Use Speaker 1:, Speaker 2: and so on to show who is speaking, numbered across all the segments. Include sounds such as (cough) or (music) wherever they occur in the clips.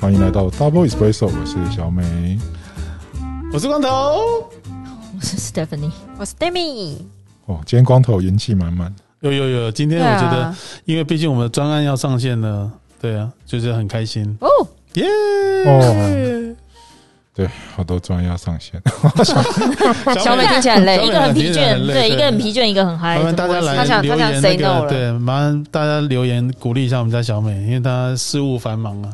Speaker 1: 欢迎来到 Double Espresso，我是小美，
Speaker 2: 我是光头，
Speaker 3: (laughs) 我是 Stephanie，
Speaker 4: 我是 Demi。
Speaker 1: 哇，今天光头元气满满，
Speaker 2: 有有有，今天
Speaker 4: 对
Speaker 2: 我
Speaker 4: 啊
Speaker 2: 觉得，因为毕竟我们的专案要上线了，对啊，就是很开心，
Speaker 4: 哦，
Speaker 2: 耶、
Speaker 1: 哦对，好多专业要上线， (laughs)
Speaker 3: 小美听起来很累
Speaker 2: 小
Speaker 3: 一
Speaker 2: 美
Speaker 3: 个很疲
Speaker 2: 听起来
Speaker 3: 倦，
Speaker 2: 很累
Speaker 3: 对，一个很疲倦，一个很嗨。
Speaker 2: 麻烦大家
Speaker 3: 哎怎么回
Speaker 2: 来
Speaker 3: 事
Speaker 4: 他想
Speaker 2: 留
Speaker 4: 他
Speaker 2: 言
Speaker 4: 想
Speaker 2: 那
Speaker 4: say no
Speaker 2: 个，
Speaker 4: 了
Speaker 2: 对，麻烦大家留言鼓励一下我们家小美，因为她事务繁忙啊。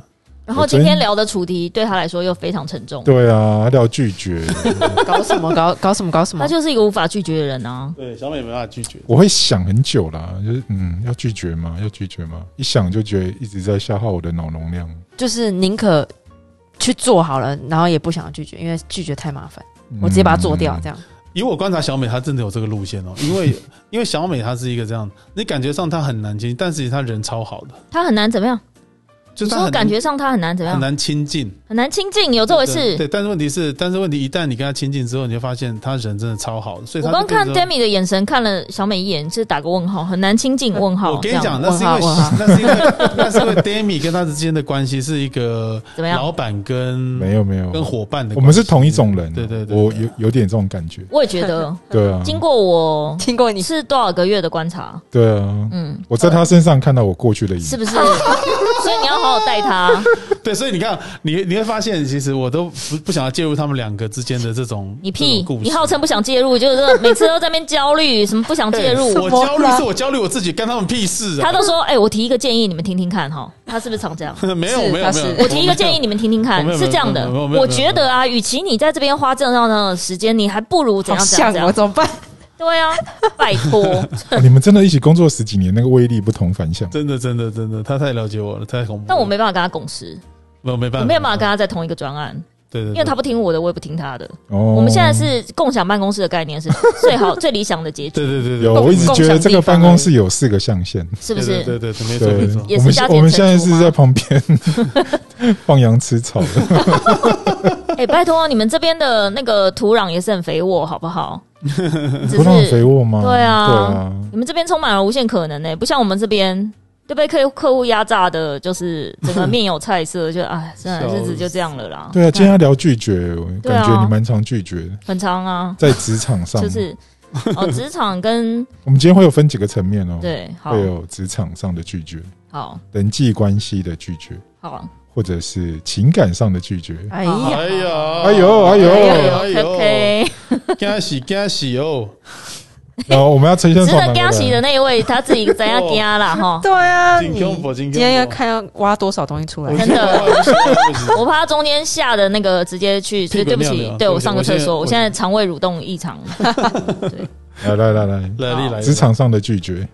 Speaker 3: 然后今天聊的主题对他来说又非常沉重，
Speaker 1: 对啊，还聊拒绝， (laughs)
Speaker 4: 搞什么搞搞什么搞什么
Speaker 3: 他？就是一个无法拒绝的人啊。
Speaker 2: 对，小美没办法拒绝。
Speaker 1: 我会想很久啦，就是嗯，要拒绝吗？要拒绝吗？一想就觉得一直在消耗我的脑容量，
Speaker 4: 就是宁可去做好了，然后也不想拒绝，因为拒绝太麻烦，
Speaker 1: 嗯
Speaker 4: 我直接把它做掉，这样。
Speaker 2: 以我观察小美，她真的有这个路线哦，因为因为小美她是一个这样，你感觉上她很难亲，但是她人超好的，
Speaker 3: 他很难怎么样？
Speaker 2: 就
Speaker 3: 你
Speaker 2: 是她
Speaker 3: 说
Speaker 2: 很
Speaker 3: 感觉上他很难怎
Speaker 2: 很
Speaker 3: 么样？
Speaker 2: 难亲近。
Speaker 3: 很难亲近，有这回
Speaker 2: 对
Speaker 3: 事。
Speaker 2: 对，但是问题是，但是问题一旦你跟她亲近之后，你就发现她人真的超好的，所以她
Speaker 3: 我刚
Speaker 2: 就变
Speaker 3: 看
Speaker 2: 成
Speaker 3: Demi 的眼神看了小美一眼，就是打个问号，很难亲近。问号，
Speaker 2: 我跟你
Speaker 3: 这样
Speaker 2: 讲，那是因 (laughs) 为
Speaker 4: 问号
Speaker 2: 那是因为那是因为 Demi 跟他之间的关系是一个
Speaker 3: 怎么样？
Speaker 2: 老板跟
Speaker 1: 没有没有，
Speaker 2: 跟伙伴的关系，
Speaker 1: 我们是同一种人，
Speaker 2: 对对对，
Speaker 1: 我
Speaker 2: 对
Speaker 1: 有有点这种感觉，
Speaker 4: 嗯
Speaker 3: 我也觉得，
Speaker 1: 对啊，
Speaker 3: 经
Speaker 2: (laughs)
Speaker 3: 过我
Speaker 4: 听过你
Speaker 3: 是多少个月的观察，
Speaker 1: 对啊，
Speaker 3: 嗯，
Speaker 1: 我在他身上看到我过去的影
Speaker 3: 是，
Speaker 2: (laughs)
Speaker 3: 不是？所以你要好好带他。
Speaker 2: (laughs) 对，所以你看，你你会发现，其实我都不不想要介入他们两个之间的这种
Speaker 3: 你
Speaker 2: 这种
Speaker 3: 屁
Speaker 2: 故！事
Speaker 3: 你号称不想介入，就是每次都在那边焦虑，什么不想介入哦
Speaker 2: 哎。我
Speaker 4: 什么
Speaker 2: 焦虑 (laughs)
Speaker 4: 啦
Speaker 2: 是我焦虑我自己，干他们屁事啊
Speaker 3: 他！都说：“哎、我提一个建议，你们听听看哈。”他是不是常
Speaker 2: (laughs)
Speaker 3: 这样？
Speaker 2: 没有
Speaker 4: 是
Speaker 2: 没有
Speaker 4: 他
Speaker 2: 没有
Speaker 4: 是，
Speaker 3: 我提一个建议，
Speaker 2: 没有，
Speaker 3: 你们听听看
Speaker 2: 我没，有
Speaker 3: 是这样的
Speaker 2: 没有没有没有没。有
Speaker 3: 我觉得啊，与其你在这边花这样的时间，你还不如怎
Speaker 4: 好
Speaker 3: 样怎样
Speaker 4: 像
Speaker 3: 怎
Speaker 4: 我
Speaker 3: 样。
Speaker 4: 怎么办？
Speaker 3: 对
Speaker 2: (laughs)
Speaker 3: 啊，拜托，
Speaker 1: 哦你们真的一起工作十几年，那个威力不同凡响。
Speaker 2: 真的真的真的，他太了解我了，太恐怖了。
Speaker 3: 但我没办法跟他共识，
Speaker 2: 没有没办
Speaker 3: 我
Speaker 2: 法，
Speaker 3: 没有办法跟他在同一个专案，
Speaker 2: 对对，
Speaker 3: 因
Speaker 2: 对
Speaker 3: 为他不听我的，我也不听他的。
Speaker 1: 哦，
Speaker 3: 我们现在是共享办公室的
Speaker 2: (laughs)
Speaker 3: 概念，是最好最理想的结局，
Speaker 2: 对对对对
Speaker 1: 有，
Speaker 4: 共
Speaker 1: 我一直觉得这个办公室有四个象限。
Speaker 3: 是不
Speaker 2: 对对对
Speaker 3: 是？
Speaker 2: 对，没错
Speaker 1: 对
Speaker 2: 没错，，
Speaker 3: 也
Speaker 1: 我
Speaker 3: 是
Speaker 1: 们
Speaker 3: 加减
Speaker 1: 我们现在
Speaker 3: 乘除
Speaker 1: 是
Speaker 3: 吗
Speaker 1: 在旁边
Speaker 3: (laughs)
Speaker 1: 放羊吃草的，
Speaker 3: 哎，拜托，你们这边的那个土壤也是很肥沃，好
Speaker 2: (laughs)
Speaker 3: 不好？只
Speaker 1: 不浪肥
Speaker 3: 是
Speaker 1: 沃吗？
Speaker 3: 对啊
Speaker 1: 对啊，
Speaker 3: 你们这边充满了无限可能呢、欸不像我们这边。就被客客户压榨的，就是整个面有菜色，就哎，真的日子就这样了啦。
Speaker 1: 对啊。今天要聊拒绝，我
Speaker 3: 对
Speaker 1: 感
Speaker 3: 啊
Speaker 1: 觉你蛮常拒绝的，
Speaker 3: 很长啊，
Speaker 1: 在职场上，
Speaker 3: 就是哦，职场跟
Speaker 1: 我们今天会有分几个层面哦，
Speaker 3: 对，好
Speaker 1: 会有职场上的拒绝、
Speaker 3: 好
Speaker 1: 人际关系的拒绝，
Speaker 3: 好，
Speaker 1: 或者是情感上的拒绝。 (laughs)
Speaker 4: 哎呀，
Speaker 2: 哎呀
Speaker 1: 哎呦哎呦
Speaker 3: 哎呦，OK，
Speaker 2: 惊喜惊喜哦！
Speaker 1: 然后我们要呈现
Speaker 3: 值
Speaker 1: 上
Speaker 3: 得惊喜的那一位，他自己怎样惊啦哈？
Speaker 4: (laughs) 对啊，
Speaker 2: 进
Speaker 4: 你
Speaker 2: 胸脯进胸脯
Speaker 4: 今天要看要挖多少东西出来
Speaker 2: 我。
Speaker 3: 真的我怕他中间吓的那个直接去，所以
Speaker 2: 屁
Speaker 3: 对
Speaker 2: 股
Speaker 3: 不
Speaker 2: 尿
Speaker 3: 起
Speaker 2: 流，
Speaker 3: 对
Speaker 2: 对
Speaker 3: 我
Speaker 2: 不起
Speaker 3: 上个
Speaker 2: 我
Speaker 3: 厕
Speaker 2: 现在
Speaker 3: 所，我现在肠胃蠕动异常。
Speaker 1: 来来来来，
Speaker 2: 来来来，
Speaker 1: 职场上的拒绝，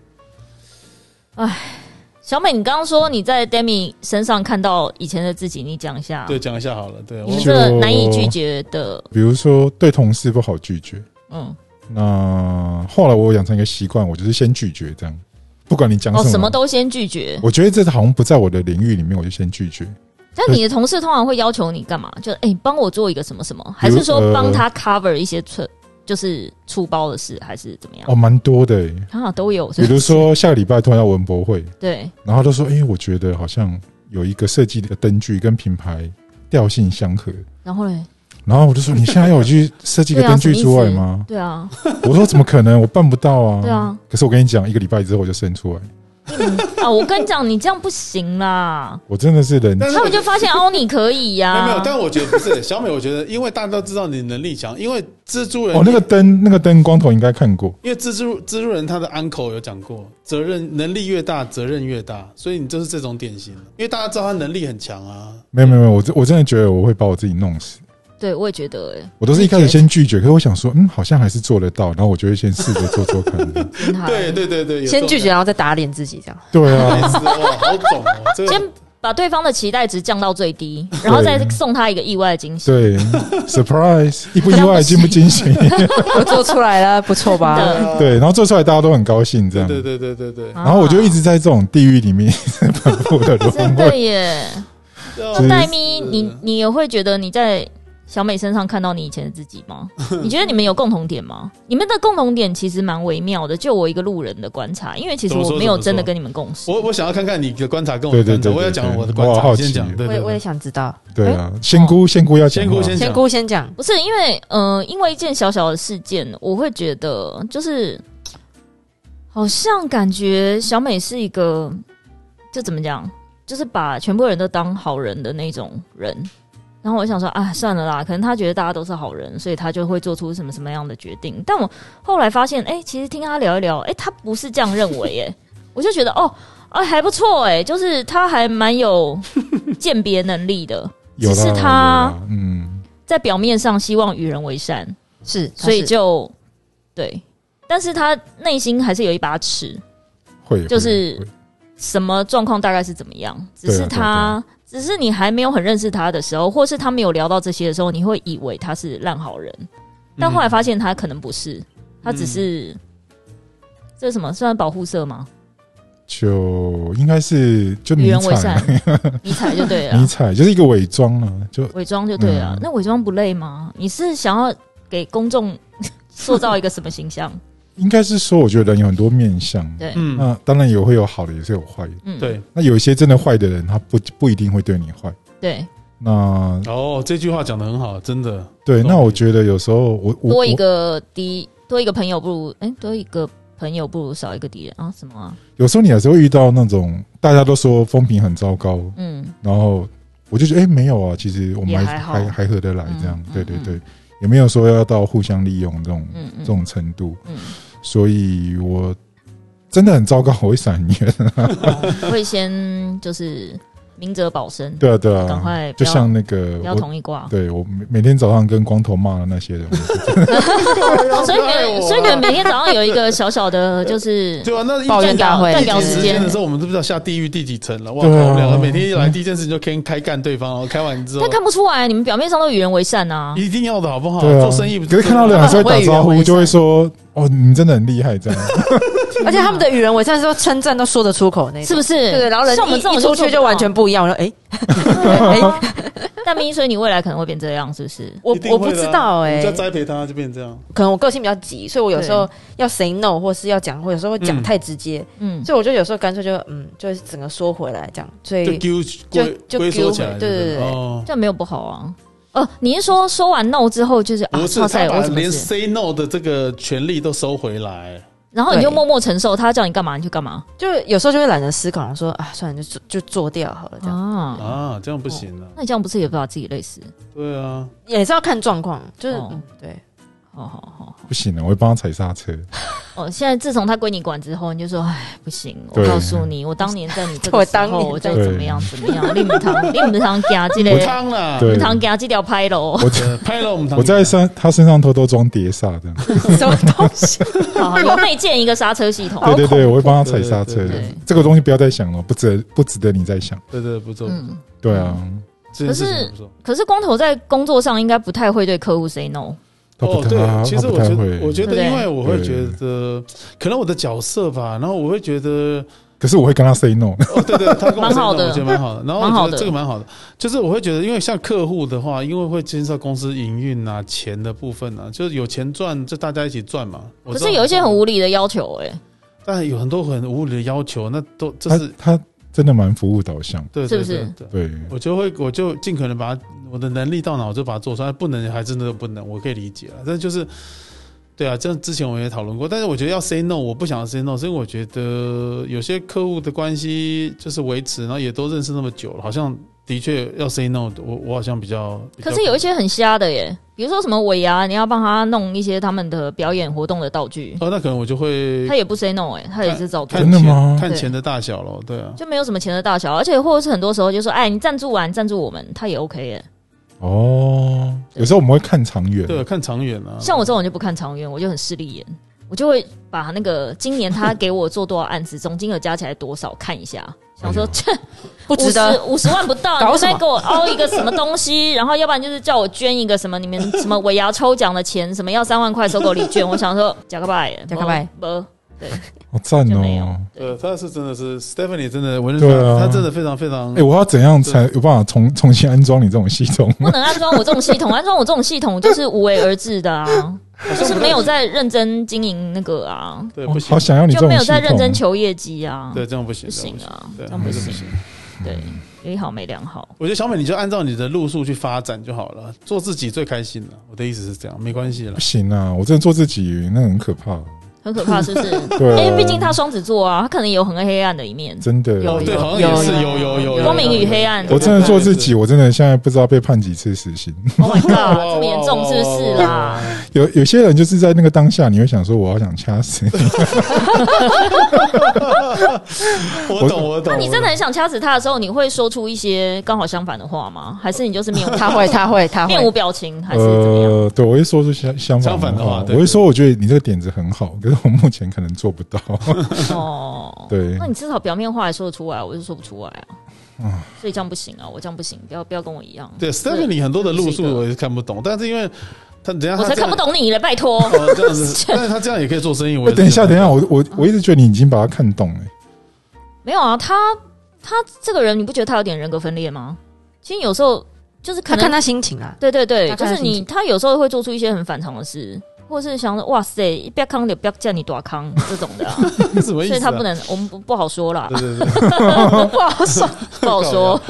Speaker 3: 小美，你刚刚说你在 Demi 身上看到以前的自己，你讲一下，
Speaker 2: 对讲一下好了，对，
Speaker 3: 你
Speaker 2: 我
Speaker 3: 们这个难以拒绝的，
Speaker 1: 比如说对同事不好拒绝，
Speaker 3: 嗯，
Speaker 1: 那后来我养成一个习惯，我就是先拒绝这样，不管你讲
Speaker 3: 哦，
Speaker 1: 什
Speaker 3: 什么都先拒绝。
Speaker 1: 我觉得这好像不在我的领域里面，我就先拒绝。
Speaker 3: 但你的同事通常会要求你干嘛？就哎，你帮我做一个什么什么，还
Speaker 1: 比
Speaker 3: 是
Speaker 1: 如呃
Speaker 3: 说帮他 cover 一些出就是出包的事，还是怎么样？
Speaker 1: 哦，蛮多的欸。
Speaker 3: 啊，都有，
Speaker 1: 比
Speaker 3: 是不
Speaker 1: 如
Speaker 3: 是
Speaker 1: 说下个礼拜突然要文博会，
Speaker 3: 对，
Speaker 1: 然后他说：“哎、我觉得好像有一个设计的灯具跟品牌调性相合。
Speaker 3: 然后嘞，”
Speaker 1: 然后我就说：“你现在要我去设计一个
Speaker 3: (laughs) 对啊
Speaker 1: 灯具
Speaker 3: 什么意
Speaker 1: 出来
Speaker 3: 思
Speaker 1: 吗？”
Speaker 3: 对啊，
Speaker 1: 我说：“怎么可能？我办不到啊！”
Speaker 3: 对啊。
Speaker 1: 可是我跟你讲，一个礼拜之后我就生出来，
Speaker 3: 啊，我跟你讲，你这样不行啦。
Speaker 1: 我真的是人
Speaker 2: 但是
Speaker 3: 他们就发现哦，你可以呀、
Speaker 2: 没有没有，但我觉得不是小美，我觉得因为大家都知道你能力强，因为蜘蛛人
Speaker 1: 哦，那个灯，那个灯光头应该看过。
Speaker 2: 因为蜘蛛蜘蛛人他的 uncle 有讲过，责任能力越大，责任越大，所以你就是这种典型，因为大家知道他能力很强啊，
Speaker 1: 没有没有没有，我真我真的觉得我会把我自己弄死。
Speaker 3: 对，我也觉得、欸，
Speaker 1: 我都是一开始先拒绝，可是我想说，嗯，好像还是做得到，然后我就会先试着做做看。
Speaker 3: 真好
Speaker 2: 对，对对对，有这
Speaker 4: 先
Speaker 2: 种
Speaker 4: 拒绝，然后再打脸自己，这样
Speaker 1: 对啊，
Speaker 2: 感觉，白痴哇，好懂哦，这个
Speaker 3: 先把对方的期待值降到最低，然后再送他一个意外的惊喜。
Speaker 1: 对
Speaker 2: (laughs)
Speaker 1: ，surprise，意不意外，惊不惊喜？
Speaker 4: (laughs) 我做出来 (laughs) 了，不错吧
Speaker 3: 真？的
Speaker 1: (laughs)
Speaker 2: 啊
Speaker 1: 对，然后做出来大家都很高兴，这
Speaker 2: 对
Speaker 1: 样。
Speaker 2: 啊对对对对
Speaker 3: 嗯
Speaker 2: 对，
Speaker 1: 然后我就一直在这种地狱里面 (laughs) 反复的
Speaker 3: 啊真
Speaker 1: 轮
Speaker 3: 的
Speaker 1: 回。
Speaker 3: 耶，
Speaker 2: 对
Speaker 1: 就
Speaker 2: 啊
Speaker 1: 是
Speaker 3: 黛咪，你你也会觉得你在小美身上看到你以前的自己
Speaker 2: (laughs)
Speaker 3: 吗？你觉得你们有共同点吗？你们的共同点其实蛮微妙的，就我一个路人的观察，因为其实
Speaker 2: 怎么
Speaker 3: 我
Speaker 2: 说
Speaker 3: 没有
Speaker 2: 怎么说
Speaker 3: 真的跟你们共事。
Speaker 2: 我我想要看看你的观察跟我的
Speaker 1: 对对对
Speaker 2: 观察，
Speaker 1: 对
Speaker 2: 我要讲我的观
Speaker 1: 对我
Speaker 2: 察，
Speaker 1: 好奇
Speaker 2: 先讲。对
Speaker 4: 我
Speaker 2: 对
Speaker 4: 也我也
Speaker 2: 对，
Speaker 4: 想知道。
Speaker 1: 对啊，仙姑仙姑要讲
Speaker 2: 哦仙
Speaker 1: 话
Speaker 2: 姑先
Speaker 4: 仙
Speaker 2: 讲，
Speaker 4: 姑先讲，
Speaker 3: 不是因为，呃，因为一件小小的事件，我会觉得就是，好像感觉小美是一个，就怎么讲，就是把全部人都当好人的那种人。然后我想说，啊，算了啦，可能他觉得大家都是好人，所以他就会做出什么什么样的决定。但我后来发现，哎、其实听他聊一聊，哎、他不是这样认为、哎， (laughs) 我就觉得，哦，啊，还不错，哎，就是他还蛮有鉴别能力的。
Speaker 1: 有啦
Speaker 3: 只是
Speaker 1: 有
Speaker 3: 她
Speaker 1: 啦嗯，
Speaker 3: 在表面上希望与人为善，
Speaker 4: 是，
Speaker 3: 所以
Speaker 4: 她是
Speaker 3: 就对，但是他内心还是有一把尺，
Speaker 1: 会
Speaker 3: 就是
Speaker 1: 会会
Speaker 3: 什么状况大概是怎么样，只
Speaker 1: 对
Speaker 3: 是
Speaker 1: 啊对啊
Speaker 3: 他，只是你还没有很认识他的时候，或是他没有聊到这些的时候，你会以为他是烂好人，
Speaker 1: 嗯
Speaker 3: 但后来发现他可能不是，他只是、这是什么算保护色吗？
Speaker 1: 就应该是就
Speaker 3: 与
Speaker 1: 迷
Speaker 3: 人为
Speaker 1: 彩
Speaker 3: 善，迷彩就对
Speaker 1: (laughs) 迷
Speaker 3: 了，
Speaker 1: 彩就是一个伪装啊，就
Speaker 3: 伪装就对了。
Speaker 1: 嗯
Speaker 3: 那伪装不累吗？你是想要给公众 (laughs) 塑造一个什么形象？
Speaker 1: 应该是说，我觉得人有很多面相，
Speaker 3: 对
Speaker 2: 嗯，
Speaker 1: 那当然也会有好的，也是有坏的。
Speaker 3: 嗯，
Speaker 2: 对，
Speaker 1: 那有一些真的坏的人，他不不一定会对你坏。
Speaker 3: 对，
Speaker 1: 那
Speaker 2: 哦，这句话讲的很好，真的。
Speaker 1: 对，
Speaker 2: 懂
Speaker 1: 那我觉得有时候我我
Speaker 3: 多一
Speaker 1: 我
Speaker 3: 个敌，多一个朋友不如哎、多一个朋友不如少一个敌人啊？什么啊？
Speaker 1: 有时候你还是会遇到那种大家都说风评很糟糕，
Speaker 3: 嗯，
Speaker 1: 然后我就觉得哎、诶没有啊，其实我们
Speaker 3: 也
Speaker 1: 还
Speaker 3: 还好
Speaker 1: 还还合得来这样
Speaker 3: 嗯，嗯
Speaker 1: 对对
Speaker 3: 嗯
Speaker 1: 对，也没有说要到互相利用这种
Speaker 3: 嗯嗯
Speaker 1: 这种程度，
Speaker 3: 嗯，
Speaker 1: 所以我真的很糟糕，我会闪远。
Speaker 3: (laughs) 会先就是明哲保身，
Speaker 1: 对啊对啊，
Speaker 3: 赶快不
Speaker 1: 就
Speaker 3: 要
Speaker 1: 像那个
Speaker 3: 不要
Speaker 1: 我，
Speaker 3: 同一卦。
Speaker 1: 对我每每天早上跟光头骂的那些人，我是
Speaker 3: 哦所以你
Speaker 4: 啊
Speaker 3: 们，所以你们每天早上有一个小小
Speaker 4: (laughs)
Speaker 3: 的，就是
Speaker 2: 对啊，那一
Speaker 4: 抱
Speaker 2: 见
Speaker 4: 怨大会
Speaker 3: 断聊时
Speaker 2: 时间
Speaker 3: 间
Speaker 2: 的时候，我们都不知道下地狱第几层了。哇靠，
Speaker 1: 对啊
Speaker 2: 我们两个每天一来，第一件事情就先开干对方，然哦后开完之后
Speaker 3: 但，看不出来，你们表面上都与人为善啊。
Speaker 2: 一定要的好不好？
Speaker 1: 对啊，
Speaker 2: 做生意不
Speaker 1: 可是看到人
Speaker 3: (laughs)
Speaker 1: 还是会打招
Speaker 4: 我以为
Speaker 1: 呼，
Speaker 4: 我
Speaker 1: 就会说哦，你们真的很厉害这样。
Speaker 4: 而且他们的与人为善，说称赞都说得出口那种，
Speaker 3: 是不
Speaker 4: 是？
Speaker 3: 是？
Speaker 4: 对，然后人
Speaker 3: 像我们
Speaker 4: 一
Speaker 3: 这种
Speaker 4: 一出
Speaker 3: 做
Speaker 4: 去
Speaker 3: 不
Speaker 4: 就
Speaker 3: 到
Speaker 4: 完
Speaker 3: (laughs)
Speaker 4: 全不一样。我说，哎，
Speaker 3: 对啊。 (laughs) 但明，所以你未来可能会变这样，是不是？
Speaker 4: 我
Speaker 2: 一定
Speaker 4: 我
Speaker 2: 会
Speaker 4: 不
Speaker 2: 的
Speaker 4: 知
Speaker 2: 啊
Speaker 4: 道，哎
Speaker 2: 你就，要栽培他就变成这样。
Speaker 4: 可能我个性比较急，所以我有时候要 say no，或是要讲，或有时候会讲
Speaker 2: 嗯
Speaker 4: 太直接，
Speaker 3: 嗯，
Speaker 4: 所以我就有时候干脆就嗯，就是整个缩回来这样。所
Speaker 2: 就
Speaker 4: 以
Speaker 2: 丢
Speaker 4: 就
Speaker 2: 归
Speaker 4: 就
Speaker 2: 归
Speaker 4: 丢
Speaker 2: 缩起来，
Speaker 4: 回对对
Speaker 2: 对
Speaker 4: 对对
Speaker 2: 哦，
Speaker 3: 这样没有不好啊。哦，你是说说完 no 之后就是啊
Speaker 2: 不，是
Speaker 3: 超
Speaker 2: 他
Speaker 3: 载
Speaker 2: 把
Speaker 3: 我什么
Speaker 2: 连
Speaker 3: 事？
Speaker 2: say no 的这个权利都收回来，
Speaker 3: 然后你就
Speaker 4: 对
Speaker 3: 默默承受，他叫你干嘛你就干嘛
Speaker 4: 就有时候就会懒得思考，然后说啊，算了，就做就做掉好了，这样、
Speaker 3: 啊。
Speaker 2: 啊，这样不行啊。
Speaker 3: 那你这样不是也把自己累死？
Speaker 2: 对啊，
Speaker 4: 也是要看状况，就是、
Speaker 3: 哦
Speaker 4: 嗯、对。 (laughs)
Speaker 3: 好哦好好，
Speaker 1: 不行了，啊我会帮他踩刹车。
Speaker 3: 哦，现在自从他归你管之后，你就说，哎，不行，我
Speaker 1: 对
Speaker 3: 告诉你，我当年在你这
Speaker 4: (laughs) 我
Speaker 3: 个时
Speaker 4: 当
Speaker 3: 候，
Speaker 4: 年
Speaker 3: 我
Speaker 4: 在
Speaker 3: 就怎么样怎么样，令堂 (laughs) 令堂夹这
Speaker 2: 母
Speaker 3: 类，
Speaker 2: 汤啦，
Speaker 1: 对
Speaker 3: 令堂夹这条拍喽。
Speaker 1: 我
Speaker 2: 对拍了我们汤。
Speaker 1: 我在身他身上偷偷装碟刹这样。
Speaker 4: 什么东西？
Speaker 3: (laughs) 好，你内建一个刹车系统。
Speaker 1: (laughs) 对对对，我会帮他踩刹车
Speaker 2: 对
Speaker 3: 对
Speaker 1: 的
Speaker 3: 对。
Speaker 1: 这个东西不要再想了，不值得不值得你再想。
Speaker 2: 对对不错，
Speaker 3: 嗯，
Speaker 1: 对啊，
Speaker 2: 这件事情
Speaker 3: 可是
Speaker 2: 不错。
Speaker 3: 可是光头在工作上应该不太会对客户 say no。
Speaker 1: 他不
Speaker 2: 哦，
Speaker 1: 太
Speaker 2: 对，其
Speaker 1: 他
Speaker 2: 实
Speaker 1: 不
Speaker 2: 我觉
Speaker 1: 太会，
Speaker 2: 得，我觉得，
Speaker 3: 对不对
Speaker 2: 因为我会
Speaker 1: 对
Speaker 2: 觉得，可能我的角色吧，然后我会觉
Speaker 3: (laughs)
Speaker 2: 得，
Speaker 1: 可是我会跟他 say no。
Speaker 2: 哦，对对，他跟我
Speaker 3: 蛮
Speaker 2: 说
Speaker 3: 好
Speaker 2: 的
Speaker 3: 的
Speaker 2: 我觉得蛮好的，
Speaker 3: (laughs)
Speaker 2: 然后我
Speaker 3: 蛮好
Speaker 2: 觉
Speaker 3: 的
Speaker 2: 得这个蛮好的，就是我会觉得，因为像客户的话，因为会牵涉到公司营运啊、钱的部分啊，就是有钱赚就大家一起赚嘛。我
Speaker 3: 可
Speaker 2: 知道
Speaker 3: 是有一些很，无理的要求，哎，
Speaker 2: 但有很多很无理的要求，那都这
Speaker 1: 他
Speaker 2: 是
Speaker 1: 他真的蛮服务导向。
Speaker 2: 对，
Speaker 3: 是
Speaker 2: 对
Speaker 3: 不是？
Speaker 2: 对对
Speaker 1: 对，
Speaker 2: 我就会，我就尽可能把它我的能力到哪，我就把它做出来。不能还真的不能，我可以理解啊。但就是，对啊，这样之前我也讨论过。但是我觉得要 say no，我不想要 say no，所以我觉得有些客户的关系就是维持，然后也都认识那么久了，好像的确要 say no，我我好像比较。比较
Speaker 3: 可是有一些很瞎的耶，比如说什么尾牙，你要帮他弄一些他们的表演活动的道具，
Speaker 2: 哦，那可能我就会
Speaker 3: 他也不 say no，哎，他也是照做
Speaker 2: 看。
Speaker 1: 真的
Speaker 2: 钱
Speaker 1: 吗
Speaker 2: 看
Speaker 3: 对
Speaker 2: 钱的大小咯，对啊。
Speaker 3: 就没有什么钱的大小，而且或者是很多时候就说，哎，你赞助完赞助我们，他也 OK 耶。
Speaker 1: 哦，有时候我们会看长远。
Speaker 2: 对啊，看长远啊。
Speaker 3: 像我这种人就不看长远，我就很势利眼，我就会把那个今年他给我做多少案子，总金额加起来多少看一下，想说
Speaker 1: 哎呦
Speaker 3: 这
Speaker 4: 不值得，
Speaker 3: 五十万不到，
Speaker 4: 搞
Speaker 3: 你
Speaker 4: 什么
Speaker 3: 再给我凹一个什么东西，然后要不然就是叫我捐一个什么你们什么尾牙抽奖的钱，什么要三万块收购礼券，我想说假个拜耶，
Speaker 4: 假个拜
Speaker 3: 不，不
Speaker 1: 好赞
Speaker 3: 就没有
Speaker 1: 哦！
Speaker 2: 呃，他是真的是 Stephanie 真的，我认识
Speaker 1: 对
Speaker 2: 他，
Speaker 1: 啊
Speaker 2: 他真的非常非常
Speaker 1: 哎、，我要怎样才有办法重重新安装你这种系统？
Speaker 3: 不能啊安装我这种系统， (laughs) 安装我这种系统就是无为而治的啊，就是没有在认真经营那个啊，
Speaker 2: 对
Speaker 1: 我好
Speaker 2: 不行，
Speaker 1: 想要你这
Speaker 3: 就
Speaker 1: 种
Speaker 3: 没有
Speaker 1: 系统
Speaker 3: 在认真求业绩啊，
Speaker 2: 对这样不行，
Speaker 3: 不行
Speaker 2: 这样
Speaker 3: 啊，
Speaker 2: 不
Speaker 3: 这
Speaker 2: 对，
Speaker 3: 样
Speaker 2: 还
Speaker 3: 不
Speaker 2: 是
Speaker 3: 行
Speaker 2: 不，行。
Speaker 3: 对，有一好没两好。
Speaker 2: 我觉得小美，你就按照你的路数去发展就好了，做自己最开心了。我的意思是这样，没关系了
Speaker 1: 不。行啊！我真的做自己，那很可怕。
Speaker 3: 很可怕，是不是？
Speaker 1: 对啊
Speaker 3: 因为毕竟他双子座啊，他可能有很黑暗的一
Speaker 1: (laughs)
Speaker 3: 面，
Speaker 1: 真的，
Speaker 3: 有
Speaker 2: 对，
Speaker 3: 有
Speaker 2: 好像也是有
Speaker 3: 有
Speaker 2: 有有
Speaker 3: 光明与黑暗
Speaker 1: 我真的做自。
Speaker 2: 有
Speaker 1: 己，
Speaker 2: 有有有有有有有有有有有有有有有有有有
Speaker 1: 我真的现在不知道被判几次死刑。
Speaker 3: Oh my god，
Speaker 2: 哇
Speaker 3: 这么严重是不是啦？
Speaker 1: 有有些人就是在那个当下，你会想说，我好想掐死你。
Speaker 2: 我懂，我懂。
Speaker 3: 那你真的很想掐死他的时候，你会说出一些刚好相反的话吗？还是你就是面无
Speaker 4: (laughs) 他会，他会，他
Speaker 3: 面无
Speaker 4: 会。
Speaker 3: 表情，还是怎么样？
Speaker 1: 呃，对，我会说出相相
Speaker 2: 相反
Speaker 1: 反哦
Speaker 2: 的话对
Speaker 1: 我会
Speaker 2: 对
Speaker 1: 说，我觉得你这个点子很好，可是我目前可能做不到。
Speaker 3: 哦，
Speaker 1: 对
Speaker 3: 那你至少表面话也说得出来，我就说不出来啊
Speaker 1: 啊。
Speaker 3: 所以这样不行啊，我这样不行，不要不要跟我一样，
Speaker 2: 嗯对 Stephanie 很多的路数
Speaker 3: 是一个
Speaker 2: 我也是看不懂，但是因为他等一下
Speaker 3: 我
Speaker 2: 他
Speaker 3: 才
Speaker 2: 这样
Speaker 3: 看不。懂你嘞，拜托。
Speaker 2: 哦，这样子，但是他这样也可以做生意。我
Speaker 1: 哎
Speaker 2: 也是
Speaker 1: 等一下，
Speaker 2: 觉
Speaker 1: 等
Speaker 2: 得
Speaker 1: 一下，我我我一直觉得你已经把它看懂了、
Speaker 3: 没有啊，他他这个人，你不觉得他有点人格分裂吗？其实有时候就是可
Speaker 4: 他
Speaker 3: 能
Speaker 4: 看他心情啊啦，
Speaker 3: 对对对，
Speaker 4: 他
Speaker 3: 就
Speaker 4: 看他
Speaker 3: 是
Speaker 4: 心
Speaker 3: 你，
Speaker 4: 情
Speaker 3: 他有时候会做出一些很反常的事，或是想说哇塞，不要康的，不要叫你短康
Speaker 2: (laughs)
Speaker 3: 这种的、啊，
Speaker 2: 什么意思
Speaker 3: 所
Speaker 2: 啊？哦
Speaker 3: 以他不能，我们不不好说啦，
Speaker 2: 对对对，
Speaker 3: (laughs) 不
Speaker 2: (laughs)
Speaker 3: 好说，不好说，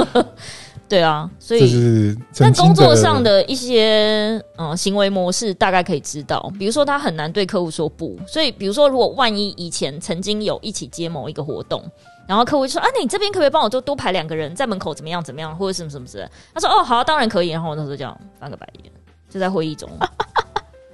Speaker 3: 对啊，所
Speaker 1: 这
Speaker 3: 以。
Speaker 1: 是曾
Speaker 3: 但
Speaker 1: 经
Speaker 3: 工作上
Speaker 1: 的
Speaker 3: 的一些嗯行为模式大概可以知道，比如说他很难对客户说不，所以比如说如果万一以前曾经有一起接某一个活动，然后客户就说啊，那你这边可不可以帮我多多排两个人在门口怎么样怎么样，或者什么什么之类的，他说哦好、当然可以，然后我那时候这样翻个白眼，就在会议中，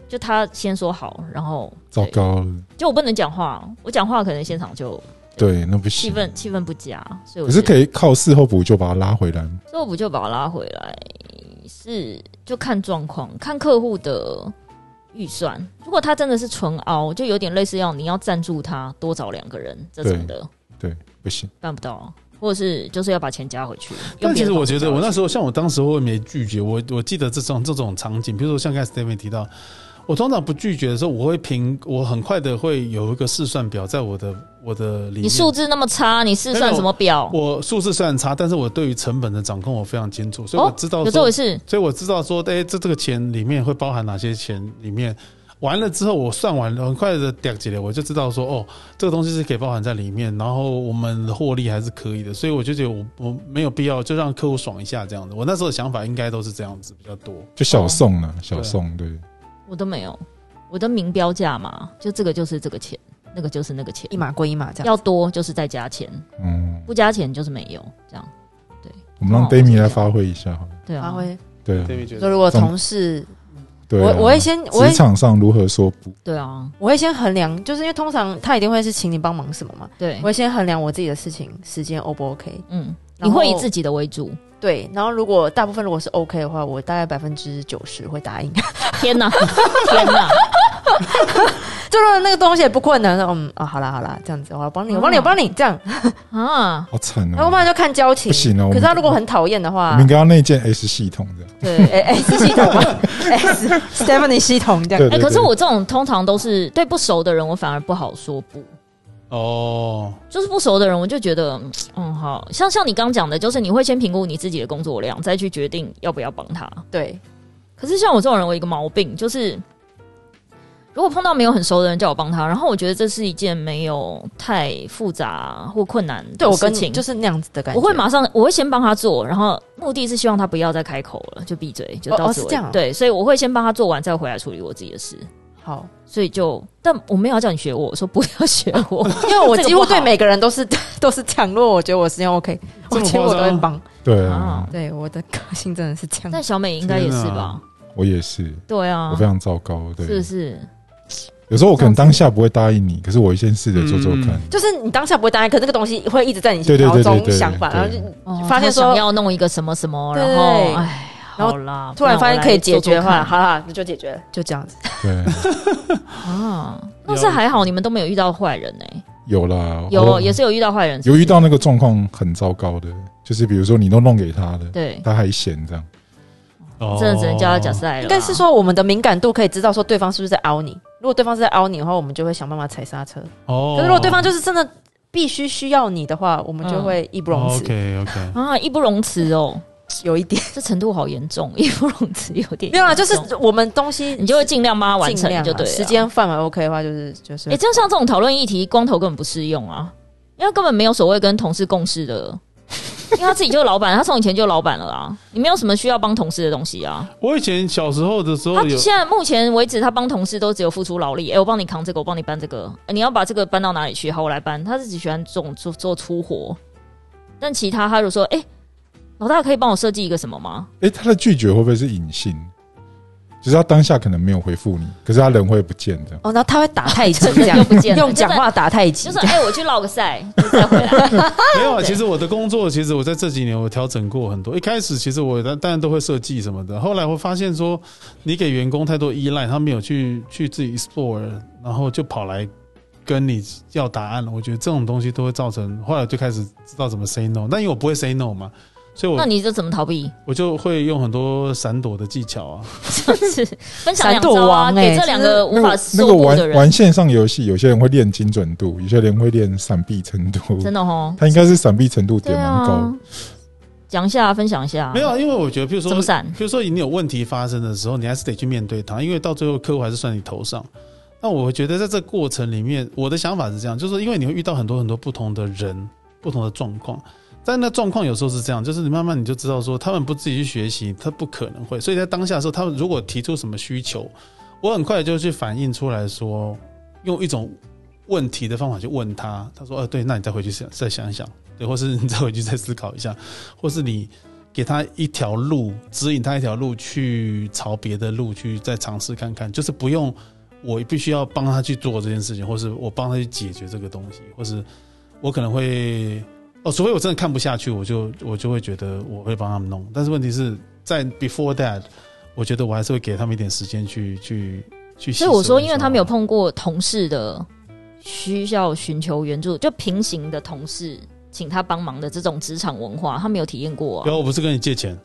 Speaker 3: 就他先说好，然后
Speaker 1: 糟
Speaker 3: 对
Speaker 1: 糕了，
Speaker 3: 就我不能讲话，我讲话可能现场就
Speaker 1: 对，那不
Speaker 3: 气
Speaker 1: 行。
Speaker 3: 氛气氛不佳，所以我
Speaker 1: 可是
Speaker 3: 觉得
Speaker 1: 可以靠事后补救把它拉回来。
Speaker 3: 所以我不就把他拉回来，是就看状况，看客户的预算。如果他真的是纯凹，就有点类似要你要赞助他多找两个人这种的，
Speaker 1: 不行，
Speaker 3: 办不到，或者是就是要把钱加回去。
Speaker 2: 但其实我觉得，我那
Speaker 3: 那
Speaker 2: 时候像我当时会没拒绝，我我记得这种这种场景，比如说像刚才 Steven 提到，我通常不拒绝的时候，我会评，我很快的会有一个试算表在我的我的里面。
Speaker 3: 你数字那么差，你试算什么表？
Speaker 2: 我数字虽然差，但是我对于成本的掌控我非常清楚，所以我知道
Speaker 3: 哦有这
Speaker 2: 说，
Speaker 3: 回事？
Speaker 2: 所以我知道说，哎、这这个钱里面会包含哪些钱里面。完了之后，我算完了，很快的掉几了，我就知道说，哦，这个东西是可以包含在里面，然后我们的获利还是可以的，所以我就觉得我我没有必要就让客户爽一下这样子。我那时候的想法应该都是这样子比较多。
Speaker 1: 就小宋了，小宋对，
Speaker 3: 我都没有，我的明标价嘛，就这个就是这个钱，那个就是那个钱
Speaker 4: 一，码归一码这样。
Speaker 3: 要多就是再加钱，
Speaker 1: 嗯，
Speaker 3: 不加钱就是没有，这样
Speaker 1: 我们让
Speaker 3: 哦我
Speaker 1: Demi
Speaker 3: 想
Speaker 1: 来
Speaker 3: 想
Speaker 1: 发挥一下好了，
Speaker 3: 对
Speaker 4: 发
Speaker 3: 啊，
Speaker 4: 挥。
Speaker 1: 对啊
Speaker 2: 对，觉
Speaker 4: 说
Speaker 2: 得
Speaker 4: 如果
Speaker 1: 总
Speaker 4: 同事，
Speaker 1: 对
Speaker 4: 我
Speaker 1: 啊，
Speaker 4: 我会先我会
Speaker 1: 职场上如何说不？
Speaker 3: 对啊，
Speaker 4: 我会先衡量，就是因为通常他一定会是请你帮忙什么嘛，
Speaker 3: 对
Speaker 4: 我，会先衡量我自己的事情时间 O 不 OK。
Speaker 3: 嗯，你
Speaker 4: 然后
Speaker 3: 会以自己的为主。
Speaker 4: 对，然后如果大部分如果是 OK 的话，我大概百分之九十会答应。 (laughs)
Speaker 3: 天哪，天哪！
Speaker 4: 就如果那个东西也不困难，说嗯啊，好啦好啦，这样子，我帮你，我帮你，
Speaker 3: 嗯
Speaker 4: 我帮你，这样，
Speaker 3: 啊，
Speaker 1: 好惨
Speaker 4: 然
Speaker 1: 哦
Speaker 4: 后不！然就看交情。
Speaker 1: 不行哦我
Speaker 4: 可
Speaker 1: 们
Speaker 4: 是他如果很讨厌的
Speaker 1: 我
Speaker 4: 话
Speaker 1: 们应，该要内建 S 系统的，
Speaker 3: 对，(laughs) 哎、
Speaker 4: 哎
Speaker 1: (laughs)
Speaker 4: 哎，是系统吗？S Stephanie 系统这
Speaker 1: 对
Speaker 4: 样。
Speaker 1: 对。
Speaker 3: 哎可是
Speaker 1: 对
Speaker 3: 我这种通常都是对不熟的人，我反而不好说不。
Speaker 2: 哦，
Speaker 3: 就是不熟的人，我就觉得，嗯嗯，好像像你刚讲的，就是你会先评估你自己的工作量，再去决定要不要帮他。
Speaker 4: 对，
Speaker 3: 可是像我这种人，我有一个毛病，就是如果碰到没有很熟的人叫我帮他，然后我觉得这是一件没有太复杂或困难
Speaker 4: 对
Speaker 3: 的
Speaker 4: 我
Speaker 3: 事
Speaker 4: 跟
Speaker 3: 情，
Speaker 4: 就是那样子的感觉。
Speaker 3: 我会马上，我会先帮他做，然后目的是希望他不要再开口了，就闭嘴，就
Speaker 4: 哦
Speaker 3: 到
Speaker 4: 哦
Speaker 3: 此
Speaker 4: 是
Speaker 3: 为
Speaker 4: 这
Speaker 3: 止。
Speaker 4: 样哦
Speaker 3: 对，所以我会先帮他做完，再回来处理我自己的事。
Speaker 4: 好，
Speaker 3: 所以就，但我没有要叫你学我，我说不要学
Speaker 1: (laughs)
Speaker 3: 我，
Speaker 4: 因为我
Speaker 3: 这个
Speaker 4: 几
Speaker 3: 不
Speaker 4: 乎
Speaker 3: 好
Speaker 4: 对每个人都是 (laughs) 都是这样。如果我觉得我时间 OK，
Speaker 2: 这
Speaker 4: 我
Speaker 2: 么
Speaker 4: 几乎我
Speaker 2: 夸
Speaker 4: 都会
Speaker 2: 张？
Speaker 4: 帮。
Speaker 1: 对
Speaker 3: 啊
Speaker 1: 啊，
Speaker 4: 对，我的个性真的是这样。
Speaker 3: 但小美应该也是吧？
Speaker 1: 我也是，
Speaker 3: 对啊
Speaker 1: 我非，常糟糕。
Speaker 3: 是
Speaker 1: 对
Speaker 3: 不，是？
Speaker 1: 有时候我可能当下不会答应你，可是我先试着做做
Speaker 2: 嗯
Speaker 1: 看。
Speaker 4: 就是你当下不会答应，可是那个东西会一直在你
Speaker 1: 对对
Speaker 4: 脑
Speaker 1: 对对
Speaker 4: 中
Speaker 1: 对
Speaker 4: 想法，
Speaker 1: 对
Speaker 4: 然后就
Speaker 3: 哦
Speaker 4: 发现
Speaker 3: 他
Speaker 4: 说
Speaker 3: 想要弄一个什么什么，
Speaker 4: 对
Speaker 3: 然
Speaker 4: 对
Speaker 3: 后
Speaker 4: 对
Speaker 3: 哎，
Speaker 4: 然后
Speaker 3: 好啦，
Speaker 4: 突然
Speaker 3: 不
Speaker 4: 发
Speaker 3: 我
Speaker 4: 现
Speaker 3: 来
Speaker 4: 可以解决
Speaker 3: 做做
Speaker 4: 的话，
Speaker 3: 看
Speaker 1: (laughs)
Speaker 4: 好啦，那就解决了，就这样子。
Speaker 3: 嗯
Speaker 1: 对， (laughs)
Speaker 3: 啊，那是还好，你们都没有遇到坏人呢、
Speaker 1: 有啦，
Speaker 3: 有
Speaker 1: 我
Speaker 3: 也是有遇到坏人，
Speaker 1: 哦有遇到那个状况很糟糕的，就是比如说你都弄给他的，
Speaker 3: 对，
Speaker 1: 他还嫌这样。
Speaker 2: 哦
Speaker 3: 真的只能叫他假赛了啦。
Speaker 4: 应该是说我们的敏感度可以知道说对方是不是在凹你，如果对方是在凹你的话，我们就会想办法踩刹车。
Speaker 2: 哦，
Speaker 4: 可是如果对方就是真的必须需要你的话，我们就会义不容
Speaker 1: 哦
Speaker 4: 辞，
Speaker 2: OK
Speaker 4: (laughs)
Speaker 2: OK，
Speaker 3: 啊，义不容辞哦，
Speaker 4: 有
Speaker 3: (laughs)
Speaker 4: 一点。
Speaker 3: 这程度好严重， (laughs) 义不容辞有点严重
Speaker 4: 没有啦，就是我们东西
Speaker 3: 你就会尽量帮他完
Speaker 4: 尽
Speaker 3: 成
Speaker 4: 量啊
Speaker 3: 就对了。
Speaker 4: 时，间范围 OK 的话，就是就是
Speaker 3: 哎、这样像这种讨论议题，光头根本不适用啊，因为根本没有所谓跟同事共事的。 (laughs) 因为他自己就是老板，他从以前就老板了啊，你没有什么需要帮同事的东西啊。
Speaker 2: 我以前小时候的时候
Speaker 3: 他
Speaker 2: 有
Speaker 3: 现在目前为止，他帮同事都只有付出劳力，哎、我帮你扛这个，我帮你搬这个、哎你要把这个搬到哪里去？好，我来搬。他是只喜欢这种做做粗活，但其他他就说，哎、老大可以帮我设计一个什么吗？
Speaker 1: 哎、他的拒绝会不会是隐性？就是他当下可能没有回复你，可是他人会不见这样。
Speaker 4: 哦，然后他会打太极这
Speaker 3: (laughs)
Speaker 4: 样
Speaker 3: 又不见，了
Speaker 4: 用讲话打太极 (laughs)
Speaker 3: 就，是哎、我去绕个赛，就再回来。
Speaker 2: (laughs) 没有啊，
Speaker 3: 对
Speaker 2: 其实我的工作，其实我在这几年我调整过很多。一开始其实我当当然都会设计什么的，后来我发现说，你给员工太多依赖，他没有去去自己 explore，然后就跑来跟你要答案了。我觉得这种东西都会造成，后来就开始知道怎么 say no，但因为我不会 say no 嘛，所以
Speaker 3: 那
Speaker 2: 我
Speaker 3: 你这怎么逃避？
Speaker 2: 我就会用很多闪躲的技巧啊。
Speaker 3: 就是分享两招
Speaker 4: 闪躲
Speaker 3: 啊，
Speaker 4: 王
Speaker 3: 给
Speaker 4: 哎
Speaker 3: 这两个无法
Speaker 1: 欸那
Speaker 3: 受
Speaker 1: 个
Speaker 3: 度的
Speaker 1: 玩
Speaker 3: 人，
Speaker 1: 玩线上游戏，有些人会练精准度，有些人会练闪避程度。
Speaker 3: 真的哦。
Speaker 1: 他应该是闪避程度
Speaker 3: 对
Speaker 1: 点蛮高
Speaker 3: 啊
Speaker 1: 的。，
Speaker 3: 讲一下，分享一下，
Speaker 2: 没有啊，因为我觉得，譬如说
Speaker 3: 怎么闪？
Speaker 2: 比如说你有问题发生的时候，你还是得去面对它，因为到最后客户还是算你头上。那我觉得在这过程里面，我的想法是这样，就是说因为你会遇到很多很多不同的人、不同的状况，但那状况有时候是这样，就是你慢慢你就知道说，他们不自己去学习，他不可能会。所以在当下的时候，他们如果提出什么需求，我很快就去反映出来说，用一种问题的方法去问他，他说：“呃，对，那你再回去想，再想一想，对，或是你再回去再思考一下，或是你给他一条路，指引他一条路去朝别的路去再尝试看看，就是不用我必须要帮他去做这件事情，或是我帮他去解决这个东西，或是我可能会哦，除非我真的看不下去，我就我就会觉得我会帮他们弄。但是问题是在 before that，我觉得我还是会给他们一点时间去去去吸收一下。
Speaker 3: 所以我说，因为他没有碰过同事的需要寻求援助，就平行的同事请他帮忙的这种职场文化，他没有体验过啊
Speaker 2: 然。后我不是跟你借
Speaker 3: (laughs)
Speaker 2: 钱，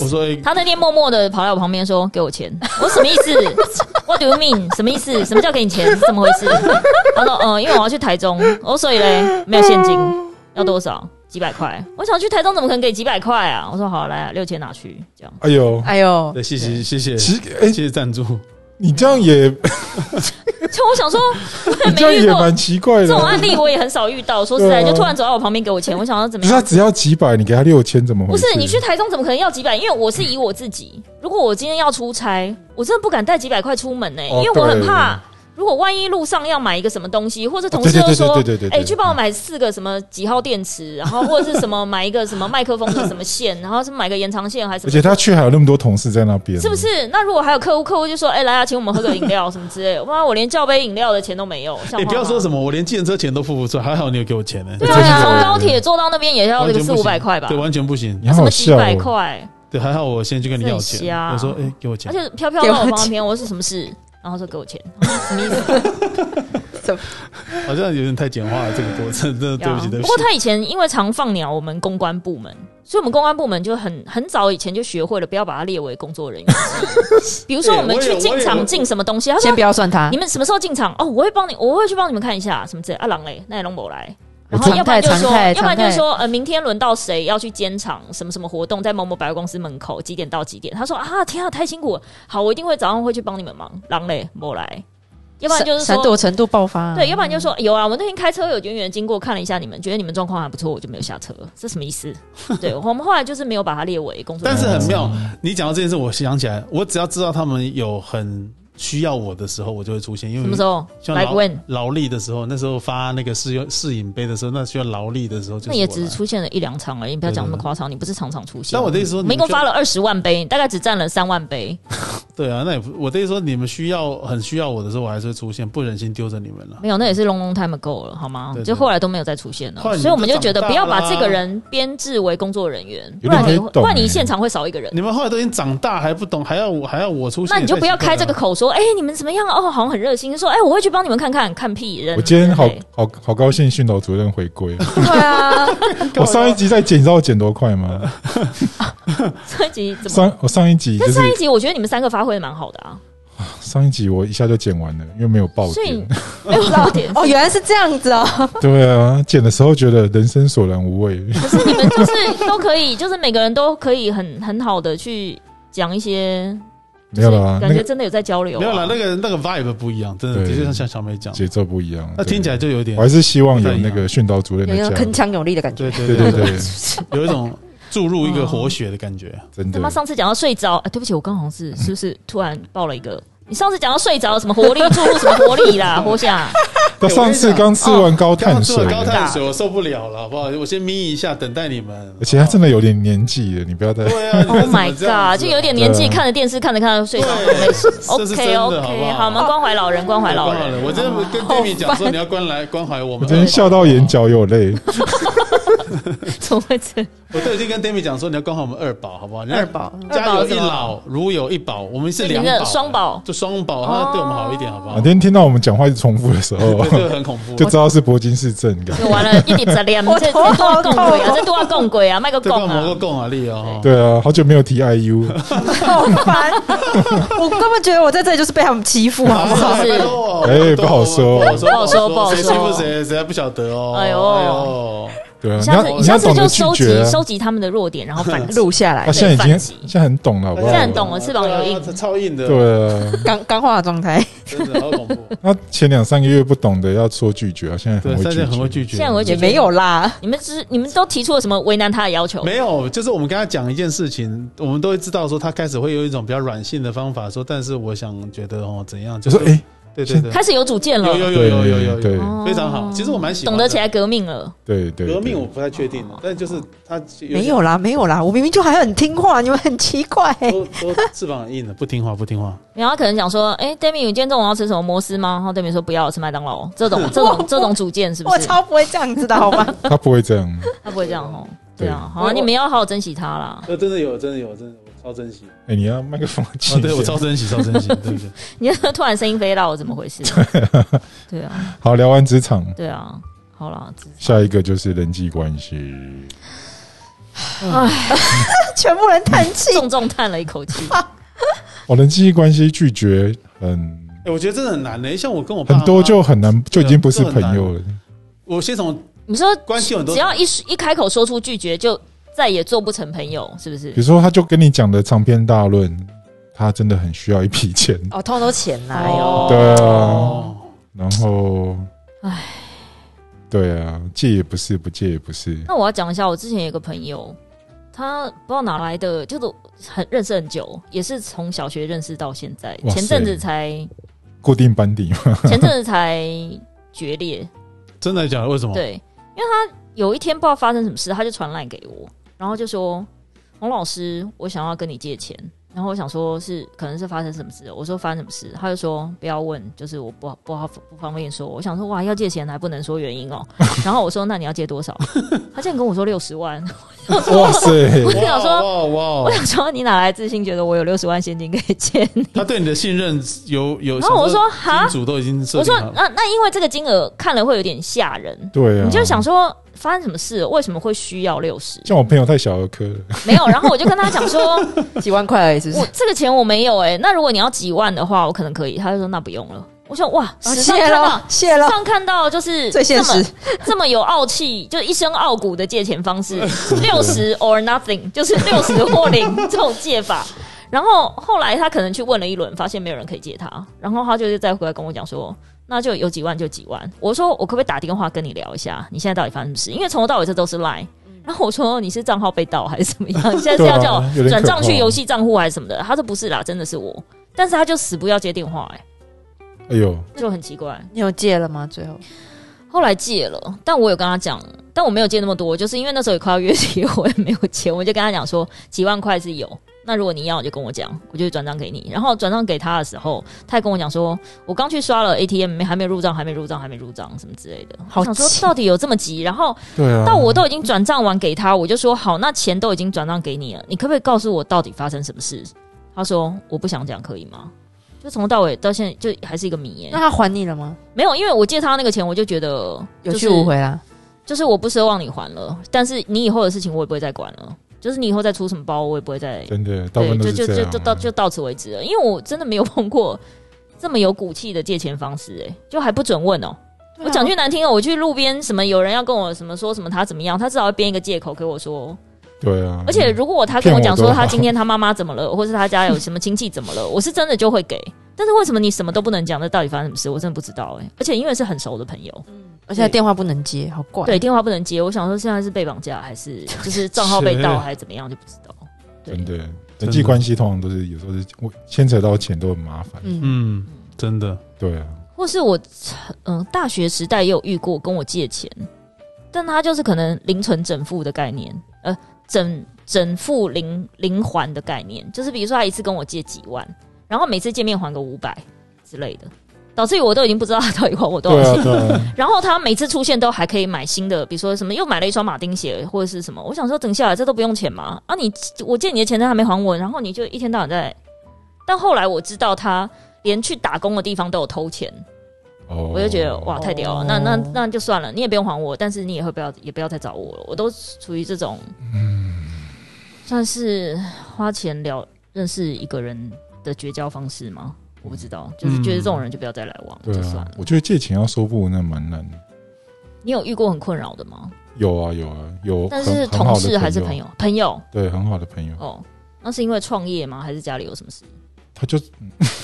Speaker 2: 我说、欸
Speaker 3: 他那天默默的跑来我旁边说：“给我钱。”我说什么意思？What do you mean？什么意思？什么叫给你钱？是怎么回事？他说：“嗯、因为我要去台中，我说所以嘞，没有现金，要多少？几百块。我想去台中，怎么可能给几百块啊？我说好，来、啊、六千拿去，这样。
Speaker 1: 哎呦，
Speaker 4: 哎呦，
Speaker 2: 对，谢谢谢谢，
Speaker 1: 其
Speaker 2: 谢
Speaker 1: 实哎、
Speaker 2: 谢赞助。
Speaker 1: 你这样也
Speaker 3: 就我想说，我
Speaker 1: (laughs)
Speaker 3: 也
Speaker 1: 你这
Speaker 3: (laughs) 没
Speaker 1: 样
Speaker 3: 遇
Speaker 1: 也
Speaker 3: 过
Speaker 1: 蛮奇怪的
Speaker 3: 这种。案例，我也很少遇到。说实在，
Speaker 1: 对啊
Speaker 3: 就突然走到我旁边给我钱，我想要怎
Speaker 1: 可
Speaker 3: 么
Speaker 1: 是他
Speaker 3: 样？
Speaker 1: 只要几百，你给他六千，怎么回
Speaker 3: 不
Speaker 1: 事？
Speaker 3: 是你去台中怎么可能要几百？因为我是以我自
Speaker 1: (laughs)
Speaker 3: 己，如果我今天要出差，我真的不敢带几百块出门呢、欸
Speaker 1: 哦
Speaker 3: 因为我很
Speaker 1: 对
Speaker 3: 怕。如果万一路上要买一个什么东西，或者同
Speaker 1: 哦对
Speaker 3: 事
Speaker 1: 对
Speaker 3: 又说
Speaker 1: 对对对对：“对
Speaker 3: 哎、
Speaker 1: 对
Speaker 3: 去帮我买四个什么几号电池，然后或者是什么买一个什么麦克风的什么线，然后是买个延长线还是
Speaker 1: 而
Speaker 3: 什
Speaker 1: 且
Speaker 3: 么
Speaker 1: 他去还有那么多同事在那边，
Speaker 3: 是不？是？”那如果还有客户，客户就说：“哎、来啊，请我们喝个饮料什么之类的。”妈，我连叫杯饮料的钱都没有。
Speaker 1: 哎
Speaker 2: 哎你、不要说什
Speaker 3: 么，
Speaker 2: 么，我连计程车钱都付不出，还好你有给我钱呢、
Speaker 3: 对啊，
Speaker 1: 真
Speaker 3: 你
Speaker 1: 的
Speaker 3: 从高铁坐到那边也要
Speaker 2: 完
Speaker 3: 这
Speaker 2: 全不
Speaker 3: 个四
Speaker 2: 行
Speaker 3: 五百块吧？
Speaker 2: 对，完全不行。
Speaker 1: 你
Speaker 3: 什
Speaker 1: 哎好
Speaker 3: 么几
Speaker 1: 笑、
Speaker 3: 百
Speaker 1: 哦。
Speaker 3: 块，
Speaker 2: 对，还好我先去跟你要
Speaker 3: 这很
Speaker 2: 钱。
Speaker 3: 瞎
Speaker 2: 我说，哎、给我钱
Speaker 3: 而。且飘飘
Speaker 4: 给
Speaker 3: 到
Speaker 4: 我
Speaker 3: 我旁
Speaker 4: 钱
Speaker 3: 边，我说什么事？然后说给我钱，
Speaker 2: 好像有点太简化了这个过程，真的对不起，对不
Speaker 3: 不过
Speaker 2: 起。
Speaker 3: 他以前因为常放鸟我们公关部门，所以我们公关部门就很很早以前就学会了不要把它列为工作人员之一。比如说
Speaker 2: 对
Speaker 3: 我们
Speaker 2: 我也
Speaker 3: 去进
Speaker 2: 我也
Speaker 3: 场进什么东西，他说
Speaker 4: 先不啊要算他
Speaker 3: 你，们什么时候进场？哦，我会帮你，我会去帮你们看一下什么之类。阿郎嘞，那也龙某来。
Speaker 1: 我
Speaker 3: 然后
Speaker 4: 常
Speaker 3: 要不然就
Speaker 4: 态
Speaker 3: 说，
Speaker 4: 常态
Speaker 3: 要不然
Speaker 4: 常
Speaker 3: 就
Speaker 4: 态
Speaker 3: 说，呃，明天轮到谁要去监场什么什么活动，在某某百货公司门口几点到几点？他说啊，天啊，太辛苦了，好，我一定会早上会去帮你们忙。狼嘞，某来，要不然就是
Speaker 4: 闪闪
Speaker 3: 说，
Speaker 4: 躲程度爆发，
Speaker 3: 对，要不然就说有啊，我那天开车有远远经过看了一下你们，觉得你们状况还不错，我就没有下车，这什么
Speaker 2: (laughs)
Speaker 3: 意思？对我们后来就是没有把它列为工作
Speaker 2: 但
Speaker 3: 人员，
Speaker 2: 是很妙，你讲到这件事，我想起来，我只要知道他们有很需要我的时候，我就会出现。因为
Speaker 3: 什么时候
Speaker 2: 像
Speaker 3: 来
Speaker 2: 劳
Speaker 3: 问？
Speaker 2: 劳力的时候，那时候发那个试用试饮杯的时候，那需要劳力的时候，就是
Speaker 3: 那也
Speaker 2: 我
Speaker 3: 只
Speaker 2: 来
Speaker 3: 出现了一两场而已，你不要讲那么
Speaker 2: 对对对
Speaker 3: 夸张，你不是常常出现。
Speaker 2: 但我的意思说，
Speaker 3: 我
Speaker 2: 你
Speaker 3: 们一共
Speaker 2: 就
Speaker 3: 发了二十万杯，大概只占了三万杯，
Speaker 2: 对啊，那也不，我的意思说，你们需要很需要我的时候，我还是会出现，不忍心丢着你们了。
Speaker 3: 没有，那也是 long long time ago 了，好吗？
Speaker 2: 对对
Speaker 3: 就后来都没有再出现了
Speaker 2: 后来，你们
Speaker 3: 所以我们就觉得
Speaker 2: 就长
Speaker 3: 不
Speaker 2: 大
Speaker 3: 要
Speaker 2: 啦
Speaker 3: 把这个人编制为工作人员，不
Speaker 1: 有点
Speaker 3: 然你
Speaker 1: 不太懂
Speaker 3: 不然你
Speaker 1: 欸
Speaker 3: 现场会少一个人。
Speaker 2: 你们后来都已经长大，还不懂，还要我还要我出现，
Speaker 3: 那你就不要开这
Speaker 2: 也
Speaker 3: 个
Speaker 2: 太奇啊
Speaker 3: 口说，哎、你们怎么样？哦，好像很热心，说，哎、我会去帮你们看看，看屁人。
Speaker 1: 我今天好
Speaker 3: 对
Speaker 1: 好好高兴，训导主任回
Speaker 3: (laughs)
Speaker 1: 归。
Speaker 4: 对啊，
Speaker 1: 我上一集在剪，你知道我剪多快吗？
Speaker 3: 上一集怎么？
Speaker 1: 上我上一集就
Speaker 3: 但
Speaker 1: 是
Speaker 3: 上一集我觉得你们三个发挥得蛮好的啊，
Speaker 1: 上一集我一下就剪完了，因为没有爆
Speaker 3: 所以 (laughs)
Speaker 1: 点。
Speaker 3: 没有爆点。
Speaker 4: (laughs) 哦，原来是这样子哦。
Speaker 1: (laughs) 对啊，剪的时候觉得人生索然无
Speaker 3: (laughs)
Speaker 1: 味。
Speaker 3: 可是你们就是都可以，就是每个人都可以很很好的去讲一些，
Speaker 1: 没有啦，那
Speaker 3: 感觉
Speaker 1: 个
Speaker 3: 真的有在交流、啊。
Speaker 2: 没有啦，那个那个 vibe 不一样，真的，
Speaker 1: 对
Speaker 2: 的确像像小美讲，
Speaker 1: 节奏不一样。
Speaker 2: 那
Speaker 1: 对
Speaker 2: 听起来就有点
Speaker 1: 我还，是希望有那个训导主任
Speaker 4: 有
Speaker 1: 的
Speaker 4: 一种
Speaker 1: 加入
Speaker 4: 铿，锵有力的感觉。
Speaker 2: 对 (laughs) 对
Speaker 1: 对
Speaker 2: 对
Speaker 1: 对对，
Speaker 2: 有一种注入一
Speaker 3: 嗯
Speaker 2: 个活血的感觉。
Speaker 1: 真
Speaker 3: 他
Speaker 1: 的
Speaker 3: 妈上次讲到睡着，哎，对不起，我刚好像是是不是突然爆了一个？你上次讲到睡着，什么活力注入什么活
Speaker 2: (laughs)
Speaker 3: 力啦，活下。
Speaker 1: 他上次刚吃完高碳
Speaker 2: 刚
Speaker 1: 水
Speaker 2: 做了，高碳
Speaker 3: 大
Speaker 2: 哎水，我受不了了，好不好？我先眯一下，等待你们。
Speaker 1: 而且他真的有点年纪了，你不要再
Speaker 2: 对啊
Speaker 3: Oh my god，就有点年
Speaker 1: 对
Speaker 3: 纪，
Speaker 1: 啊
Speaker 3: 看着电视看着看着睡着。
Speaker 2: 对，这是真
Speaker 3: OK
Speaker 2: 的，好不哦
Speaker 3: OK，好，我们
Speaker 2: 好？
Speaker 3: 关怀老人，关怀老
Speaker 2: 关怀
Speaker 3: 人。
Speaker 2: 我真的跟 Demi 讲说，你要关来关怀我
Speaker 1: (laughs) 我
Speaker 2: 们。
Speaker 1: 今天笑到眼角有泪。
Speaker 3: 怎么会这样？
Speaker 2: 我都已经跟 Demi 讲说，你要关怀我们二宝，好不好？人家
Speaker 4: 二宝
Speaker 2: 家有一
Speaker 3: 二宝是
Speaker 2: 老，如有一宝，我们是两
Speaker 3: 你
Speaker 2: 宝，
Speaker 3: 的双宝
Speaker 2: 就双宝，他对我们好一点，好不好
Speaker 1: 哪？啊天听到我们讲话一直重复的时候
Speaker 2: 对，，这个很恐怖。
Speaker 1: (laughs) 就知道是铂金氏症感。
Speaker 3: 就完了，啊一点
Speaker 2: (laughs)
Speaker 3: 杂念，
Speaker 4: 我
Speaker 3: 这这
Speaker 4: 头
Speaker 3: 都要共
Speaker 4: 好痛
Speaker 3: 轨啊，这都要共轨啊，卖个
Speaker 2: 这
Speaker 3: 共
Speaker 2: 个蘑菇
Speaker 3: 啊。
Speaker 2: 共啊力哦，
Speaker 1: 对啊，好久没有提 IU，
Speaker 4: 好烦！ (laughs) 我根本觉得我在这里就是被他们欺负，啊 (laughs) 好不好？
Speaker 3: 是
Speaker 2: 拜托我
Speaker 1: 哎
Speaker 2: 拜托我
Speaker 1: 不好
Speaker 3: 不好说不好说
Speaker 2: 谁欺负谁谁还不晓得哦。
Speaker 3: 哎呦
Speaker 2: 呦，
Speaker 1: 对啊，你
Speaker 3: 下次
Speaker 1: 要
Speaker 3: 你
Speaker 1: 你要
Speaker 3: 下次
Speaker 1: 懂
Speaker 3: 就
Speaker 1: 得拒
Speaker 3: 收
Speaker 1: 绝
Speaker 3: 集
Speaker 1: 啊。
Speaker 3: 收集他们的弱点，然后
Speaker 4: (laughs)
Speaker 3: 反击。
Speaker 4: 录下来
Speaker 1: 他，现在已经
Speaker 3: 反击
Speaker 1: 现在很懂了，好不好？
Speaker 3: 现在很懂了翅膀有
Speaker 2: 对
Speaker 3: 硬
Speaker 2: 啊超硬的，，
Speaker 1: 对啊，
Speaker 4: 刚刚化的状态。
Speaker 2: 真的好恐怖。
Speaker 1: 他前两三个月不懂得要说拒绝啊，现在
Speaker 2: 对，
Speaker 1: 很
Speaker 2: 三姐很
Speaker 1: 会
Speaker 2: 会
Speaker 1: 拒绝。
Speaker 2: 拒绝，
Speaker 3: 现在我会拒
Speaker 4: 也
Speaker 3: 绝
Speaker 4: 没有啦，
Speaker 3: 你们只你们都提出了什么为难他的要求？
Speaker 2: 没有，就是我们跟他讲一件事情，我们都会知道说他开始会有一种比较软性的方法说，但是我想觉得哦怎样，
Speaker 1: 就
Speaker 2: 就
Speaker 1: 说
Speaker 2: 是
Speaker 1: 哎，
Speaker 2: 对对对，
Speaker 3: 开始有主见了
Speaker 2: 有，有有有有有
Speaker 1: 对
Speaker 2: 有，
Speaker 3: 哦
Speaker 2: 非常好。其实我蛮喜欢
Speaker 3: 懂
Speaker 2: 的
Speaker 3: 得起来革命了。
Speaker 1: 对对，
Speaker 2: 革命，我
Speaker 1: 对
Speaker 2: 不太确定的，但就是他
Speaker 4: 没有啦，没有啦，我明明就还很听话，你们很奇怪、欸
Speaker 2: 点都
Speaker 3: 欸
Speaker 2: 都翅膀硬了，不听话不听话，
Speaker 3: 然后他可能讲说，哎、d e m i 你今天中午要吃什么摩斯吗？然后 Demi 说不要，吃麦当劳。这种这
Speaker 4: 我
Speaker 3: 种这种主见是不
Speaker 4: 我
Speaker 3: 是？
Speaker 4: 超不会这样子的好 (laughs) 吗？
Speaker 1: 他不会这样，
Speaker 3: 他不会这样吼。对啊，好
Speaker 2: 我
Speaker 3: 啊，你们要好好珍惜他啦。 (laughs)
Speaker 2: 呃，真的有真的有真的我超珍惜，
Speaker 1: (laughs) 哎，你要麦克风
Speaker 2: 啊，
Speaker 1: 近
Speaker 2: 对我
Speaker 1: 一
Speaker 2: 超
Speaker 1: 点。
Speaker 2: 珍惜超珍惜， (laughs) 对不对？
Speaker 3: 你突然声音飞到，怎么回事？对啊，
Speaker 1: 好，聊完职场，
Speaker 3: 对啊，好啦，只
Speaker 1: 下一个就是人际关系。
Speaker 4: 全部人叹气，
Speaker 3: 重重叹了一口气。
Speaker 1: 哦，人际关系拒绝很
Speaker 2: 哎，我觉得真的很难的，像我跟我爸
Speaker 1: 很多
Speaker 2: 妈
Speaker 1: 就很难，就已经不是朋友了。
Speaker 2: 我先从
Speaker 3: 你说，
Speaker 2: 关系有很多
Speaker 3: 只要一一开口说出拒绝，就再也做不成朋友，是不是
Speaker 1: 比？如说，他就跟你讲的长篇大论，他真的很需要一笔钱，
Speaker 4: 哦，通通都钱啦，哎呦，
Speaker 2: 哦
Speaker 1: 对啊，
Speaker 2: 哦
Speaker 1: 然后，
Speaker 3: 唉，
Speaker 1: 对啊，借也不是，不借也不是。
Speaker 3: 那我要讲一下，我之前有一个朋友，他不知道哪来的，就是很认识很久，也是从小学认识到现在，
Speaker 1: 哇塞
Speaker 3: 前阵子
Speaker 1: (laughs)
Speaker 3: 才
Speaker 1: 固定班底嘛，
Speaker 3: 前阵子才决裂，
Speaker 2: 真的假的？为什么？
Speaker 3: 对，因为他有一天不知道发生什么事，他就传赖给我，然后就说：“洪老师，我想要跟你借钱。”然后我想说是可能是发生什么事了，我说发生什么事，他就说不要问，就是我不不好不方便说。我想说哇，要借钱还不能说原因哦。然后我说那你要借多少？他竟然跟我说六十万，
Speaker 1: 哇塞！
Speaker 3: 我想说
Speaker 2: 哇哇
Speaker 3: 我，想说你哪来自信，觉得我有六十万现金可以借你？
Speaker 2: 他对你的信任有有，
Speaker 3: 然后我
Speaker 2: 想
Speaker 3: 说哈
Speaker 2: 金，主都已经设
Speaker 3: 我
Speaker 2: 定
Speaker 3: 说
Speaker 2: 好了，
Speaker 3: 那那因为这个金额看了会有点吓人，
Speaker 1: 对啊，
Speaker 3: 你就想说发生什么事了，为什么会需要六十？
Speaker 1: 像我朋友太小儿科了，
Speaker 3: 没有，然后我就跟他讲说，
Speaker 4: 几万块而已，是不
Speaker 3: 我
Speaker 4: 是？
Speaker 3: 这个钱我没有哎、那如果你要几万的话，我可能可以。他就说那不用了。我说哇，
Speaker 4: 哦
Speaker 3: 史上看
Speaker 4: 咯
Speaker 3: 到。
Speaker 4: 谢
Speaker 3: 史
Speaker 4: 喽，
Speaker 3: 上看到就是
Speaker 4: 最现实，
Speaker 3: 这么这么有傲气，就一身傲骨的借钱方式，
Speaker 1: (laughs)
Speaker 3: 六十 or nothing，就是六十或零这种借法。然后后来他可能去问了一轮，发现没有人可以借他，然后他就是再回来跟我讲说，那就有几万就几万。我说我可不可以打电话跟你聊一下，你现在到底发生什么事？因为从头到尾这都是 line。然后我说你是账号被盗还是怎
Speaker 1: (laughs)
Speaker 3: 么样？你现在是要
Speaker 1: 对啊
Speaker 3: 叫
Speaker 1: 有
Speaker 3: 我
Speaker 1: 点
Speaker 3: 转
Speaker 1: 可
Speaker 3: 账
Speaker 1: 怕
Speaker 3: 去游戏账户还是什么的？他说不是啦，真的是我，但是他就死不要接电话、欸，
Speaker 1: 哎呦，
Speaker 3: 就很奇怪。
Speaker 4: 你有借了吗？最
Speaker 3: 嗯
Speaker 4: 后
Speaker 3: 后来借了，但我有跟他讲，但我没有借那么多，就是因为那时候也快要月底，我也没有钱，我就跟他讲说几万块是有，那如果你要，你就跟我讲，我就转账给你。然后转账给他的时候，他还跟我讲说，我刚去刷了 ATM，没还没入账，还没入账，还没入账什么之类的。
Speaker 4: 好
Speaker 3: 我想说
Speaker 4: 急
Speaker 3: 到底有这么急？然后
Speaker 1: 对啊，
Speaker 3: 到我都已经转账完给他，我就说好，那钱都已经转账给你了，你可不可以告诉我到底发生什么事？他说我不想讲，可以吗？就从头到尾到现在就还是一个谜耶、
Speaker 4: 那他还你了吗？
Speaker 3: 没有，因为我借他那个钱，我就觉得、就
Speaker 4: 有
Speaker 3: 是
Speaker 4: 去无回啦。
Speaker 3: 就是我不奢望你还了，但是你以后的事情我也不会再管了。就是你以后再出什么包，我也不会再
Speaker 1: 真的，大部
Speaker 3: 对，
Speaker 1: 分都
Speaker 3: 就是就
Speaker 1: 这
Speaker 3: 就
Speaker 1: 样啊。
Speaker 3: 就到就到此为止了。因为我真的没有碰过这么有骨气的借钱方式、欸，就还不准问哦、
Speaker 4: 啊
Speaker 3: 我讲句难听的，我去路边什么有人要跟我什么说什么他怎么样，他至少会编一个借口给我说。
Speaker 1: 对啊，
Speaker 3: 而且如果他跟我
Speaker 1: 骗
Speaker 3: 讲
Speaker 1: 我
Speaker 3: 说
Speaker 1: 多好
Speaker 3: 他今天他妈妈怎么了，或是他家有什么亲戚怎么了，我是真的就会给。但是为什么你什么都不能讲？这到底发生什么事？我真的不知道哎、而且因为是很熟的朋友，
Speaker 4: 嗯而且电话不能接，好怪。
Speaker 3: 对，电话不能接。我想说现在是被绑架还是就是账号被盗还是怎么样就不知道。对
Speaker 1: 真，的人际关系通常都是有时候是我牵扯到钱都很麻烦。
Speaker 4: 嗯，
Speaker 2: 嗯，真的，
Speaker 1: 对啊，
Speaker 3: 或是我嗯、大学时代也有遇过跟我借钱，但他就是可能零存整付的概念，呃，整整付零零还的概念，就是比如说他一次跟我借几万，然后每次见面还个五百之类的，导致于我都已经不知道他到底还我多少
Speaker 1: 对
Speaker 3: 钱。
Speaker 1: 啊，对啊，
Speaker 3: 然后他每次出现都还可以买新的，比如说什么又买了一双马丁鞋或者是什么。我想说，等下来这都不用钱嘛？啊你，我借你的钱他还没还我，然后你就一天到晚在。但后来我知道他连去打工的地方都有偷钱，
Speaker 1: 哦，
Speaker 3: 我就觉得哇太屌了，
Speaker 4: 哦
Speaker 3: 那那那就算了，你也不用还我，但是你以后不要也不要再找我了，我都处于这种，
Speaker 1: 嗯
Speaker 3: 算是花钱聊认识一个人的绝交方式吗？我不知道，就是觉得这种人就不要再来往，
Speaker 1: 嗯对
Speaker 3: 就算
Speaker 1: 啊
Speaker 3: 了，。
Speaker 1: 我觉得借钱要收不那蛮难的。
Speaker 3: 你有遇过很困扰的吗？
Speaker 1: 有啊有啊有，
Speaker 3: 但是
Speaker 1: 很很
Speaker 3: 同
Speaker 1: 好的
Speaker 3: 事还是朋
Speaker 1: 朋友？
Speaker 3: 友？朋友
Speaker 1: 对，很好的朋友，
Speaker 3: 哦，那是因为创业吗？还是家里有什么事？
Speaker 1: 他就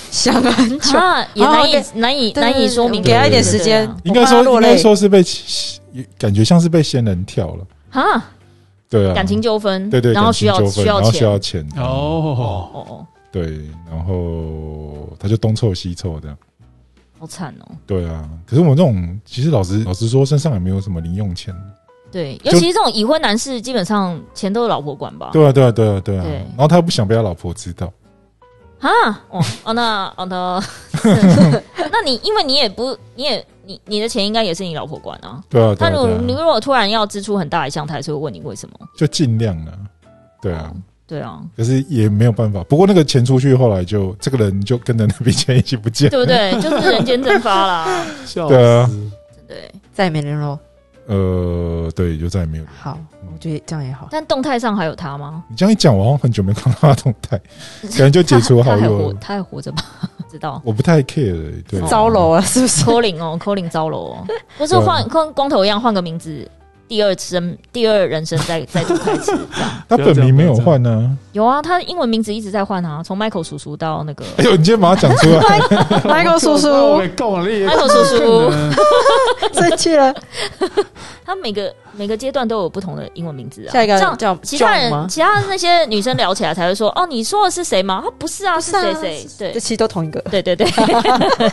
Speaker 4: 想很久，
Speaker 3: 啊，也
Speaker 4: 哦
Speaker 3: 难以
Speaker 4: OK
Speaker 3: 难以
Speaker 4: 对
Speaker 3: 难以说明，
Speaker 4: 给
Speaker 1: 他一点
Speaker 4: 时间
Speaker 3: 对
Speaker 1: 应该
Speaker 4: 我
Speaker 1: 说
Speaker 4: 怕他落
Speaker 1: 应
Speaker 4: 泪
Speaker 1: 该说是被也感觉像是被仙人跳了。
Speaker 3: 对啊，啊
Speaker 1: 对啊，
Speaker 3: 感情纠纷，
Speaker 1: 对对，
Speaker 3: 然后
Speaker 1: 感
Speaker 3: 需
Speaker 1: 情
Speaker 3: 要
Speaker 1: 纠纷，
Speaker 3: 需
Speaker 1: 然
Speaker 3: 要
Speaker 1: 后需
Speaker 3: 钱，
Speaker 1: 要钱，
Speaker 2: 哦，
Speaker 3: 哦哦，
Speaker 1: 对，然后他就东凑西凑的。
Speaker 3: 好惨哦。
Speaker 1: 对啊，可是我这种其实老实老实说，身上也没有什么零用钱。
Speaker 3: 对，尤
Speaker 1: 就
Speaker 3: 其是这种已婚男士，基本上钱都是老婆管吧？
Speaker 1: 对啊，对啊，对啊，对啊
Speaker 3: 对。
Speaker 1: 然后他又不想被他老婆知道，
Speaker 3: 啊，哦，哦，那哦
Speaker 1: (laughs)
Speaker 3: 那， (laughs) 那你因为你也不，你也你你的钱应该也是你老婆管啊。
Speaker 1: 对啊，对
Speaker 3: 他
Speaker 1: 啊，
Speaker 3: 如果你
Speaker 1: 对啊
Speaker 3: 如果突然要支出很大一项，他还是会问你为什么？
Speaker 1: 就尽量了。对啊
Speaker 3: 哦，，
Speaker 1: (laughs)
Speaker 3: 对啊，
Speaker 1: 可是也没有办法。不过那个钱出去，后来就这个人就跟着那笔钱一起不见。
Speaker 3: 对不对？就是人间蒸发啦，
Speaker 2: 笑
Speaker 1: 对啊
Speaker 2: 死，
Speaker 3: (laughs) 真的欸。
Speaker 4: 再也没联络。
Speaker 1: (laughs) 呃，对，就再也没有。
Speaker 4: 好，我觉得这样也好。
Speaker 3: 但动态上还有他吗？
Speaker 1: 你这样一讲，我好像很久没看到他动态，感觉就解除
Speaker 3: 他
Speaker 1: 好
Speaker 3: 还
Speaker 1: 友
Speaker 3: 活， (laughs)
Speaker 1: 了。
Speaker 3: 他还活着吧？不知道。
Speaker 1: 我不太 care，对，
Speaker 3: (laughs) 哦
Speaker 4: 招楼了是不是？
Speaker 3: 扣零哦，扣零糟了哦，不是
Speaker 1: 对啊
Speaker 3: 换跟光头一样换个名字，第二生第二人生再再度开始这样。
Speaker 1: 他本名没有换呢、
Speaker 3: 有啊，他英文名字一直在换啊，从 Michael 叔叔到那个
Speaker 1: 哎呦， (laughs) 你今天马上讲出来，
Speaker 4: Michael 叔
Speaker 2: 我
Speaker 4: 叔
Speaker 2: 被告了，你
Speaker 3: Michael 叔叔，
Speaker 4: 生气了。
Speaker 3: 他每个每个阶段都有不同的英文名字啊。
Speaker 4: 下一个
Speaker 3: 这样
Speaker 4: 叫
Speaker 3: 其他
Speaker 4: John
Speaker 3: 人
Speaker 4: 吗
Speaker 3: 其他那些女生聊起来才会说哦，你说的是谁吗？啊，不是啊，是
Speaker 4: 是
Speaker 3: 谁
Speaker 4: 啊
Speaker 3: 谁？
Speaker 4: 这
Speaker 3: 对
Speaker 4: 期都同一个。
Speaker 3: 对对对，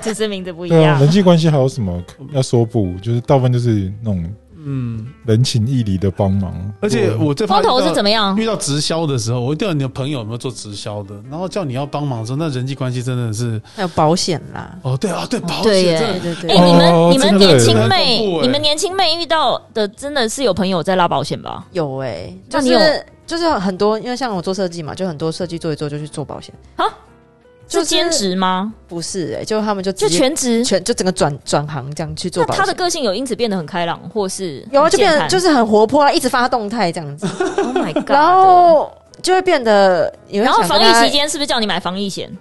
Speaker 3: 只是名字 (laughs) 不一
Speaker 1: 对啊，
Speaker 3: 样
Speaker 1: 人。际关系还有什么要说不？就是大部分就是那种
Speaker 2: 嗯，
Speaker 1: 人情义理的帮忙。啊
Speaker 2: 而且我最怕
Speaker 3: 光头是
Speaker 2: 么
Speaker 3: 怎么样？
Speaker 2: 遇到直销的时候，我一定要你的朋友有没有做直销的，然后叫你要帮忙的时候，那人际关系真的是，
Speaker 4: 还有保险啦，
Speaker 2: 哦，对啊，对，保
Speaker 3: 对
Speaker 2: 险
Speaker 3: 耶
Speaker 2: 真的
Speaker 4: 对
Speaker 3: 哎、
Speaker 4: 对对
Speaker 1: 哦，
Speaker 3: 你们你们
Speaker 1: 真的
Speaker 3: 年轻
Speaker 2: 很恐怖
Speaker 3: 妹，
Speaker 2: 哎
Speaker 3: 你们年轻妹遇到的真的是有朋友在拉保险吧？
Speaker 4: 有哎，
Speaker 3: 那
Speaker 4: 就
Speaker 3: 你有
Speaker 4: 是就是很多，因为像我做设计嘛，就很多设计做一做就去做保险
Speaker 3: 啊，
Speaker 4: 就是
Speaker 3: 兼职吗？
Speaker 4: 不是哎，就他们就
Speaker 3: 就
Speaker 4: 直接
Speaker 3: 全职？
Speaker 4: 全就整个转转行这样去做
Speaker 3: 那
Speaker 4: 保
Speaker 3: 他的
Speaker 4: 险。
Speaker 3: 个性有因此变得很开朗，或是
Speaker 4: 有啊，就变
Speaker 3: 很
Speaker 4: 得
Speaker 3: 健
Speaker 4: 就
Speaker 3: 谈
Speaker 4: 是很活泼啊，一直发动态这样子，
Speaker 3: Oh my God！
Speaker 4: 然后就会变得，你会
Speaker 3: 然后
Speaker 4: 想
Speaker 3: 防
Speaker 4: 跟他
Speaker 3: 疫期，间是不是叫你买防疫险？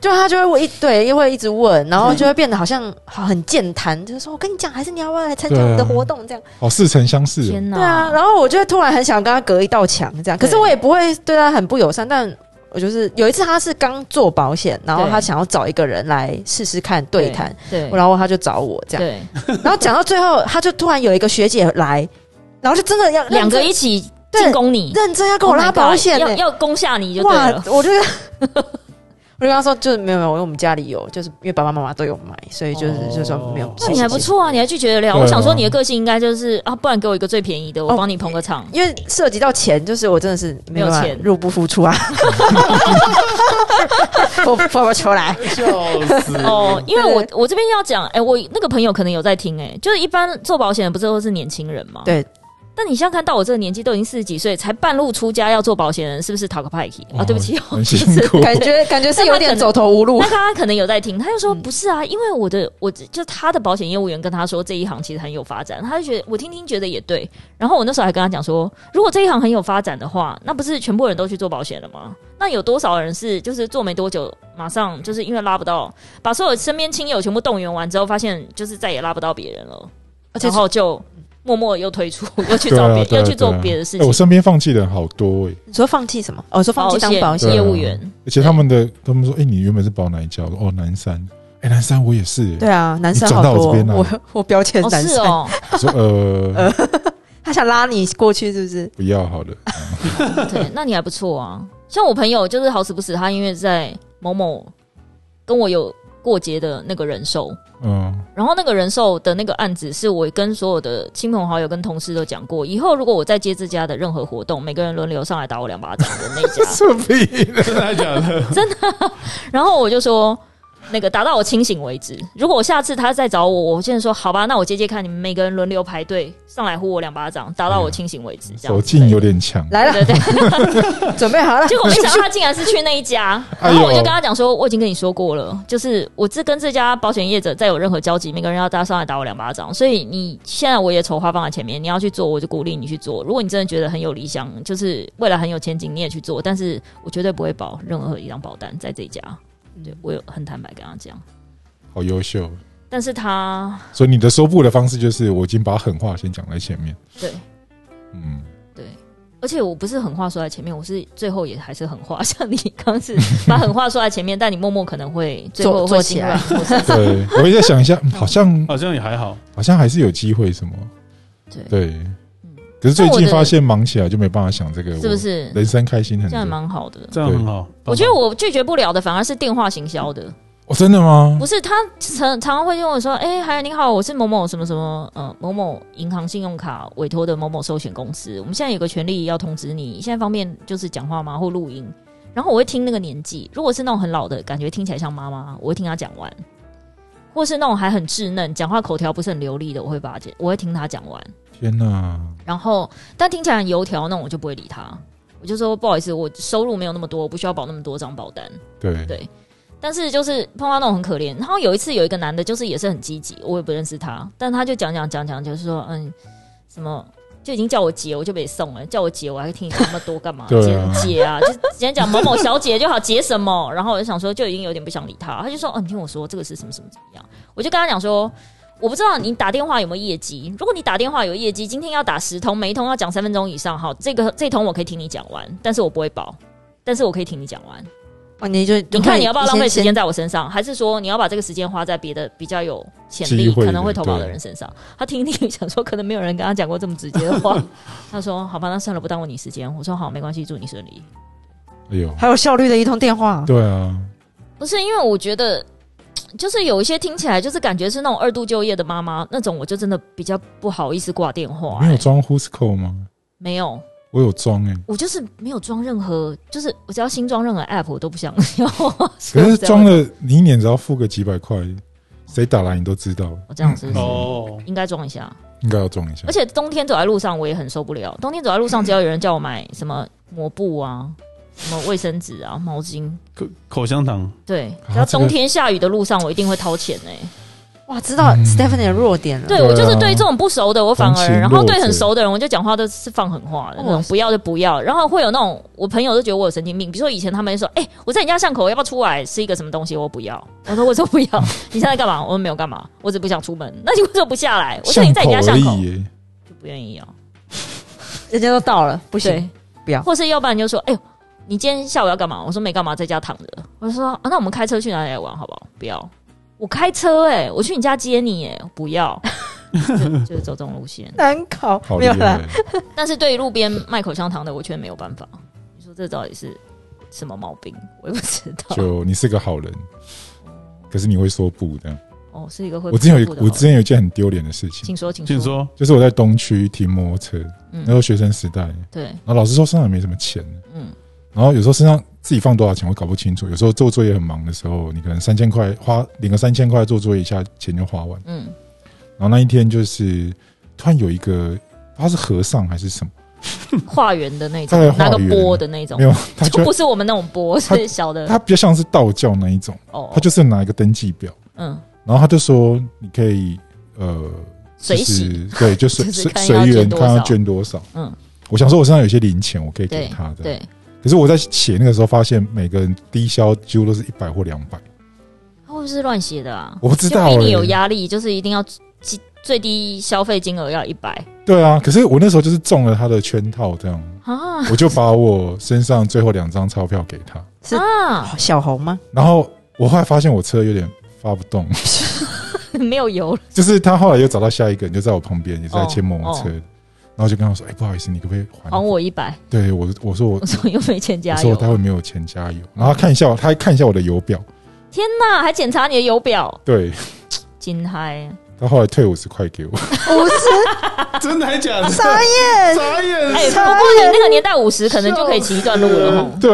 Speaker 4: 就他就会问一对，又会一直问，
Speaker 3: 嗯
Speaker 4: 然后就会变得好像好很健谈，就是说我跟你讲，还是你要不要来参加我们的活动这样。
Speaker 1: 哦，似曾相识哦，
Speaker 3: 天哪！
Speaker 4: 对啊，然后我就会突然很想跟他隔一道墙这样，可
Speaker 3: 嗯
Speaker 4: 是
Speaker 3: 对
Speaker 4: 我也不会对他很不友善，但我就是有一次他是刚做保险，然后
Speaker 3: 对
Speaker 4: 他想要找一个人来试试看对谈，
Speaker 3: 对，
Speaker 4: 然后他就找我这样，
Speaker 3: 对
Speaker 4: 然后讲到最后，他就突然有一个学姐来，然后就真的要
Speaker 3: 两个
Speaker 4: 认
Speaker 3: 一起
Speaker 4: 对
Speaker 3: 进攻你
Speaker 4: 真，认真要跟
Speaker 3: Oh
Speaker 4: 我
Speaker 3: my
Speaker 4: 拉
Speaker 3: God，
Speaker 4: 保险呢、欸
Speaker 3: 要要攻下你就对
Speaker 4: 哇
Speaker 3: 了，。
Speaker 4: 我 (laughs) 就我就跟他说，就是没有没有，因为我们家里有，就是因为爸爸妈妈都有买，所以就是、
Speaker 2: 哦
Speaker 4: 就说没有。
Speaker 3: 那你还不错啊，你还拒绝得了？
Speaker 1: 对啊
Speaker 3: 我想说你的个性应该就是啊，不然给我一个最便宜的，我
Speaker 4: 哦
Speaker 3: 帮你捧个场。
Speaker 4: 因为涉及到钱，就是我真的是没有办法
Speaker 3: 没有钱
Speaker 4: 入不敷
Speaker 3: (laughs)
Speaker 4: 出啊， (laughs) 我付不出
Speaker 3: (laughs)
Speaker 4: 来。
Speaker 2: 笑死
Speaker 3: 哦，，因为我
Speaker 4: 对
Speaker 3: 我这边要讲，哎、我那个朋友可能有在听、哎，就是一般做保险的不是都是年轻人嘛？
Speaker 4: 对，
Speaker 3: 但你现在看到我这个年纪，都已经四十几岁，才半路出家要做保险人，是不是讨个派气啊？对不 (laughs) 起，
Speaker 1: 哦很辛苦。
Speaker 4: 感觉 (laughs) 感觉是有点走投无路
Speaker 3: 那。他可能有在听，他就说
Speaker 4: 嗯
Speaker 3: 不是啊，因为我的我就他的保险业务员跟他说这一行其实很有发展，他就觉得我听听觉得也对。然后我那时候还跟他讲说，如果这一行很有发展的话，那不是全部人都去做保险了吗？那有多少人是就是做没多久，马上就是因为拉不到，把所有身边亲友全部动员完之后，发现就是再也拉不到别人了，
Speaker 4: 而且
Speaker 3: 然后就默默又退出，又去
Speaker 1: 对
Speaker 3: 找
Speaker 1: 啊
Speaker 3: 别，
Speaker 1: 对啊
Speaker 3: 又去做
Speaker 1: 对啊
Speaker 3: 别的事
Speaker 1: 哎我
Speaker 3: 情。
Speaker 1: 身边放弃的人好多哎、
Speaker 4: 你说放弃什么？哦，说放弃当保
Speaker 3: 保
Speaker 4: 险
Speaker 1: 对
Speaker 3: 业
Speaker 1: 啊
Speaker 3: 务员，
Speaker 1: 而且他们的他们说，哎、你原本是保哪一家？我说哦，南山。哎、南山我也是、欸。
Speaker 4: 对啊，男生
Speaker 1: 你
Speaker 4: 好
Speaker 1: 转到我
Speaker 4: 多
Speaker 1: 这边来
Speaker 4: 哦，我我标签
Speaker 1: 啊
Speaker 3: 哦
Speaker 4: 男
Speaker 3: 是
Speaker 4: 生，
Speaker 3: 哦，
Speaker 1: 我说呃，
Speaker 4: 他想拉你过去是不是？
Speaker 1: 不要好了。
Speaker 3: (laughs) 对，那你还不错啊。像我朋友就是好死不死，他因为在某某跟我有过节的那个人寿， (laughs)
Speaker 1: 嗯，。
Speaker 3: 然后那个人寿的那个案子，是我跟所有的亲朋好友跟同事都讲过，以后如果我再接这家的任何活动，每个人轮流上来打我两巴掌的那一家
Speaker 1: 这屁
Speaker 2: 真的假的？
Speaker 3: 然后我就说。那个打到我清醒为止。如果我下次他再找我，我现在说好吧，那我接接看，你们每个人轮流排队上来呼我两巴掌，打到我清醒为止。这样
Speaker 1: 手
Speaker 3: 子
Speaker 1: 劲有点强。
Speaker 4: 来了，
Speaker 3: 对对对，
Speaker 4: 准备好
Speaker 3: (laughs)
Speaker 4: 了，
Speaker 3: 结果没
Speaker 4: (laughs)
Speaker 3: 想到他竟然是去那一家，
Speaker 1: 哎
Speaker 3: 然
Speaker 1: 呦
Speaker 3: 后我就跟他讲说，我已经跟你说过了，就是我这跟这家保险业者再有任何交集，每个人要搭上来打我两巴掌。所以你现在我也丑话放在前面，你要去做，我就鼓励你去做。如果你真的觉得很有理想，就是未来很有前景，你也去做。但是我绝对不会保任何一张保单在这一家，
Speaker 4: 嗯
Speaker 3: 对我有很坦白跟他讲。
Speaker 1: 好优秀。
Speaker 3: 但是他
Speaker 1: 所以你的收布的方式就是，我已经把狠话先讲在前面。
Speaker 3: 对，
Speaker 1: 嗯，
Speaker 3: 而且我不是狠话说在前面，我是最后也还是狠话。像你刚是把狠话说在前面，但你默默可能会最后会
Speaker 4: 做做起
Speaker 3: 心软
Speaker 4: 来
Speaker 3: 或是
Speaker 1: 对， (laughs) 我也在想一下，嗯好像
Speaker 2: 好像也还好，
Speaker 1: 好像还是有机会什么。
Speaker 3: 对
Speaker 1: 对，可是最
Speaker 3: 那我
Speaker 1: 近
Speaker 3: 的
Speaker 1: 发现忙起来就没办法想这个，
Speaker 3: 是不？是？
Speaker 1: 人生开心很
Speaker 3: 这样也
Speaker 1: 多。
Speaker 3: 蛮好的。
Speaker 2: 这样很好。
Speaker 3: 我觉得我拒绝不了的反而是电话行销的，
Speaker 1: 哦，真的吗
Speaker 3: 不？是他常常常会跟我说：“哎、海尔您好，我是某某什么什么呃某某银行信用卡委托的某某寿险公司，我们现在有个权利要通知你，现在方便就是讲话吗或录音？”然后我会听那个年纪，如果是那种很老的感觉听起来像妈妈，我会听他讲完；或是那种还很稚嫩、讲话口条不是很流利的，我会把他讲，我会听他讲完。
Speaker 1: 天哪！
Speaker 3: 然后但听起来很油条那种，我就不会理他。我就说不好意思，我收入没有那么多，我不需要保那么多张保单。
Speaker 1: 对
Speaker 3: 对但是就是碰到那种很可怜。然后有一次有一个男的，就是也是很积极，我也不认识他，但他就讲讲讲讲，就是说嗯什么。就已经叫我姐，我就被送了。叫我姐，我还听你讲那么多干嘛？
Speaker 1: 对
Speaker 3: 姐
Speaker 1: 啊
Speaker 3: 姐啊，就直接讲某某小姐就好，姐什么？然后我就想说，就已经有点不想理他。他就说：“哦，你听我说，这个是什么什么怎么样？”我就跟他讲说：“我不知道你打电话有没有业绩。如果你打电话有业绩，今天要打十通，每一通要讲三分钟以上。好，这个这通我可以听你讲完，但是我不会保，但是我可以听你讲完。
Speaker 4: 哦你就
Speaker 3: 你看你要不要浪费时？
Speaker 4: 先
Speaker 3: 间在我身上，还是说你要把这个时间花在别的比较有潜
Speaker 1: 机
Speaker 3: 力
Speaker 1: 会的
Speaker 3: 可能会投保的人身上？他听一听 (laughs) 想说，可能没有人跟他讲过这么直接的 (laughs) 话。他说：“好吧，那算了，不耽误你时间。”我说：“好，没关系，祝你顺利。
Speaker 1: 哎呦，
Speaker 4: 还有效率的一通电话，
Speaker 1: 对啊，”
Speaker 3: 不是因为我觉得，就是有一些听起来就是感觉是那种二度就业的妈妈那种，我就真的比较不好意思挂电话、
Speaker 1: 你有
Speaker 3: 哎
Speaker 1: 装 Who's Call 吗？
Speaker 3: 没有，
Speaker 1: 我有装哎，
Speaker 3: 我就是没有装任何，就是我只要新装任何 app，我都不想 (laughs) 要。
Speaker 1: 可是装了你一年只要付个几百块，谁打来你都知道。嗯
Speaker 3: 我这样是不是
Speaker 2: 哦，
Speaker 3: 应该装一下。
Speaker 1: 应该要装一下
Speaker 3: 而。且冬天走在路上我也很受不了，冬天走在路上只要有人叫我买什么抹布啊、什么卫生纸啊、毛巾，
Speaker 2: 口口香糖，
Speaker 3: 对，
Speaker 1: 啊
Speaker 3: 只要
Speaker 1: 这个
Speaker 3: 冬天下雨的路上我一定会掏钱哎、
Speaker 4: 哇，知道
Speaker 1: 嗯
Speaker 4: Stephanie 的弱点了。
Speaker 3: 对
Speaker 1: 对啊
Speaker 3: 我就是对这种不熟的我反
Speaker 1: 风
Speaker 3: 而，
Speaker 1: 情
Speaker 3: 然后
Speaker 1: 弱
Speaker 3: 对
Speaker 1: 者哦
Speaker 3: 很熟的人我就讲话都是放狠话的那种
Speaker 4: 哇，
Speaker 3: 不要就不要。然后会有那种我朋友都觉得我有神经病，比如说以前他们就说，哎、我在你家巷口要不要出来吃一个什么东西？我不要，我说我说不
Speaker 1: (laughs)
Speaker 3: 要，你现在干嘛？我说没有干嘛，我只不想出门。那你为什么不下来？我说你在你家巷
Speaker 1: 而
Speaker 3: 口
Speaker 1: 已耶，
Speaker 3: 就不愿意要。
Speaker 4: 人家都到了，不
Speaker 3: 对
Speaker 4: 行，，不要
Speaker 3: 或是要不然就说，哎呦，你今天下午要干嘛？我说没干嘛，在家躺着。我就说、啊，那我们开车去哪里玩好不好？不要，我开车哎、我去你家接你哎、不要，就就是走这种路线。
Speaker 4: 难考
Speaker 1: 好
Speaker 4: 没
Speaker 1: 厉
Speaker 4: 有啦
Speaker 1: 害。，
Speaker 3: 但是对于路边卖口香糖的，我却没有办法。你说这到底是什么毛病？我也不知道。
Speaker 1: 就你是个好人，可是你会说不这样。
Speaker 3: 哦，是一个会
Speaker 1: 我之前
Speaker 3: 不
Speaker 1: 有
Speaker 3: 舒服的
Speaker 1: 我
Speaker 3: 毛
Speaker 1: 之前有一件很丢脸的事
Speaker 3: 病
Speaker 1: 情，
Speaker 3: 请说，请
Speaker 2: 请
Speaker 3: 说， (laughs)
Speaker 2: 说，
Speaker 1: 就是我在东区停摩托车，那时
Speaker 3: 嗯，
Speaker 1: 候学生时代，然
Speaker 3: 对，
Speaker 1: 后老师说身上也没什么钱，
Speaker 3: 嗯，
Speaker 1: 然后有时候身上自己放多少钱我搞不清楚，有时候做作业很忙的时候，你可能三千块花领个三千块做作业一下钱就花完，
Speaker 3: 嗯，
Speaker 1: 然后那一天就是突然有一个。他是和尚还是什么？
Speaker 3: 化缘的那
Speaker 1: 对
Speaker 3: 种，拿个
Speaker 1: 嗯化缘
Speaker 3: 钵的那种
Speaker 1: 没，有，他
Speaker 3: 就
Speaker 1: 就
Speaker 3: 不是我们那种钵，
Speaker 1: 他
Speaker 3: 是小的
Speaker 1: 他比较像是道教那一种，
Speaker 3: 哦
Speaker 1: 他，就是拿一个登记表，
Speaker 3: 嗯，
Speaker 1: 然后他就说你可以呃，
Speaker 3: 水
Speaker 1: 就
Speaker 3: 洗
Speaker 1: 是对，就随
Speaker 3: (laughs) 就是
Speaker 1: 随
Speaker 3: 看要
Speaker 1: 随缘，
Speaker 3: 捐多
Speaker 1: 看要
Speaker 3: 少
Speaker 1: 捐多少。
Speaker 3: 嗯，
Speaker 1: 我想说我身上有一些零钱，我可以给
Speaker 3: 对
Speaker 1: 他的。
Speaker 3: 对，
Speaker 1: 可是我在写那个时候，发现每个人低消几乎都是一百或
Speaker 3: (laughs)
Speaker 1: 两百，
Speaker 3: 他会不会是乱写的啊？
Speaker 1: 我不知道、
Speaker 3: 就
Speaker 1: 欸。
Speaker 3: 逼你有压力，就是一定要最最低消费金额要一百
Speaker 1: 对啊，可是我那时候就是中了他的圈套，这样
Speaker 3: 啊
Speaker 1: 我就把我身上最后两张钞票给他，
Speaker 4: 是
Speaker 3: 啊， (laughs)
Speaker 4: 小红吗？
Speaker 1: 然后我后来发现我车有点发不动，
Speaker 3: 没有油了，
Speaker 1: 就是他后来又找到下一个人，就在我旁边，也是在牵摩托车
Speaker 3: 哦
Speaker 1: 的，然后就跟他说：“哎、不好意思，你可不可以还
Speaker 3: 还？”我一百，
Speaker 1: 对我，我说我
Speaker 3: 我。说又没钱
Speaker 1: 我
Speaker 3: 加
Speaker 1: 说
Speaker 3: 油
Speaker 1: 我，待会没有钱加油，然后他看一下我，他还看一下我的油表，
Speaker 3: 天哪，还检查你的油表，
Speaker 1: 对
Speaker 3: 惊嗨！
Speaker 1: 他后来退五十块给我，
Speaker 4: 五十，
Speaker 2: 真的还假的？
Speaker 4: 傻眼，
Speaker 2: 傻眼！
Speaker 3: 哎，不
Speaker 4: 傻
Speaker 3: 过你那个年代五十可能就可以骑一段路了吼，
Speaker 1: 对，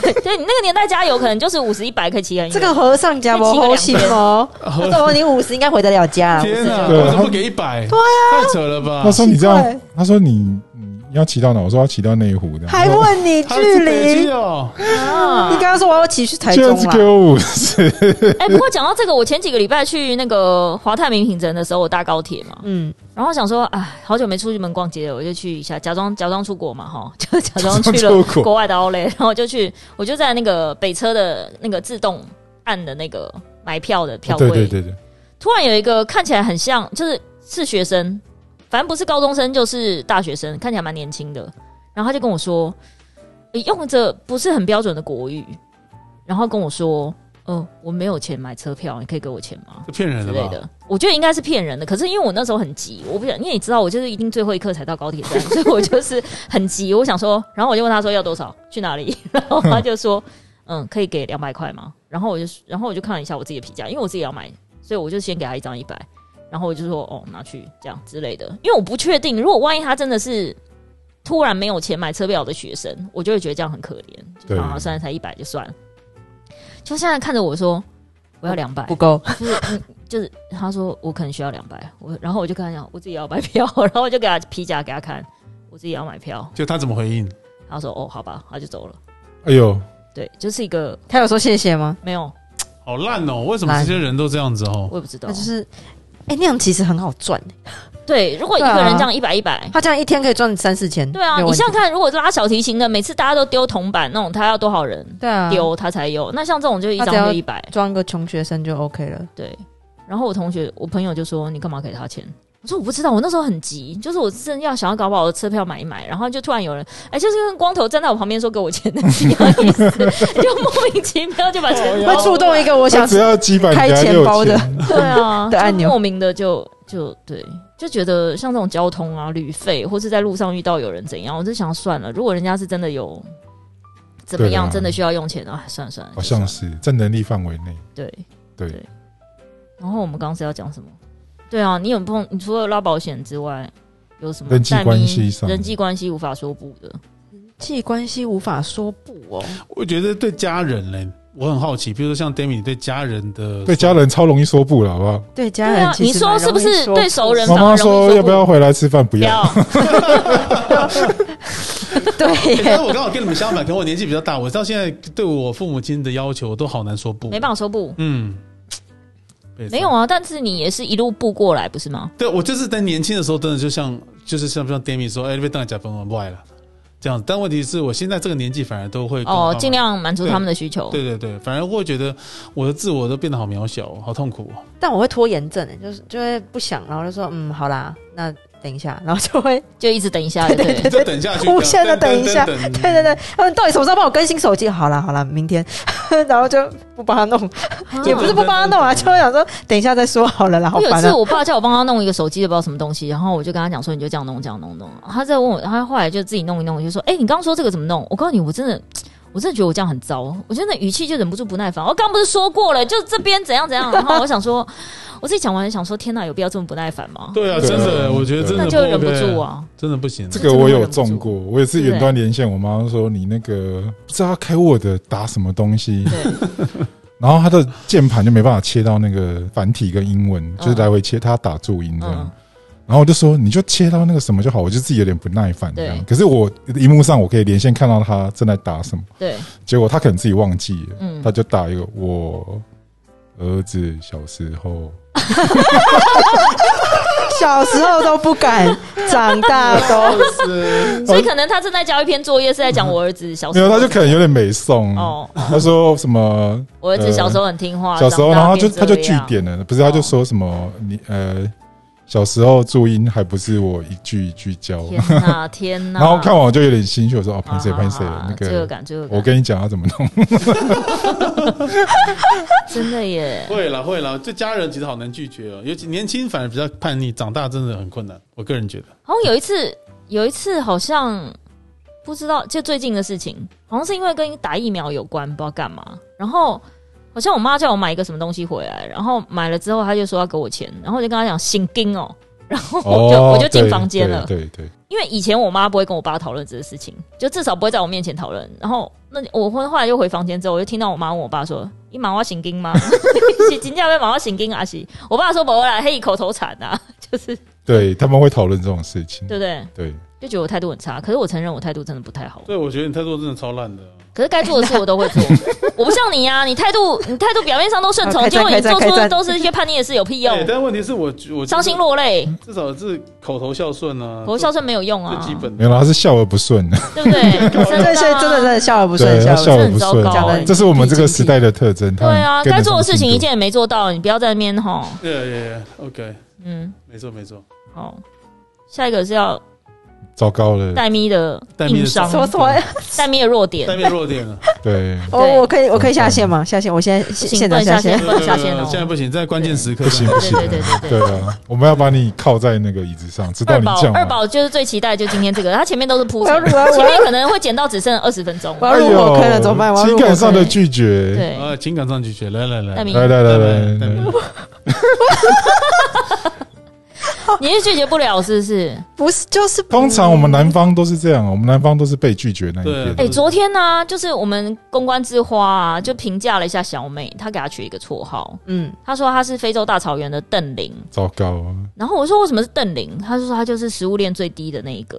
Speaker 3: 对你那个年代加油可能就是五十一百可以骑很远，
Speaker 4: 这个和尚家不好心哦。
Speaker 1: (laughs)
Speaker 4: 他说你五十应该回得了家。哦
Speaker 2: 天哪，
Speaker 1: 对
Speaker 2: 为什么不给一百？对啊，太扯了吧
Speaker 1: 他！说你这样
Speaker 4: 奇怪，
Speaker 1: 他说你你要骑到哪？我说要骑到内湖的，
Speaker 4: 还
Speaker 1: 他说
Speaker 4: 问你
Speaker 2: 他是
Speaker 4: 距
Speaker 2: 北
Speaker 4: 离
Speaker 2: 京？哦，
Speaker 1: (laughs)
Speaker 4: 你刚
Speaker 3: 啊！
Speaker 4: 刚说我要骑去台
Speaker 1: 居
Speaker 4: 中啊
Speaker 1: 然只给
Speaker 4: 啦，
Speaker 1: 我五十，
Speaker 3: 哎，不过讲到这个，我前几个礼拜去那个华泰名品城的时候，我搭高铁嘛，
Speaker 4: 嗯，
Speaker 3: 然后想说，哎，好久没出去门逛街了，我就去一下，假装假装出国嘛，哈，就假装去
Speaker 1: 假装
Speaker 3: 了
Speaker 1: 出国
Speaker 3: 国外的 Outlet，然 (laughs) 后就去，我就在那个北车的那个自动按的那个买票的票
Speaker 1: 哦对
Speaker 3: 柜，
Speaker 1: 对对对，
Speaker 3: 突然有一个看起来很像，就是是学生，反正不是高中生就是大学生，看起来蛮年轻的，然后他就跟我说，呃用着不是很标准的国语，然后跟我说，呃，我没有钱买车票，你可以给我钱吗？
Speaker 2: 这骗人的
Speaker 3: 之类
Speaker 2: 吧？
Speaker 3: 的。我觉得应该是骗人的，可是因为我那时候很急，我不想，因为你知道，我就是一定最后一刻才到高
Speaker 2: (laughs)
Speaker 3: 铁站，所以我就是很急。我想说，然后我就问他说要多少，去哪
Speaker 2: (laughs)
Speaker 3: 里，然后他就说，嗯，可以给两百块吗？然后我就，然后我就看了一下我自己的皮夹，因为我自己要买，所以我就先给他一张一百，然后我就说，哦，拿去这样之类的，因为我不确定，如果万一他真的是。突然没有钱买车票的学生，我就会觉得这样很可怜。就
Speaker 1: 对
Speaker 3: 好好，虽然才一百就算了。就现在看着我说，我要两百，
Speaker 4: 不够。
Speaker 3: 就是嗯，就是他说我可能需要两百，我然后我就跟他讲我自己要买票，然后我就给他皮夹给他看，我自己要买票，
Speaker 2: 就他怎么回应？
Speaker 3: 他说哦好吧，他就走了。
Speaker 1: 哎呦，
Speaker 3: 对，就是一个
Speaker 4: 他有说谢谢吗？
Speaker 3: 没有，
Speaker 2: 好烂哦！为什么这些人都这样子哦？
Speaker 3: 我也不知道
Speaker 1: 啊
Speaker 4: 他。就是，哎，那样其实很好赚，
Speaker 3: 对，如果一
Speaker 4: 对啊
Speaker 3: 个人这样一百一百，
Speaker 4: 他这样一天可以赚三四千。
Speaker 3: 对啊，
Speaker 4: 没有
Speaker 3: 你
Speaker 4: 问题
Speaker 3: 想想，看，如果拉小提琴的，每次大家都丢铜板那种，他要多少人
Speaker 4: 对啊，
Speaker 3: 丢他才有？那像这种就一
Speaker 4: 他只
Speaker 3: 张
Speaker 4: 要
Speaker 3: 就一百，
Speaker 4: 装个穷学生就 OK 了。
Speaker 3: 对。然后我同学，我朋友就说：“你干嘛给他钱？”我说：“我不知道，我那时候很急，就是我真的要想要搞把我的车票买一买。”然后就突然有人，哎，就是跟光头站在我旁边说给我钱的一样意思， (laughs) 就莫名其妙就把钱
Speaker 4: 哎会触动一个我
Speaker 1: 啊他
Speaker 4: 想
Speaker 1: 只要几百，
Speaker 4: 开
Speaker 1: 你还
Speaker 4: 钱
Speaker 1: 六
Speaker 4: 包的
Speaker 1: 千
Speaker 3: 对啊
Speaker 4: (laughs) 的按
Speaker 3: 就
Speaker 4: 钮
Speaker 3: 莫名的就就对，就觉得像这种交通啊、旅费，或是在路上遇到有人怎样，我就想算了，如果人家是真的有怎么
Speaker 1: 对啊
Speaker 3: 样，真的需要用钱啊，算了算了，
Speaker 1: 好
Speaker 3: 就
Speaker 1: 像
Speaker 3: 算了
Speaker 1: 是在能力范围内。
Speaker 3: 对。
Speaker 1: 对
Speaker 3: 对然后我们刚刚是要讲什么？对啊，你有碰，你除了拉保险之外，有什么
Speaker 1: 人际
Speaker 3: 代
Speaker 1: 关
Speaker 3: 民
Speaker 1: 系上
Speaker 3: 人际关系无法说不的？
Speaker 4: 际关系无法说不哦。
Speaker 2: 我觉得对家人嘞，我很好奇，比如说像 Demi，你对家人的
Speaker 1: 对家人超容易说不了，好不好？
Speaker 4: 对家
Speaker 3: 对
Speaker 4: 人
Speaker 3: 啊，
Speaker 4: 其
Speaker 3: 你
Speaker 4: 实蛮容易说，
Speaker 3: 是不是对熟人
Speaker 1: 妈
Speaker 3: 反
Speaker 1: 妈
Speaker 3: 而容易
Speaker 1: 说要不要回来吃饭？不
Speaker 3: 不
Speaker 1: 要，
Speaker 3: 要？
Speaker 4: 对
Speaker 3: (laughs)
Speaker 2: 欸但是
Speaker 4: 耶？
Speaker 2: 我刚好跟你们相反，可能我年纪比较大，我到现在对我父母亲的要求都好难说不。
Speaker 3: 没办法说不，
Speaker 2: 嗯，
Speaker 3: 没有。啊。但是你也是一路步过来，不是吗？
Speaker 2: 对我就是在年轻的时候，真的就像就是像像 Demi 说，哎、欸，被当假分我不爱了这样。但问题是我现在这个年纪，反而都会跟
Speaker 3: 哦
Speaker 2: 爸，妈
Speaker 3: 尽。量满足他们的需求。
Speaker 2: 对对对，反而会觉得我的自我都变得好渺小哦，好痛苦哦。
Speaker 4: 但我会拖延症耶，欸就是就会不想，然后就说嗯，好啦，那等一下，然后就会
Speaker 3: 就一直等一下，对对
Speaker 2: (laughs) 再等下去，
Speaker 4: 无限的等一下。
Speaker 2: 噔噔噔噔
Speaker 4: 对对
Speaker 3: 嗯
Speaker 4: 对，他们到底什么时候帮我更新手机？好啦好啦，明天， (laughs) 然后就不帮他弄，
Speaker 3: 啊
Speaker 4: 也不是不帮他弄
Speaker 3: 嗯
Speaker 4: 啊，就会想说等一下再说好了啦，好
Speaker 3: 我有一
Speaker 4: 烦
Speaker 3: 次，
Speaker 4: 啊。
Speaker 3: 我爸叫我帮他弄一个手机的，不知道什么东西，然后我就跟他讲说，你就这样弄，这样弄弄。他在问我，他后来就自己弄一弄，我就说，哎、你刚刚说这个怎么弄？我告诉你，我真的， (laughs) 我真的觉得我这样很糟，我真的语气就忍不住不耐烦。我刚不是说过了，就这边怎样怎样。然后我想说，我自己讲完就想说，天哪，有必要这么不耐烦吗？
Speaker 2: 对啊，
Speaker 1: 对啊
Speaker 2: 真的，我觉得真的不
Speaker 3: 那就忍不
Speaker 2: OK
Speaker 3: 住，啊。
Speaker 2: 真的不行。
Speaker 1: 这个我有中过，我也是远端连线，我妈说你那个不知道她开 Word 打什么东西，
Speaker 3: 对，
Speaker 1: (laughs) 然后她的键盘就没办法切到那个繁体跟英文，就是
Speaker 3: 嗯
Speaker 1: 来回切，她打注音这样
Speaker 3: 嗯。
Speaker 1: 然后我就说你就切到那个什么就好，我就自己有点不耐烦这样。
Speaker 3: 对
Speaker 1: 可是我荧幕上我可以连线看到他正在打什么，
Speaker 3: 对，
Speaker 1: 结果他可能自己忘记了，
Speaker 3: 嗯
Speaker 1: 他，就打一个我儿子小时候，
Speaker 4: (laughs) 小时候都不敢，长大都
Speaker 2: 是
Speaker 3: 所以可能他正在交一篇作业，是在讲我儿子小时
Speaker 1: 没
Speaker 3: 候。
Speaker 1: 有他就可能有点美送， (laughs)
Speaker 3: 哦，
Speaker 1: 他说什么
Speaker 3: 我儿子小时候很听话，
Speaker 1: 小时候，
Speaker 3: 啊长
Speaker 1: 然
Speaker 3: 大
Speaker 1: 后他就
Speaker 3: 变
Speaker 1: 他就
Speaker 3: 这
Speaker 1: 据
Speaker 3: 样哦
Speaker 1: 点了，不是他就说什么你呃小时候注音还不是我一句一句教，
Speaker 3: 天哪，天哪！
Speaker 1: (laughs) 然后看完我就有点心虚，我说哦，
Speaker 3: 啊，
Speaker 1: 潘谁潘谁，
Speaker 3: 啊
Speaker 1: 那
Speaker 3: 罪恶
Speaker 1: 个
Speaker 3: 感，罪恶
Speaker 1: 我
Speaker 3: 感，
Speaker 1: 跟你讲要怎么弄，
Speaker 3: 真的耶。
Speaker 2: (laughs) 会了会了，这家人其实好难拒绝哦，尤其年轻反而比较叛逆，长大真的很困难。我个人觉得，
Speaker 3: 好像有一次，有一次好像不知道，就最近的事情，好像是因为跟打疫苗有关，不知道干嘛。然后好像我妈叫我买一个什么东西回来，然后买了之后，她就说要给我钱，然后我就跟她讲心经哦，然后 (laughs) 我就、
Speaker 1: 哦，
Speaker 3: 我就进
Speaker 1: 对
Speaker 3: 房间了。
Speaker 1: 对对对，
Speaker 3: 因为以前我妈不会跟我爸讨论这个事情，就至少不会在我面前讨论。然后那我后后来就回房间之后，我就听到我妈问我爸说：“你马花行经吗？ (laughs) 是金价被马花行经啊？是？”我爸说：“不会啦，嘿，口头禅啊，就是
Speaker 1: 对他们会讨论这种事情，
Speaker 3: 对不对
Speaker 1: 对，？”
Speaker 3: 就觉得我态度很差。可是我承认我态度真的不太好，
Speaker 2: 对我觉得你态度真的超烂的。
Speaker 3: 可是该做的事我都会做。 (laughs) 我不像你呀、你态度你态度表面上都顺
Speaker 4: 啊
Speaker 3: 从，
Speaker 4: 开
Speaker 3: 结
Speaker 4: 战
Speaker 3: 果你做
Speaker 4: 开
Speaker 3: 出的
Speaker 4: 战
Speaker 3: 都是一些叛逆的事，有屁用
Speaker 2: 对，？哎但问题是我我
Speaker 3: 伤心落泪，
Speaker 2: 至少是口头孝顺啊，
Speaker 3: 我孝顺没有用
Speaker 2: 最
Speaker 3: 啊，
Speaker 2: 基本
Speaker 1: 没有
Speaker 2: 的。
Speaker 1: 啦，他是笑而不顺，
Speaker 3: 对
Speaker 2: (laughs)
Speaker 3: 不对？ (laughs) 真的
Speaker 4: 对，所以
Speaker 3: 啊
Speaker 4: 真的真的笑而不顺，
Speaker 1: 对，他
Speaker 4: 笑
Speaker 1: 笑
Speaker 4: 而不
Speaker 1: 而
Speaker 3: 顺
Speaker 1: 不
Speaker 3: 这很糟糕
Speaker 1: 顺，这是我们这个时代的特征。
Speaker 3: 对
Speaker 1: 他
Speaker 3: 啊，
Speaker 1: 嗯们跟得
Speaker 3: 该做的
Speaker 1: 上
Speaker 3: 事情
Speaker 1: 进
Speaker 3: 一
Speaker 1: 度
Speaker 3: 件，也没做到，你不要在那边吼。
Speaker 2: 对对对，OK，
Speaker 3: 嗯，
Speaker 2: 没错没错。
Speaker 3: 好，下一个是要
Speaker 1: 糟糕了，
Speaker 3: 戴咪的硬伤
Speaker 4: 顺。，什么什么？哦
Speaker 3: 戴咪的弱点
Speaker 2: 下，面弱点啊
Speaker 3: (laughs)
Speaker 2: 了，
Speaker 1: 对，
Speaker 4: 我我可以我可以下线吗？下线，我现在
Speaker 3: 不行
Speaker 4: 现
Speaker 3: 不能
Speaker 4: 场
Speaker 3: 下
Speaker 4: 下
Speaker 3: 线
Speaker 4: 线
Speaker 3: 不。能下线哦
Speaker 2: 现在不行，在关键时刻
Speaker 1: 不行
Speaker 2: 上
Speaker 1: 不
Speaker 3: 对
Speaker 1: 行
Speaker 3: 对，对对
Speaker 1: 对
Speaker 3: 对。
Speaker 1: 啊，我们要把你靠在那个椅子上，知道
Speaker 3: 二
Speaker 1: 你
Speaker 3: 宝
Speaker 1: 这样
Speaker 3: 二
Speaker 1: 吗？
Speaker 3: 宝就是最期待就今天这个，他前面都是铺
Speaker 4: 我要
Speaker 3: 陈
Speaker 4: 我，要
Speaker 3: 前面可能会剪到只剩二十分钟。
Speaker 4: 我要入火坑了，怎么办？我要
Speaker 1: 哎
Speaker 4: 入
Speaker 1: 情
Speaker 4: 火
Speaker 1: 感上
Speaker 4: 坑。
Speaker 1: 的拒绝，
Speaker 3: 对，
Speaker 2: 啊，情感上拒绝，来来来
Speaker 3: 戴，咪
Speaker 1: 来来来来
Speaker 2: 来来
Speaker 1: 来，
Speaker 3: 你是拒绝不了是不是？
Speaker 4: 不是，就是
Speaker 1: 通常我们南方都是这样，我们南方都是被拒绝那一
Speaker 2: 对
Speaker 1: 边。
Speaker 3: 哎，昨天呢、就是我们公关之花啊，就评价了一下小美，她给她取一个绰号，
Speaker 4: 嗯，
Speaker 3: 她说她是非洲大草原的邓玲。
Speaker 1: 糟糕啊，
Speaker 3: 然后我说为什么是邓玲？他就说他就是食物链最低的那一个。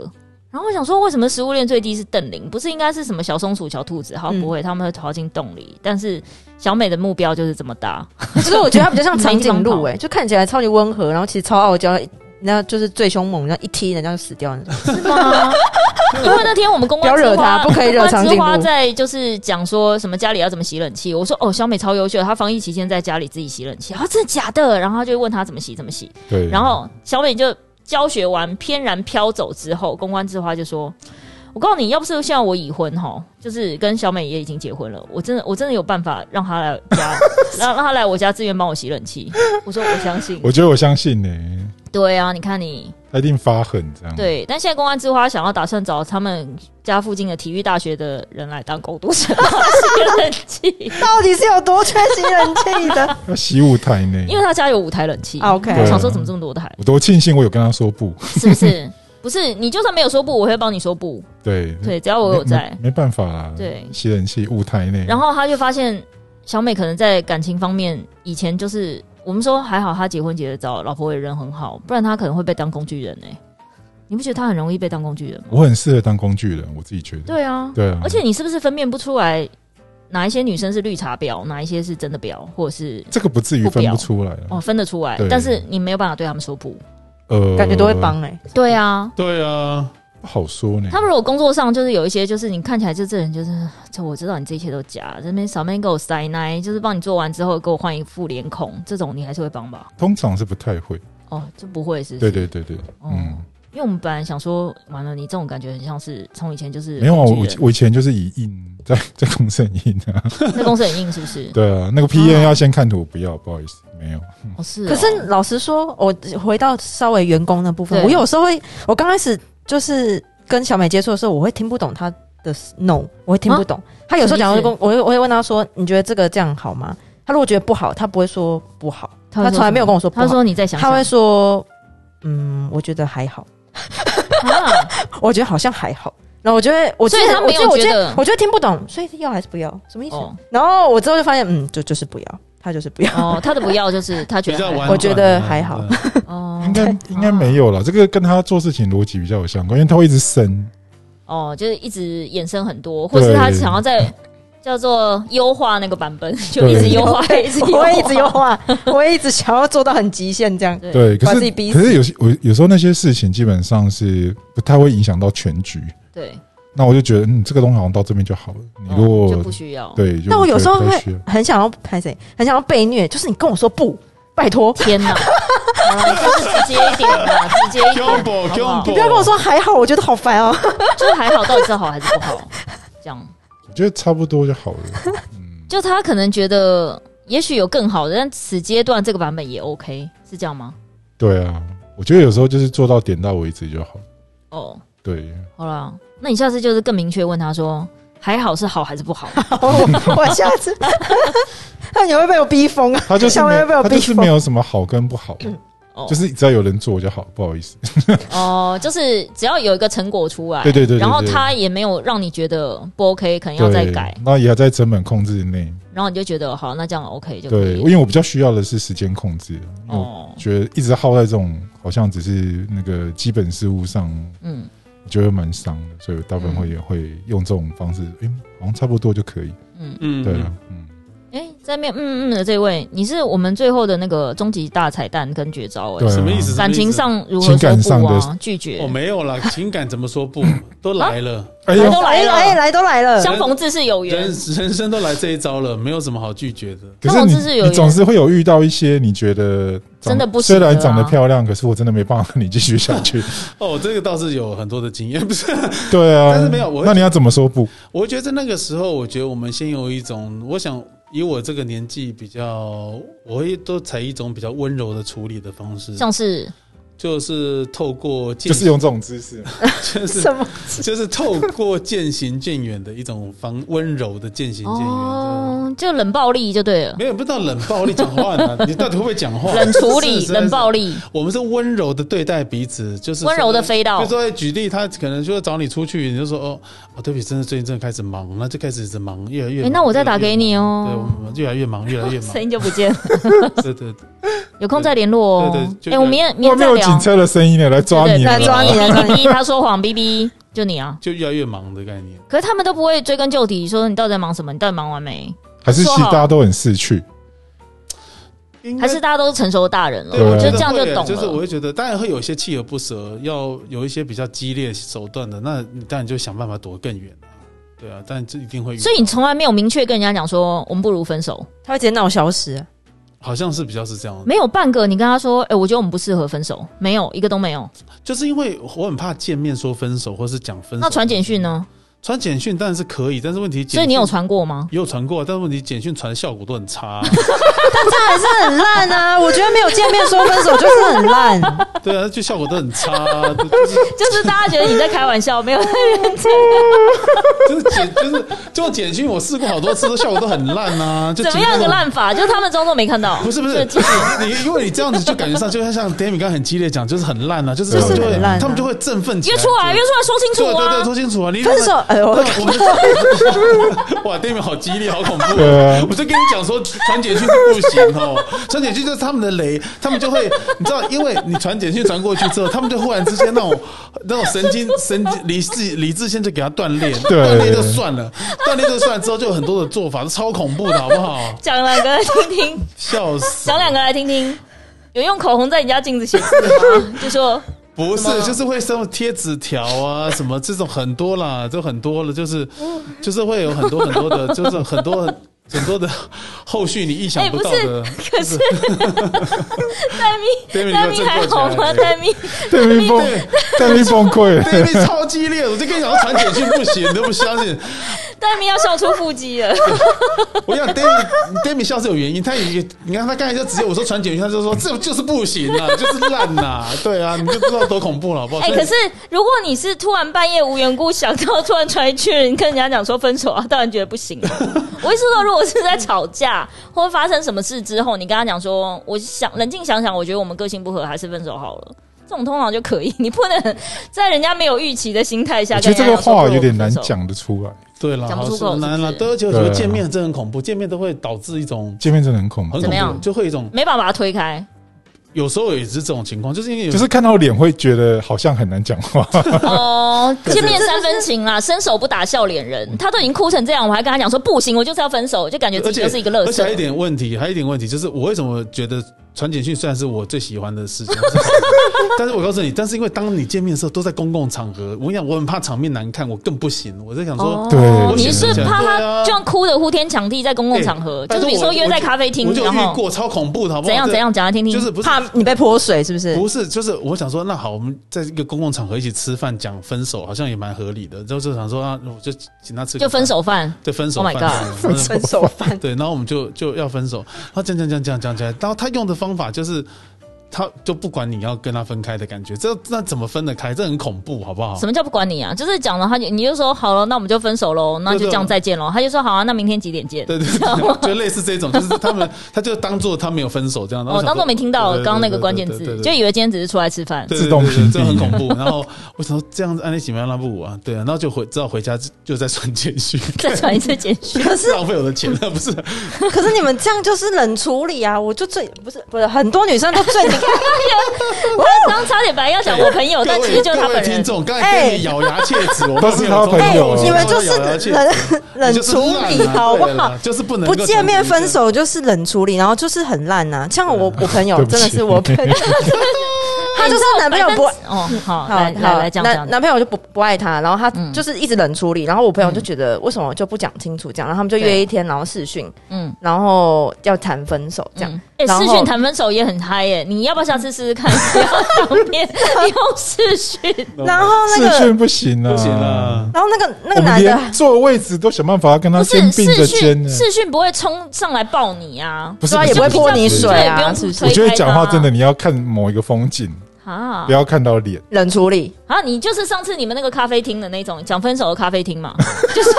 Speaker 3: 然后我想说为什么食物链最低是邓玲？不是应该是什么小松鼠、小兔子？好，
Speaker 4: 嗯
Speaker 3: 不会，他们会逃进洞里。但是小美的目标就是这么大，
Speaker 4: 其实我觉得它比较像长颈
Speaker 3: 没地方
Speaker 4: (laughs) 鹿，
Speaker 3: 跑
Speaker 4: 哎，就看起来超级温和，然后其实超傲娇，那就是最凶猛，然后一踢人家就死掉那种。
Speaker 3: 是吗？ (laughs) 因为那天我们公关
Speaker 4: 不要惹
Speaker 3: 之花
Speaker 4: 她不可以
Speaker 3: 公
Speaker 4: 惹
Speaker 3: 关
Speaker 4: 长
Speaker 3: 之
Speaker 4: 颈
Speaker 3: 花
Speaker 4: 鹿
Speaker 3: 在就是讲说什么家里要怎么洗冷气。我说哦，小美超优秀的，她防疫期间在家里自己洗冷气。啊，真的假的？然后她就问她怎么洗，怎么洗。
Speaker 1: 对，
Speaker 4: 嗯
Speaker 3: 然后小美就教学完翩然飘走之后，公关之花就说：“我告诉你，要不是现在我已婚哈，就是跟小美也已经结婚了，我真的我真的有办法让她来我家， (laughs) 让让她来我家自愿帮我洗冷气。”我说我相
Speaker 1: (laughs)
Speaker 3: 信，
Speaker 1: 我觉得我相信呢，
Speaker 3: 对啊，你看你
Speaker 1: 他一定发狠这样。，
Speaker 3: 对，但现在公关之花想要打算找他们家附近的体育大学的人来当工读生 (laughs) 洗冷气，
Speaker 4: (laughs) 到底是有多缺席人气
Speaker 1: (laughs)
Speaker 4: 的
Speaker 1: 要洗舞台呢，
Speaker 3: (laughs) 因为他家有五台冷气。
Speaker 4: 啊？OK，
Speaker 3: 我
Speaker 1: 对
Speaker 3: 想说怎么这么多台，
Speaker 1: 我多庆幸我有跟他说不，
Speaker 3: 是不是？ (laughs) 不是你就算没有说不，我会帮你说不。
Speaker 1: 对，
Speaker 3: 对，只要我有
Speaker 1: 没
Speaker 3: 在
Speaker 1: 没。没办法啦，
Speaker 3: 对
Speaker 1: 吸人气舞台内，
Speaker 3: 然后他就发现小美可能在感情方面以前就是我们说还好，她结婚结得早，老婆也人很好，不然她可能会被当工具人哎、你不觉得她很容易被当工具人吗？
Speaker 1: 我很适合当工具人，我自己觉得，
Speaker 3: 对啊，
Speaker 1: 对啊，
Speaker 3: 而且你是不是分辨不出来哪一些女生是绿茶婊，哪一些是真的婊，或者是
Speaker 1: 这个不至于
Speaker 3: 不
Speaker 1: 分
Speaker 3: 表
Speaker 1: 不出来啊，
Speaker 3: 哦分得出来
Speaker 1: 对，
Speaker 3: 但是你没有办法对他们说不。
Speaker 1: 呃，
Speaker 4: 感觉都会帮哎。
Speaker 3: 对啊，
Speaker 2: 对啊，
Speaker 1: 不好说呢，
Speaker 3: 他们如果工作上就是有一些，就是你看起来就这人就是，就我知道你这一切都假，这边小妹给我塞奶，就是帮你做完之后给我换一副脸孔，这种你还是会帮吧？
Speaker 1: 通常是不太会，
Speaker 3: 哦，就不会是不是？
Speaker 1: 对对对对，嗯
Speaker 3: 嗯。，因为我们本来想说，完了你这种感觉很像是从以前就是
Speaker 1: 没有啊，
Speaker 3: 工
Speaker 1: 我
Speaker 3: 具人
Speaker 1: 我以前就是以硬在在公司很硬啊，
Speaker 3: 那公司很硬，是不是？
Speaker 1: (laughs) 对啊，那个 P N 要先看图，不要，不好意思，没有，
Speaker 3: 哦，是哦。
Speaker 4: 可是老实说，我回到稍微员工那部分，
Speaker 3: 对
Speaker 4: 我有时候会，我刚开始就是跟小美接触的时候，我会听不懂她的 no，我会听不懂。她有时候讲
Speaker 3: 什么
Speaker 4: 会跟
Speaker 3: 意
Speaker 4: 我我会我会问她说：“你觉得这个这样好吗？”她如果觉得不好，她不会说不好，
Speaker 3: 会
Speaker 4: 她
Speaker 3: 说
Speaker 4: 从来没有跟我说
Speaker 3: 什
Speaker 4: 不
Speaker 3: 么，他
Speaker 4: 好，
Speaker 3: 说你再想想，
Speaker 4: 她会说：“嗯，我觉得还好，
Speaker 3: (laughs)
Speaker 4: (laughs)
Speaker 3: 啊，
Speaker 4: 我觉得好像还好。”然后我就会，我
Speaker 3: 所以
Speaker 4: 觉得
Speaker 3: 她
Speaker 4: 我
Speaker 3: 没有
Speaker 4: 觉得我
Speaker 3: 觉
Speaker 4: 觉
Speaker 3: 得
Speaker 4: 得我觉得听不懂，所以是要还是不要？什么意思？
Speaker 3: 哦
Speaker 4: 然后我之后就发现，嗯，就就是不要。
Speaker 5: 他就是
Speaker 3: (laughs)
Speaker 5: 不要。
Speaker 3: 哦，他的不要就是他觉
Speaker 2: 比较
Speaker 3: 得
Speaker 2: 婉转啊
Speaker 3: 还好
Speaker 2: 的
Speaker 4: 我觉得还好
Speaker 2: 对
Speaker 1: (laughs)
Speaker 3: 哦
Speaker 1: 应该应该没有了。这个跟他做事情逻辑比较有相关，因为他会一直升。
Speaker 3: 哦，就是一直衍生很多，或是他
Speaker 1: 对
Speaker 3: 想要在叫做优化那个版本，就一直优化，一直优
Speaker 4: 我
Speaker 3: 化，
Speaker 4: 会一直优化，我会一直想要做到很极限
Speaker 1: (laughs)
Speaker 4: 这样。
Speaker 1: 对，可
Speaker 4: 把
Speaker 1: 是
Speaker 4: 自己逼死
Speaker 1: 可是有些我有时候那些事情基本上是不太会影响到全局。
Speaker 3: 对，
Speaker 1: 那我就觉得，嗯，这个东西好像到这边就好了。你如
Speaker 3: 哦
Speaker 1: 果、
Speaker 3: 就不需要。
Speaker 1: 对，就
Speaker 4: 但我有时候
Speaker 1: 不太
Speaker 4: 会
Speaker 1: 需要
Speaker 4: 很想要拍谁，很想要被虐，就是你跟我说不，拜托，
Speaker 3: 天哪，好啦就是直接一点吧，直接一点，好不
Speaker 2: Gumbo，
Speaker 3: 好
Speaker 2: Gumbo
Speaker 4: 你不要跟我说还好，我觉得好烦
Speaker 1: (laughs)
Speaker 4: 哦。
Speaker 3: 就还好，到底是好还是不好？这样，
Speaker 1: 我觉得差不多就好了。 (laughs) 嗯，
Speaker 3: 就他可能觉得也许有更好的，但此阶段这个版本也 OK，是这样吗？
Speaker 1: 对啊，我觉得有时候就是做到点到为止就好。
Speaker 3: 哦，
Speaker 1: 对，
Speaker 3: 好啦，那你下次就是更明确问他说，还好是好还是不好？
Speaker 4: 我我下次， (laughs) 那你会被我逼疯啊！
Speaker 1: 他就是
Speaker 4: 像我
Speaker 1: 没
Speaker 4: 要被我
Speaker 1: 有，他就
Speaker 4: 逼
Speaker 1: 是
Speaker 4: 疯
Speaker 1: 没有什么好跟不好，
Speaker 3: 哦，
Speaker 1: 就是只要有人做就好。不好意思，
Speaker 3: 哦，就是只要有一个成果出来，
Speaker 1: (laughs) 对对对对
Speaker 3: 哎然后
Speaker 1: 对
Speaker 3: 他也没有让你觉得不 OK，可能要
Speaker 1: 对，
Speaker 3: 再改，
Speaker 1: 那也要在成本控制内。
Speaker 3: 然后你就觉得好，那这样 OK 就可
Speaker 1: 对，
Speaker 3: 以
Speaker 1: 因
Speaker 3: 了。
Speaker 1: 为我比较需要的是时间控制，因为我
Speaker 3: 哦，
Speaker 1: 觉得一直耗在这种好像只是那个基本事物上，
Speaker 3: 嗯，
Speaker 1: 我觉得蛮伤的，所以我大部分会、会用这种方式，诶，好像差不多就可以。
Speaker 2: 嗯，
Speaker 1: 对啊，嗯，
Speaker 3: 哎，在面嗯嗯的这位，你是我们最后的那个终极大彩蛋跟绝招哎
Speaker 1: 对、啊，
Speaker 2: 什么意思
Speaker 3: 感情上如何
Speaker 1: 情感
Speaker 3: 说
Speaker 1: 上
Speaker 3: 不
Speaker 1: 的
Speaker 3: 啊？拒绝
Speaker 2: 我、，没有啦，情感怎么说不都来了，
Speaker 1: 哎
Speaker 3: 来
Speaker 1: 呦，
Speaker 3: 都来
Speaker 4: 哎，
Speaker 3: 了，
Speaker 4: 来都来了，
Speaker 3: 相逢自是有
Speaker 2: 人
Speaker 3: 缘，
Speaker 2: 人生都来这一招了，没有什么好拒绝的。
Speaker 1: 可
Speaker 3: 那
Speaker 1: 是
Speaker 3: 我
Speaker 1: 你
Speaker 3: 就是有
Speaker 1: 你
Speaker 3: 一
Speaker 1: 总
Speaker 3: 个
Speaker 1: 是会有遇到一些你觉得长
Speaker 3: 真的不
Speaker 1: 虽
Speaker 3: 行的
Speaker 1: 然长得
Speaker 3: 啊
Speaker 1: 漂亮，可是我真的没办法跟你继续下
Speaker 3: (laughs)
Speaker 1: 去。
Speaker 2: 哦，这个倒是有很多的经验，不 (laughs) 是？
Speaker 1: 对啊，
Speaker 2: 但是没有我会
Speaker 1: 那你要怎么说不？
Speaker 2: 我觉得在那个时候，我觉得我们先有一种，我想以我这个年纪比较，我会都采一种比较温柔的处理的方式，
Speaker 3: 像是
Speaker 2: 就是透过渐
Speaker 1: 就是用这种姿势嘛，
Speaker 2: 就是
Speaker 4: 什么？
Speaker 2: (laughs) 就是透过渐行渐远的一种方温柔的渐行渐远。这样
Speaker 3: 哦，就冷暴力就对了，
Speaker 2: 没有，不知道冷暴力讲话呢？你到底会不会讲话？
Speaker 3: 冷处
Speaker 2: (laughs)
Speaker 3: 理、
Speaker 2: 是
Speaker 3: 冷暴。
Speaker 2: 是是
Speaker 3: 力，
Speaker 2: 我们是温柔的对待彼此，就是
Speaker 3: 温柔的
Speaker 2: 说
Speaker 3: 飞到
Speaker 2: 比如说哎举例，他可能就找你出去，你就说哦哦，对不起，真的最近真的开始忙，那就开始一直忙，越来越
Speaker 3: 哎、
Speaker 2: 忙。
Speaker 3: 那我再
Speaker 2: 越来
Speaker 3: 打
Speaker 2: 越
Speaker 3: 给你
Speaker 2: 忙对，
Speaker 3: 哦
Speaker 2: 我。们越来越忙，越来越
Speaker 3: (laughs)
Speaker 2: 忙
Speaker 3: 声。音就不见了，
Speaker 2: 对对对，
Speaker 3: 有空再联络哦。
Speaker 2: 对对就
Speaker 3: 哎、我明天明
Speaker 1: 我没
Speaker 3: 天再
Speaker 1: 有
Speaker 3: 聊
Speaker 1: 警。车的声音了，来抓
Speaker 3: 对
Speaker 1: 你
Speaker 3: 对
Speaker 1: 了，
Speaker 4: 来抓你了
Speaker 3: 哔哔哔哔他说谎，哔哔，就你啊。
Speaker 2: 就越来越忙的概念。
Speaker 3: 可是他们都不会追根究底，说你到底在忙什么，你到底忙完没？
Speaker 1: 还是
Speaker 3: 说
Speaker 1: 其实
Speaker 3: 好
Speaker 1: 大家都很识趣，
Speaker 2: 应该
Speaker 3: 还是大家都成熟大人了？
Speaker 1: 对
Speaker 3: 我觉
Speaker 1: 啊
Speaker 3: 得这样就
Speaker 2: 会
Speaker 3: 懂
Speaker 2: 就是我
Speaker 3: 了。
Speaker 2: 会觉得，当然会有一些锲而不舍，要有一些比较激烈手段的，那你当然就想办法躲更远啊对啊，但这一定会遇到。
Speaker 3: 所以你从来没有明确跟人家讲说我们不如分手，
Speaker 4: 他会直接闹消失。啊
Speaker 2: 好像是比较是这样，
Speaker 3: 没有半个你跟他说，哎、我觉得我们不适合分手，没有一个都没有。
Speaker 2: 就是因为我很怕见面说分手，或是讲分手。
Speaker 3: 那传简讯？呢？
Speaker 2: 传简讯当然是可以，但是问题简讯
Speaker 3: 所以你有传过吗？
Speaker 2: 也有传过，但是问题简讯传的效果都很差 (laughs) 啊、
Speaker 4: 这还是很烂啊！我觉得没有见面说分手就是很烂。
Speaker 2: 对啊，就效果都很差、啊， (laughs) 就就是
Speaker 3: 就是大家觉得你在开玩笑，没有
Speaker 2: 就是简就是这种简讯我试过好多次，都效果都很烂啊，就
Speaker 3: 怎么
Speaker 2: 简
Speaker 3: 样
Speaker 2: 讯
Speaker 3: 个烂法，就是他们装作没看到。
Speaker 2: 不是不是
Speaker 3: 就，
Speaker 2: 你因为你这样子就感觉上，就像像 Demi 刚刚很激烈讲，就是很烂啊，就是
Speaker 1: 就是
Speaker 2: 他们就会
Speaker 1: 很
Speaker 4: 烂啊
Speaker 2: 他们就会振奋起
Speaker 3: 约
Speaker 2: 来，
Speaker 3: 出来，约出来说清
Speaker 2: 对
Speaker 3: 楚
Speaker 2: 对对，
Speaker 3: 啊！
Speaker 2: 说清楚啊，你
Speaker 4: 分手，哎我
Speaker 2: 我们就 (laughs) 哇，Demi 好激烈，好恐怖
Speaker 1: 对
Speaker 2: 哦！
Speaker 1: 啊
Speaker 2: 我就跟你讲说，传简讯是不行哦，传简讯就是他们的雷，他们就会，你知道，因为你传简讯传过去之后，他们就忽然之间那种那种神经神经理智理智线就给他断裂，
Speaker 1: 对
Speaker 2: 断裂就算了，断裂就算了之后，就有很多的做法，超恐怖的好不好？
Speaker 3: 讲两个来听听，
Speaker 2: 笑死！
Speaker 3: 讲两个来听听。有用口红在你家镜子写字的
Speaker 1: (laughs)
Speaker 3: 吗？就说
Speaker 2: 不是，就是会送贴纸条啊，什么这种很多
Speaker 3: (laughs)
Speaker 2: 啦，就很多了，就是
Speaker 3: 哦
Speaker 2: 就是会有很多很多的，就是很多很多的后续你意想
Speaker 3: 哎
Speaker 2: 不
Speaker 3: 不
Speaker 2: 到
Speaker 3: 是
Speaker 2: 的。
Speaker 1: (laughs)
Speaker 3: 可是戴咪，
Speaker 2: David，
Speaker 3: 戴
Speaker 2: 你
Speaker 3: 咪
Speaker 2: 又
Speaker 3: 还好吗？
Speaker 2: 振作起
Speaker 3: 戴
Speaker 2: 来
Speaker 3: 咪，
Speaker 1: (laughs) 对面 (laughs) 崩，对面崩溃了。
Speaker 2: 对，哎被超激烈的，我就跟你讲，传简讯不行，你都不相
Speaker 3: (laughs)
Speaker 2: 信。
Speaker 3: 戴咪要笑出腹
Speaker 1: (laughs)
Speaker 3: 肌了。
Speaker 2: 我想 Demi，Demi 笑是有原因，他也你看他刚才就直接我说传简讯，他就说这就是不行啊，就是烂呐、对啊，你就知道多恐怖了，好不好？
Speaker 3: 哎，可是如果你是突然半夜无缘故想到，突然传一句，你跟人家讲说分手啊，当然觉得不
Speaker 1: (laughs)
Speaker 3: 行。我意思说，如果是在吵架或发生什么事之后，你跟他讲说，我想冷静想想，我觉得我们个性不合，还是分手好了。种通常就可以，你不能在人家没有预期的心态下
Speaker 1: 我觉
Speaker 3: 跟
Speaker 1: 得这
Speaker 3: 人家要
Speaker 1: 个
Speaker 3: 说
Speaker 1: 话
Speaker 3: 不如
Speaker 1: 有点
Speaker 3: 分
Speaker 1: 难
Speaker 3: 手。
Speaker 1: 讲得出来，
Speaker 2: 对了，
Speaker 3: 讲不
Speaker 2: 好
Speaker 3: 出口
Speaker 2: 是难了，
Speaker 3: 是不
Speaker 2: 对，
Speaker 3: 是
Speaker 2: 而且我觉得
Speaker 1: 对啊
Speaker 2: 见面真的很恐怖，见面都会导致一种
Speaker 1: 见面真的很恐
Speaker 2: 很
Speaker 1: 怖
Speaker 3: 怎
Speaker 2: 恐
Speaker 3: 么，
Speaker 2: 怖，
Speaker 3: 样
Speaker 2: 就会一种
Speaker 3: 没办法把它
Speaker 2: (laughs)
Speaker 3: 推开
Speaker 2: 有时候也是这种情况，就是因为有
Speaker 1: 就是看到脸会觉得好像很难讲话，
Speaker 3: (laughs) 哦，见面三分情啦，伸手不打笑脸人。他都已经哭成这样，我还跟他讲说不行，我就是要分手，就感觉自
Speaker 2: 而
Speaker 3: 己
Speaker 2: 且
Speaker 3: 就是一个乐
Speaker 2: 而且
Speaker 3: 色
Speaker 2: 还有。一点问题，还有一点问题，就是我为什么觉得传简讯虽然是我最喜欢的事情， (laughs) 但是我告诉你，但是因为当你见面的时候都在公共场合，我跟你讲，我很怕场面难看，我更不行。我在想说，
Speaker 1: 对
Speaker 3: 哦
Speaker 1: 我
Speaker 3: 你
Speaker 1: 觉
Speaker 3: 是
Speaker 1: 得这样
Speaker 3: 怕
Speaker 2: 对
Speaker 3: 他
Speaker 2: 啊
Speaker 3: 这样哭的呼天抢地，在公共场合，
Speaker 2: 但
Speaker 3: 就是是比如说约在咖啡厅
Speaker 2: 我，就
Speaker 3: 然
Speaker 2: 遇
Speaker 3: 后
Speaker 2: 过超恐怖的，好不好？
Speaker 3: 怎样怎样讲来听听。
Speaker 2: 就是不是
Speaker 4: 怕你被泼水是不是？
Speaker 2: 不是，就是我想说，那好，我们在一个公共场合一起吃饭讲分手，好像也蛮合理的。就是想说啊，我就请他吃，
Speaker 3: 就分，手饭，
Speaker 2: 对，分手
Speaker 3: Oh my
Speaker 2: 饭 (laughs)
Speaker 3: God
Speaker 2: 分手
Speaker 4: 分手
Speaker 3: (laughs)
Speaker 4: 饭
Speaker 2: 对，然后我们就就要分手，然后讲讲讲讲讲起来，然后他用的方法就是，他就不管你要跟他分开的感觉，这那怎么分得开？这很恐怖，好不好
Speaker 3: 什？么叫不管你啊？就是讲了他就，你就说好了，那我们就分手喽，那就这样再见喽。他就说好啊，那明天几点见？
Speaker 2: 对对对，就类似这种，就是他们，他就当做他没有分手这样。然后
Speaker 3: 哦，
Speaker 2: 想
Speaker 3: 当做
Speaker 2: 说
Speaker 3: 没听到
Speaker 2: 对对对
Speaker 3: 刚刚那个
Speaker 2: 对
Speaker 3: 关键
Speaker 2: 对对
Speaker 3: 字，
Speaker 2: 对
Speaker 3: 就以为今天只是出来吃饭。
Speaker 2: 对
Speaker 1: 自动
Speaker 2: 对对对
Speaker 1: 屏蔽
Speaker 2: 这很恐怖。然后我想说这样子安利喜欢拉不啊？对啊，然后就回，知道回家就在传简
Speaker 3: (laughs)
Speaker 2: 讯，
Speaker 3: 再传一次简
Speaker 2: (laughs)
Speaker 3: 讯，
Speaker 4: 可是
Speaker 2: 浪费我的钱，不
Speaker 3: (laughs)
Speaker 2: 是？
Speaker 4: 可是你们这样就是冷处理啊！我就最不是不是很多女生都
Speaker 2: (laughs)
Speaker 4: 最你看
Speaker 3: 刚刚差点本来要讲我朋友，但其实就是他
Speaker 2: 各位
Speaker 3: 本
Speaker 2: 听
Speaker 3: 人。
Speaker 2: 众，刚才跟你咬牙切
Speaker 1: (laughs)
Speaker 2: 齿，我
Speaker 1: 都是他朋
Speaker 4: 哎、
Speaker 1: 友啊
Speaker 4: (laughs) 你们就是
Speaker 2: 咬牙切齿
Speaker 4: 冷冷
Speaker 2: 就是
Speaker 4: 处
Speaker 2: 烂
Speaker 4: 理
Speaker 2: 啊
Speaker 4: 好不
Speaker 2: 对
Speaker 4: 好
Speaker 2: 啦？就是不能
Speaker 4: 不
Speaker 2: 够
Speaker 4: 见面分
Speaker 2: 成
Speaker 4: 手就是冷处理，然后就是很烂呐、像我
Speaker 2: 啊
Speaker 4: 我朋友
Speaker 1: 对不
Speaker 4: 真
Speaker 1: 起
Speaker 4: 的是
Speaker 1: (laughs)
Speaker 2: (laughs)
Speaker 4: 我 (laughs) 朋友，他就是男朋友不
Speaker 3: 哎但是哦，好，
Speaker 4: 好
Speaker 3: 来来
Speaker 4: 好
Speaker 3: 来，这样这
Speaker 4: 男
Speaker 3: 样，
Speaker 4: 男朋友就不不爱他，然后他
Speaker 3: 嗯
Speaker 4: 就是一直冷处理，然后我朋友就
Speaker 2: 嗯
Speaker 4: 觉得为什么就不讲清楚这样，然后他们就约
Speaker 3: 对
Speaker 4: 一天，然后视讯，
Speaker 3: 嗯，
Speaker 4: 然后要谈分手这样
Speaker 3: 嗯。哎，
Speaker 4: 然
Speaker 3: 视
Speaker 4: 后
Speaker 3: 讯谈分手也很嗨耶！你要不要下次试试
Speaker 1: (laughs)
Speaker 3: 看？不要当面用视讯，
Speaker 2: 对
Speaker 4: 然后那
Speaker 1: 视
Speaker 4: 个
Speaker 1: 讯不行啊，
Speaker 2: 不行啊。
Speaker 4: 然后那个那
Speaker 1: 我
Speaker 4: 个
Speaker 1: 们
Speaker 4: 男的
Speaker 1: 连坐位置都想办法跟他
Speaker 3: 不
Speaker 1: 肩
Speaker 3: 是
Speaker 1: 并
Speaker 3: 视
Speaker 1: 着肩
Speaker 3: 讯，
Speaker 1: 呢，
Speaker 3: 视讯不会冲上来抱你啊，
Speaker 1: 不是
Speaker 4: 对啊
Speaker 1: 不是
Speaker 4: 也不会
Speaker 1: 不是
Speaker 4: 泼你
Speaker 1: 不是
Speaker 4: 水
Speaker 3: 对不
Speaker 4: 啊，
Speaker 3: 用
Speaker 4: 是不是
Speaker 3: 推
Speaker 1: 我觉得
Speaker 3: 开
Speaker 1: 讲话
Speaker 3: 他
Speaker 1: 真的，你要看某一个风景，
Speaker 3: 啊
Speaker 1: 不。要看到脸。
Speaker 4: 冷处理？
Speaker 3: 啊，你就是上次你们那个咖啡厅的那种讲分手的咖啡厅嘛， (laughs) 就是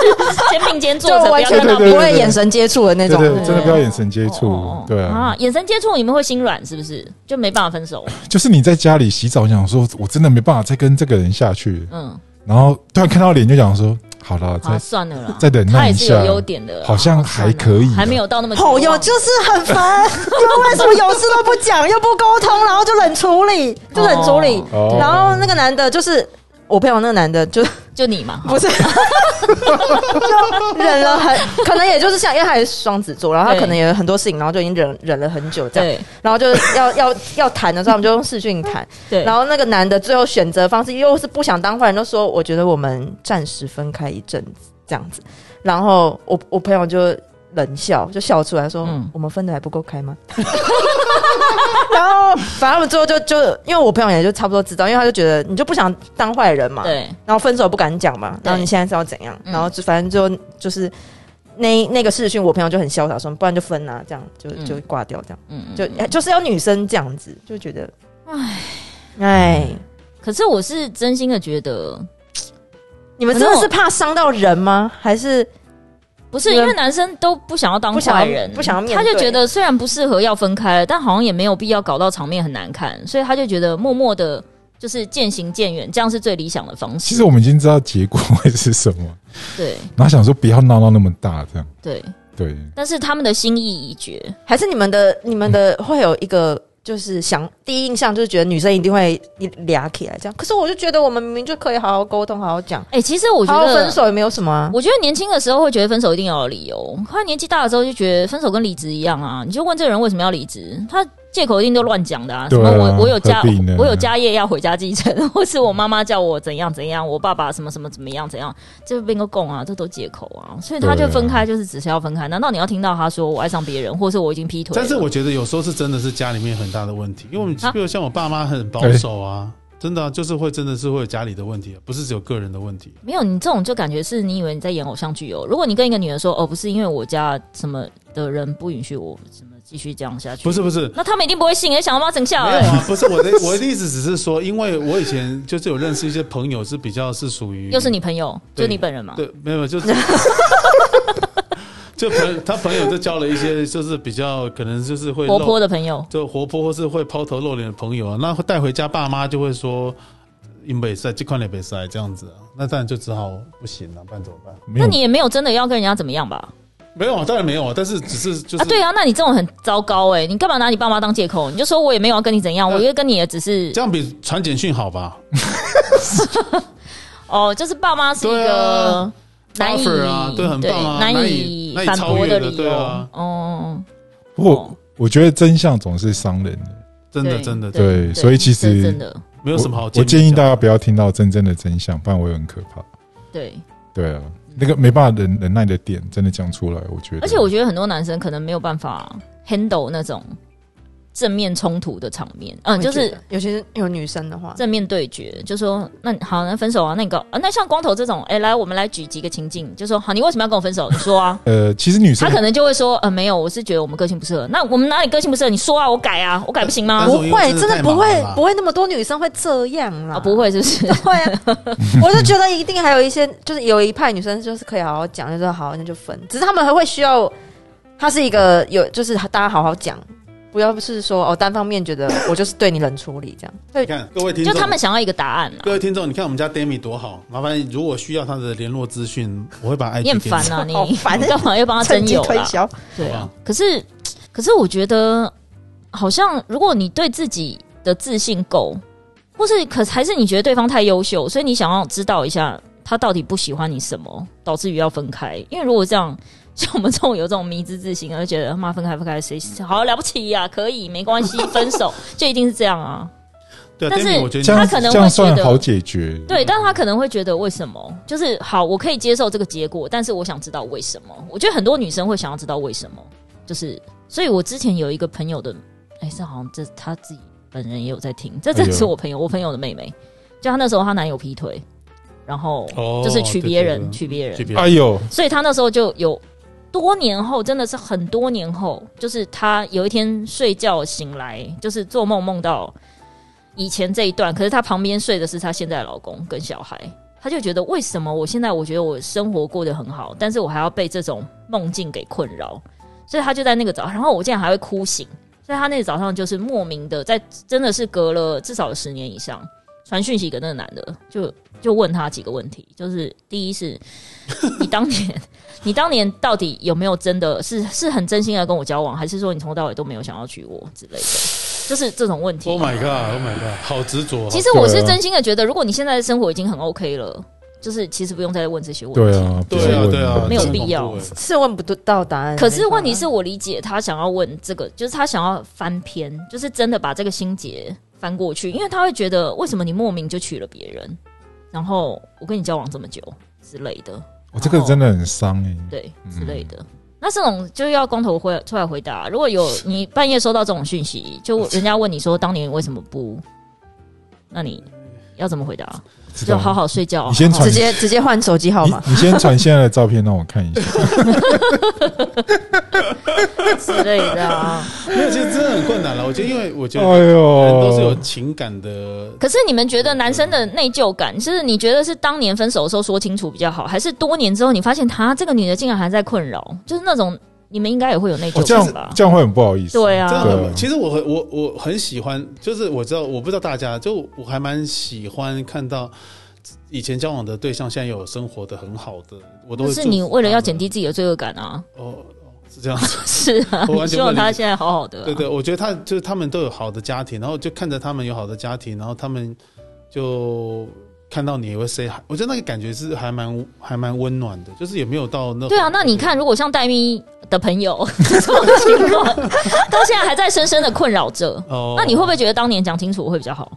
Speaker 3: 肩并肩坐
Speaker 4: 就
Speaker 3: 着，不
Speaker 4: 完
Speaker 3: 要
Speaker 4: 全
Speaker 3: 看到
Speaker 1: 对对对
Speaker 4: 不会眼神接触的那
Speaker 1: 对
Speaker 4: 种。
Speaker 1: 对，
Speaker 3: 对
Speaker 1: 真的不要眼神接触
Speaker 3: 哦。
Speaker 1: 对啊，
Speaker 3: 眼神接触你们会心软是不是？就没办法分手。
Speaker 1: 就是你在家里洗澡，想说我真的没办法再跟这个人下去，
Speaker 3: 嗯，
Speaker 1: 然后突然看到脸就想说，好了，
Speaker 3: 好
Speaker 1: 再
Speaker 3: 算了啦，
Speaker 1: 再忍耐
Speaker 3: 他也
Speaker 1: 一
Speaker 3: 是
Speaker 1: 下
Speaker 3: 有，优点的啦，
Speaker 1: 好像还可以啊
Speaker 3: 还没有到那么
Speaker 4: 朋
Speaker 3: 绝
Speaker 4: 友
Speaker 3: 望
Speaker 4: 哦就是很
Speaker 1: (laughs)
Speaker 4: 烦，你们为什么有事都不讲，又不沟通，然后就冷处理，就冷处理。
Speaker 1: 哦
Speaker 4: 然后那个男的就是我朋友那个男的
Speaker 1: (laughs)
Speaker 4: 就，
Speaker 3: 就你嘛，
Speaker 4: 不是，就忍了很，可能也就是像，因为他也是双子座，然后他
Speaker 3: 对
Speaker 4: 可能也有很多事情，然后就已经忍忍了很久这样，
Speaker 3: 对
Speaker 4: 然后就要要要谈的时候，我们就用视讯谈，
Speaker 3: 对，
Speaker 4: 然
Speaker 3: 后
Speaker 4: 后那个男的最后选择方式又是不想当坏人，就说我觉得我们暂时分开一阵子这样子。然后我我朋友就冷笑，就笑出来说：“
Speaker 3: 嗯
Speaker 4: 我们分的还不够开
Speaker 3: (laughs)
Speaker 4: 吗？”然后反正他们最后就就因为我朋友也就差不多知道，因为他就觉得你就不想当坏人嘛，
Speaker 3: 对
Speaker 4: 然后分手不敢讲嘛，然后你现在是要怎样？
Speaker 3: 嗯
Speaker 4: 然后就反正就就是那那个视讯，我朋友就很潇洒说：“不然就分啊，这样就
Speaker 3: 嗯
Speaker 4: 就挂掉这样。”
Speaker 3: 嗯嗯
Speaker 4: 就哎
Speaker 3: 嗯
Speaker 4: 就是要女生这样子，就觉得，哎哎，
Speaker 3: 可是我是真心的觉得，
Speaker 4: 你们真的是怕伤到人吗？还是
Speaker 3: 不是
Speaker 4: 你们
Speaker 3: 因为男生都不想要当
Speaker 4: 不想
Speaker 3: 坏
Speaker 4: 要
Speaker 3: 人，
Speaker 4: 不想要面
Speaker 3: 他就
Speaker 4: 对
Speaker 3: 觉得虽然不适合要分开了，但好像也没有必要搞到场面很难看，所以他就觉得默默的，就是渐行渐远，这样是最理想的方式。
Speaker 1: 其实我们已经知道结果会是什么，
Speaker 3: 对
Speaker 1: (laughs) 然后想说不要闹到那么大，这样
Speaker 3: 对，
Speaker 1: 对。
Speaker 3: 但是他们的心意已决，
Speaker 4: 还是你们的你们的
Speaker 2: 嗯
Speaker 4: 会有一个就是想第一印象就是觉得女生一定会俩起来这样？可是我就觉得我们明明就可以好好沟通，好好讲，
Speaker 3: 哎、其实我觉
Speaker 4: 好好
Speaker 3: 得
Speaker 4: 分手也没有什么啊。
Speaker 3: 我觉得年轻的时候会觉得分手一定要有理由，后来年纪大了之后就觉得分手跟离职一样啊，你就问这个人为什么要离职，他借口一定都乱讲的啊，什
Speaker 1: 对啊
Speaker 3: 么我我有家
Speaker 1: 何必呢
Speaker 3: 我有家业要回家继承， (laughs) 或是我妈妈叫我怎样怎样，我爸爸什么什么怎么样怎样，这边个供啊，这都借口啊，所以他
Speaker 1: 对
Speaker 3: 就
Speaker 1: 啊
Speaker 3: 分开就是只是要分开，难道你要听到他说我爱上别人，或是我已经劈腿了？
Speaker 2: 但是我觉得有时候是真的是家里面很大的问题，因为我们
Speaker 3: 啊
Speaker 2: 比如像我爸妈很保守啊，真的啊、就是会真的是会有家里的问题，啊不是只有个人的问题。
Speaker 3: 没有，你这种就感觉是你以为你在演偶像剧哦。如果你跟一个女人说哦，不是因为我家什么的人不允许我什么继续这样下去，
Speaker 2: 不是不是，
Speaker 3: 那他们一定不会信，也想要把我整
Speaker 4: 哎
Speaker 3: 下
Speaker 2: 没
Speaker 3: 来。
Speaker 2: 有啊，不是我的我的意思，只是说，因为我以前就是有认识一些朋友是比较是属于，
Speaker 3: 又是你朋友，
Speaker 2: 对
Speaker 4: (laughs)
Speaker 3: 就你本人嘛？
Speaker 2: 对，没有就是。就朋友他朋友就交了一些就是比较可能就是会
Speaker 3: 活
Speaker 2: 露
Speaker 3: 泼的朋友，
Speaker 2: 就活泼或是会抛头露脸的朋友啊，那带回家爸妈就会说，因北赛这款也北赛这样子啊，那当然就只好不行了、不然怎么办？
Speaker 1: 没
Speaker 3: 那
Speaker 1: 有
Speaker 3: 你也没有真的要跟人家怎么样吧？
Speaker 2: 没有，啊，当然没有啊，但是只是就是、
Speaker 3: 啊，对啊，那你这种很糟糕哎、你干嘛拿你爸妈当借口？你就说我也没有要跟你怎样，
Speaker 2: 呃
Speaker 3: 我就跟你也只是
Speaker 2: 这样比传简讯好吧
Speaker 3: 哦，就是爸妈是一
Speaker 2: 对
Speaker 3: 个
Speaker 2: 啊
Speaker 3: 难以
Speaker 2: ？offer 啊，对，很棒啊，
Speaker 3: 难
Speaker 2: 难
Speaker 3: 以
Speaker 2: 难以
Speaker 3: 反
Speaker 2: 超
Speaker 3: 驳
Speaker 2: 越
Speaker 3: 理
Speaker 2: 对
Speaker 3: 由
Speaker 2: 啊，，
Speaker 3: 哦，
Speaker 1: 不过我觉得真相总是伤人的，
Speaker 2: 真的
Speaker 3: 对
Speaker 2: 真的
Speaker 3: 对
Speaker 1: 对，所以其
Speaker 3: 是真
Speaker 1: 实
Speaker 3: 的
Speaker 2: 没有什么好
Speaker 1: 我我建议大
Speaker 2: 的。
Speaker 1: 家不要听到真正的真相，不然会很可怕。
Speaker 3: 对。
Speaker 1: 对啊，那个没办法忍忍耐的点，真的讲出来，我觉得。
Speaker 3: 而且我觉得很多男生可能没有办法 handle 那种正面冲突的场面，嗯，就
Speaker 4: 我也
Speaker 3: 是
Speaker 4: 觉得尤其是有女生的话，
Speaker 3: 正面对决，就说那好，那分手啊，那你告啊，那像光头这种，哎、来，我们来举几个情境，就说好，你为什么要跟我分手？你说啊，
Speaker 1: 呃，其实女生
Speaker 3: 他可能就会说，呃，没有，我是觉得我们个性不适合。那我们哪里个性不适合？你说啊，我改啊，我改不行吗
Speaker 2: 但是？
Speaker 4: 不
Speaker 2: 我因为
Speaker 4: 会，
Speaker 2: 真的
Speaker 4: 真的
Speaker 2: 太
Speaker 4: 不
Speaker 2: 忙
Speaker 4: 会
Speaker 2: 了啦，
Speaker 4: 不会那么多女生会这样啦，
Speaker 3: 啊，不。会是不
Speaker 4: (laughs)
Speaker 3: 是？
Speaker 4: 会啊，我就觉得一定还有一些，就是有一派女生就是可以好好讲，就说好，那就分。只是他们还会需要，他是一个有，就是大家好好讲，不要是说哦单方面觉得我就是对你冷处理这样。
Speaker 2: 你看各位听
Speaker 3: 就
Speaker 2: 众，
Speaker 3: 他们想要一个答案啊
Speaker 2: 各，位听众，你看我们家 Demi 多好，麻烦如果需要他的联络资讯，我会把 IG
Speaker 3: 你很
Speaker 2: 给
Speaker 3: 烦啊，你
Speaker 4: 好烦
Speaker 3: 你干嘛又帮他
Speaker 4: (laughs)
Speaker 3: 征友
Speaker 4: 推
Speaker 3: 啦？
Speaker 4: 销，
Speaker 3: 对啊
Speaker 2: 好吧，
Speaker 3: 可是可是我觉得，好像如果你对自己的自信够，或是可还是你觉得对方太优秀，所以你想要知道一下他到底不喜欢你什么，导致于要分开。因为如果这样。像我们这种有这种迷之自信，而且觉得妈分开分开，谁好了不起呀、可以没关系，分手就一定是这样啊？
Speaker 2: 对啊
Speaker 3: 但是
Speaker 2: ，Demi 我觉得你
Speaker 1: 这样
Speaker 3: 他可能
Speaker 1: 这样
Speaker 3: 会
Speaker 1: 算
Speaker 3: 觉得
Speaker 1: 好解决。
Speaker 3: 对，但他可能会觉得为什么？就是好，我可以接受这个结果，但是我想知道为什么。我觉得很多女生会想要知道为什么，就是，所以我之前有一个朋友的，哎、这好像这她自己本人也有在听，
Speaker 2: 哎
Speaker 3: 这真的是我朋友，我朋友的妹妹，就她那时候她男友劈腿，然后
Speaker 2: 哦
Speaker 3: 就是娶别人，
Speaker 2: 对对对
Speaker 3: 娶别人
Speaker 2: 这，边
Speaker 1: 哎呦，
Speaker 3: 所以她那时候就有。多年后，真的是很多年后，就是她有一天睡觉醒来，就是做梦梦到以前这一段，可是她旁边睡的是她现在的老公跟小孩，她就觉得为什么我现在我觉得我生活过得很好，但是我还要被这种梦境给困扰，所以她就在那个早，然后我竟然还会哭醒，所以她那个早上就是莫名的在，真的是隔了至少有十年以上传讯息给那个男的，就就问他几个问题，就是第一是你当年你当年到底有没有真的是是很真心的跟我交往，还是说你从头到尾都没有想要娶我之类的，就是这种问题。
Speaker 2: ，Oh my God，Oh my God，好执着。
Speaker 3: 其实我是
Speaker 1: 对啊
Speaker 3: 真心的觉得，如果你现在的生活已经很 OK 了，就是其实不用再问这些问题。
Speaker 1: 对啊，
Speaker 2: 对
Speaker 1: 不要
Speaker 2: 啊，
Speaker 1: 问
Speaker 2: 对啊，
Speaker 3: 没有
Speaker 2: 这很
Speaker 3: 必
Speaker 2: 恐
Speaker 3: 要
Speaker 2: 怖欸
Speaker 4: 是问不到答案。
Speaker 3: 可是问题是我理解他想要问这个，就是他想要翻篇，就是真的把这个心结翻过去，因为他会觉得为什么你莫名就娶了别人，然后我跟你交往这么久之类的，
Speaker 1: 我哦这个真的很伤哎。
Speaker 3: 对之类的。那这种就要光头回出来回答。如果有你半夜收到这种讯息，就人家问你说当年为什么不，那你要怎
Speaker 1: (laughs)
Speaker 3: 么回答？
Speaker 1: 知
Speaker 3: 就
Speaker 1: 道
Speaker 3: 好好睡觉，啊
Speaker 1: 你先
Speaker 3: 好好
Speaker 1: 传
Speaker 4: 直接直接换手机号码，
Speaker 1: 你你先传现在的照片让我看一下。
Speaker 2: (laughs)
Speaker 3: 之类的 (laughs) 啊。
Speaker 2: 没有，其实真的很困难了。我觉得，因为我觉
Speaker 1: 哎
Speaker 2: 得人都是有
Speaker 1: 呦，
Speaker 2: 情感的，
Speaker 3: 可是你们觉得男生的内疚感，是你觉得是当年分手的时候说清楚比较好，还是多年之后你发现他这个女的竟然还在困扰？就是那种你们应该也会有内
Speaker 1: 我
Speaker 3: 疚
Speaker 1: 这
Speaker 3: 感吧
Speaker 1: 样？这样会很不好意思。
Speaker 3: 对
Speaker 2: 真的
Speaker 3: 啊，
Speaker 1: 对
Speaker 2: 很。
Speaker 1: 啊
Speaker 2: 其实我很我我很喜欢，就是我知道，我不知道大家，就我还蛮喜欢看到以前交往的对象现在有生活的很好的，我都会
Speaker 3: 就是
Speaker 2: 祝福
Speaker 3: 你为了
Speaker 2: 他
Speaker 3: 要
Speaker 2: 们
Speaker 3: 减低自己的罪恶感啊，
Speaker 2: 哦，哦是
Speaker 3: (laughs)
Speaker 2: 这样。
Speaker 3: 是啊，
Speaker 2: 我完全不能
Speaker 3: 你希望他现在好好的、啊，
Speaker 2: 对对，我觉得他就是他们都有好的家庭，然后就看着他们有好的家庭，然后他们就看到你也会 say，hi 我觉得那个感觉是还蛮还蛮温暖的，就是也没有到那
Speaker 3: 对啊，那你看，如果像戴咪的朋
Speaker 2: (laughs)
Speaker 3: 友这种情况，到现在还在深深的困扰着，
Speaker 2: 哦，
Speaker 3: 那你会不会觉得当年讲清楚会比较好？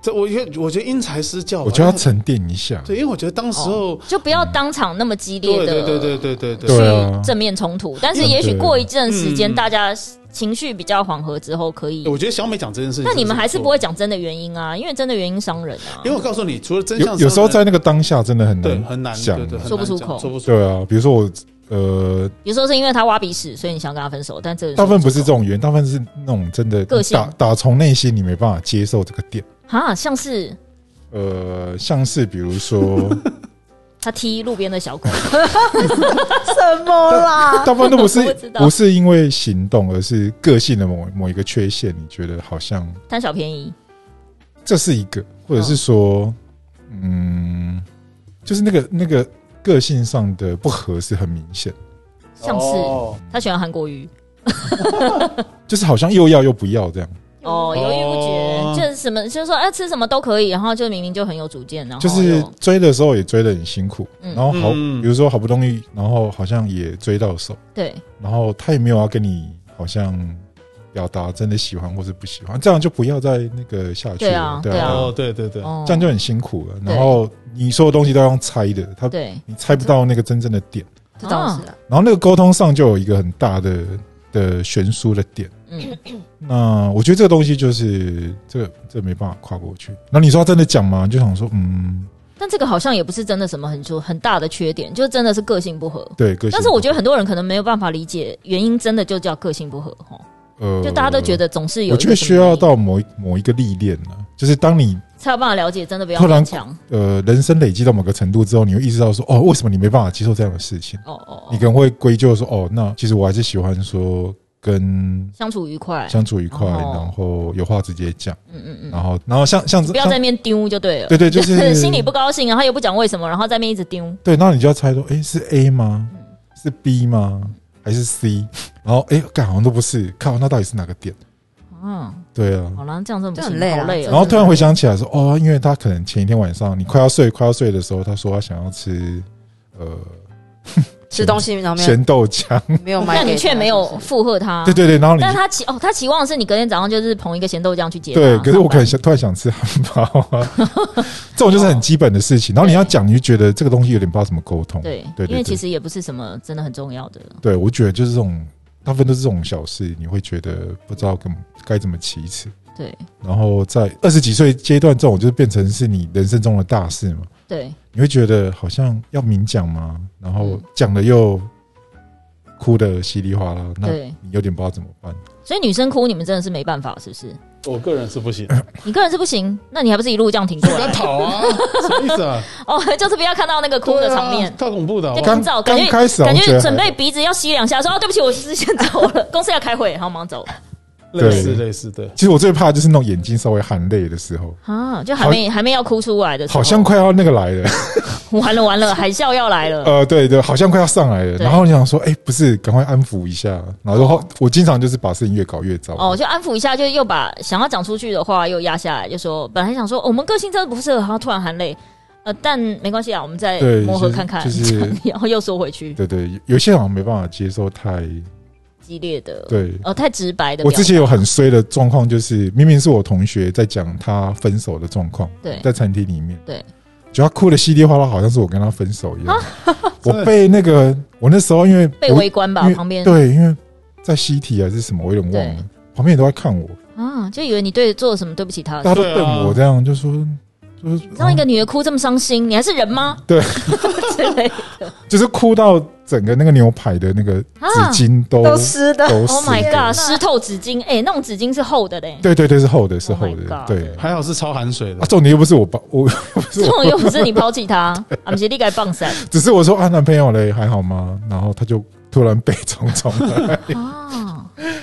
Speaker 2: 这我觉得我觉得因材施教吧，
Speaker 1: 我觉得要沉淀一下。
Speaker 2: 对，因为我觉得当时候
Speaker 3: 哦、就不要当场那么激烈
Speaker 2: 对
Speaker 3: 的，
Speaker 2: 对对对对对对
Speaker 1: 对啊
Speaker 3: 去正面冲突，但是也许过一阵时间，
Speaker 2: 嗯
Speaker 3: 大家情绪比较缓和之后，可以
Speaker 2: 对，。我
Speaker 1: 嗯
Speaker 2: 觉得小美讲这件事情，
Speaker 3: 那你们还是不
Speaker 2: 会，
Speaker 3: 会讲真的原因啊，因为真的原因伤人啊
Speaker 2: 因。为我告诉你，除了真相
Speaker 1: 有有时候
Speaker 2: 之
Speaker 1: 在
Speaker 2: 外
Speaker 1: 那个当下真的很
Speaker 2: 对
Speaker 1: 难
Speaker 2: 很难
Speaker 1: 讲
Speaker 2: 对对，很难
Speaker 3: 说不出
Speaker 2: 讲
Speaker 3: 口
Speaker 2: 说不出口。
Speaker 1: 对啊，比如说我呃，
Speaker 3: 比如说是因为他挖鼻屎，所以你想跟他分手，但这个
Speaker 1: 大部分不是这种原因，大部分是那种真的
Speaker 3: 个性
Speaker 1: 打打从内心你没办法接受这个点。
Speaker 3: 哈，像是 (laughs)
Speaker 1: 呃，像是比如说，
Speaker 3: 他踢路边的小狗，
Speaker 4: (laughs) 什
Speaker 3: (laughs)
Speaker 4: 么啦？
Speaker 1: 大部分都不
Speaker 3: 我
Speaker 1: 是
Speaker 3: 知道
Speaker 1: 不是因为行动，而是个性的某某一个缺陷，你觉得好像
Speaker 3: 贪小便宜。
Speaker 1: 这是一个，或者是说，嗯，就是那个那个个性上的不合是很明显，
Speaker 3: 像是
Speaker 2: 哦
Speaker 3: 他喜欢韩国瑜
Speaker 1: 就是好像又要又不要这样，
Speaker 3: 哦，犹豫不
Speaker 2: 哦
Speaker 3: 决，就是什么就是说哎、吃什么都可以，然后就明明就很有主见，然后
Speaker 1: 就是
Speaker 3: 哦又
Speaker 1: 追的时候也追得很辛苦，
Speaker 3: 嗯
Speaker 1: 然后哦好，
Speaker 2: 嗯
Speaker 1: 比如说好不容易，然后好像也追到手，
Speaker 3: 对
Speaker 1: 然后他也没有要跟你好像表达真的喜欢或是不喜欢，这样就不要再那个下去
Speaker 3: 对
Speaker 1: 了
Speaker 3: 啊，
Speaker 1: 对
Speaker 3: 对啊
Speaker 2: 哦，对对对，
Speaker 3: 哦
Speaker 1: 这样就很辛苦了。
Speaker 3: 对
Speaker 1: 然后你所有东西都要用猜的，他
Speaker 3: 对
Speaker 1: 你猜不到那个真正的点，
Speaker 4: 这倒
Speaker 3: 哦
Speaker 4: 是啊，
Speaker 1: 然后那个沟通上就有一个很大的的悬殊的点。
Speaker 3: 嗯
Speaker 1: 那我觉得这个东西就是这个这没办法跨过去。然后你说他真的讲吗？就想说嗯，
Speaker 3: 但这个好像也不是真的什么很说很大的缺点，就真的是个性不合。
Speaker 1: 对，个性
Speaker 3: 但是我觉得很多人可能没有办法理解，原因真的就叫个性不合哦，
Speaker 1: 呃
Speaker 3: 就大家都觉。得总是有一
Speaker 1: 我
Speaker 3: 个
Speaker 1: 觉得
Speaker 3: 什么
Speaker 1: 需要
Speaker 3: 原因
Speaker 1: 到某一某一个历练了，就是当你
Speaker 3: 才有办法了解，真的不要
Speaker 1: 突然
Speaker 3: 勉强。
Speaker 1: 呃人生累积到某个程度之后，你会意识到说，哦，为什么你没办法接受这样的事情？
Speaker 3: 哦哦
Speaker 1: 你
Speaker 3: 哦，
Speaker 1: 可能会归咎说，哦，那其实我还是喜欢说跟
Speaker 3: 相处愉快。
Speaker 1: 相处愉快，
Speaker 3: 哦
Speaker 1: 然后有话直接讲，
Speaker 3: 嗯嗯嗯，
Speaker 1: 然后然后像像
Speaker 3: 不要在
Speaker 1: 像
Speaker 3: 那边丢就对了。
Speaker 1: 对 (laughs) 对，就是
Speaker 3: (laughs) 心里不高兴，然后又不讲为什么，然后在那边一直丢。
Speaker 1: 对，那你就要猜说，诶，是 A 吗？
Speaker 3: 嗯
Speaker 1: 是 B 吗？还是 C？然后诶，干好像都不是，靠，那到底是哪个点？
Speaker 3: 嗯，
Speaker 1: 对啊。
Speaker 3: 好了，这样真的不
Speaker 4: 这
Speaker 3: 行
Speaker 4: 很累啊
Speaker 3: 好累
Speaker 4: 这
Speaker 3: 哦。
Speaker 1: 然后突然回想起来说，哦，因为他可能前一天晚上你快要睡快要睡的时候，他说他想要吃呃
Speaker 4: 吃东西然后没有
Speaker 1: 咸豆浆，
Speaker 4: 没有买给
Speaker 3: 那
Speaker 4: 他，
Speaker 3: 你却没有
Speaker 4: 是不是
Speaker 3: 附和他。
Speaker 1: 对对对，然后你
Speaker 3: 啊但他期哦，他期望的是你隔天早上就是捧一个咸豆浆去接他。
Speaker 1: 对，可是我可能
Speaker 3: 上
Speaker 1: 想突然想吃汉堡
Speaker 3: (laughs)
Speaker 1: 啊，这种就是很基本的事情。然后你要讲，你就觉得这个东西有点不知道怎么沟通。
Speaker 3: 班对，
Speaker 1: 对
Speaker 3: 因为其
Speaker 1: 对
Speaker 3: 实也不是什么真的很重要的。
Speaker 1: 对，我觉得就是这种，大部分都是这种小事，你会觉得不知道怎么该怎么启齿。
Speaker 3: 对
Speaker 1: 然后在二十几岁阶段，这种就是变成是你人生中的大事嘛，
Speaker 3: 对，
Speaker 1: 你会觉得好像要明讲嘛，然后
Speaker 3: 嗯
Speaker 1: 讲的又哭的稀里哗啦，那
Speaker 3: 嗯对
Speaker 1: 你有点不知道怎么办。
Speaker 3: 所以女生哭你们真的是没办法，是不是？
Speaker 2: 我个人是
Speaker 1: (laughs)
Speaker 2: 不行，
Speaker 3: 你个人是不行，那你还不是一路这样挺过
Speaker 2: 不要
Speaker 3: 来？
Speaker 2: 逃啊，什么意思啊？
Speaker 3: 哦， (laughs) 就是不要看到那个哭的场面
Speaker 2: 对啊。太恐怖的，
Speaker 3: 就
Speaker 2: 我
Speaker 3: 赶
Speaker 1: 刚
Speaker 3: 早感
Speaker 1: 刚
Speaker 3: 觉
Speaker 1: 开始好
Speaker 3: 感
Speaker 1: 像啊觉
Speaker 3: 觉
Speaker 1: 得
Speaker 3: 准
Speaker 1: 还
Speaker 3: 备鼻子要吸两下，说：“哦，对不起，我是先走
Speaker 1: (laughs)
Speaker 3: 了，公司要开会，然后忙走。
Speaker 2: 类似
Speaker 1: 对
Speaker 2: 类似对，
Speaker 1: 其实我最怕就是那种眼睛稍微含泪的时候，”
Speaker 3: 啊，就还没还没要哭出来的时候，
Speaker 1: 好像快要那个来了。
Speaker 3: 完
Speaker 1: (laughs)
Speaker 3: 了完了，海啸要来了。
Speaker 1: 呃，对对，好像快要上来了。
Speaker 3: 嗯对
Speaker 1: 然后你想说，哎、不是，赶快安抚一下。然后后我经常就是把事情越搞越糟。
Speaker 3: 哦，就安抚一下，就又把想要讲出去的话又压下来，就说本来想说、哦我们个性真的不适合，然后突然含泪，呃，但没关系啊，我们再
Speaker 1: 对
Speaker 3: 磨合
Speaker 1: 就是
Speaker 3: 看看，
Speaker 1: 就是
Speaker 3: (laughs) 然后又缩回去，
Speaker 1: 对对，有有些人好像没办法接受太
Speaker 3: 激烈的，
Speaker 1: 对。
Speaker 3: 哦，太直白的表达，
Speaker 1: 我之前有很衰的状况，就是明明是我同学在讲他分手的状况，
Speaker 3: 对
Speaker 1: 在餐厅里面，
Speaker 3: 对，啊
Speaker 1: 就他哭的稀里哗啦，好像是我跟他分手一样。我
Speaker 2: 真的
Speaker 1: 被那个，我那时候因为
Speaker 3: (laughs) 被
Speaker 1: 我
Speaker 3: 围观吧
Speaker 1: 因为，
Speaker 3: 旁边
Speaker 1: 对，因为在西体还是什么，我有点忘了，旁边人都在看我，
Speaker 3: 啊，就以为你对做了什么对不起他，
Speaker 1: 大家都
Speaker 2: 对啊
Speaker 1: 瞪我，这样就说，哦就是
Speaker 3: 让一个女的哭这么伤心，你还是人吗？
Speaker 1: (laughs) 对
Speaker 3: 之类的
Speaker 1: 就是哭到整个那个牛排的那个纸 (laughs)
Speaker 3: 啊。
Speaker 1: 巾都、
Speaker 4: 都湿的，
Speaker 1: 都
Speaker 3: Oh
Speaker 1: 是
Speaker 3: my
Speaker 1: 的
Speaker 3: god！湿透纸巾，哎、那种纸巾是厚的嘞，
Speaker 1: (laughs) 对对对，是厚的，是
Speaker 3: Oh
Speaker 1: 厚
Speaker 3: my
Speaker 1: 的
Speaker 3: god
Speaker 1: 对。
Speaker 2: 还好是超含水的
Speaker 1: 啊，，重点又不是我爸，我
Speaker 3: 这种又不是你抛
Speaker 1: (laughs)
Speaker 3: 弃他，俺们是立盖棒散
Speaker 1: 只是我说啊，男朋友嘞还好吗？然后他就突然悲从
Speaker 3: (laughs)
Speaker 1: 从来，
Speaker 3: 啊！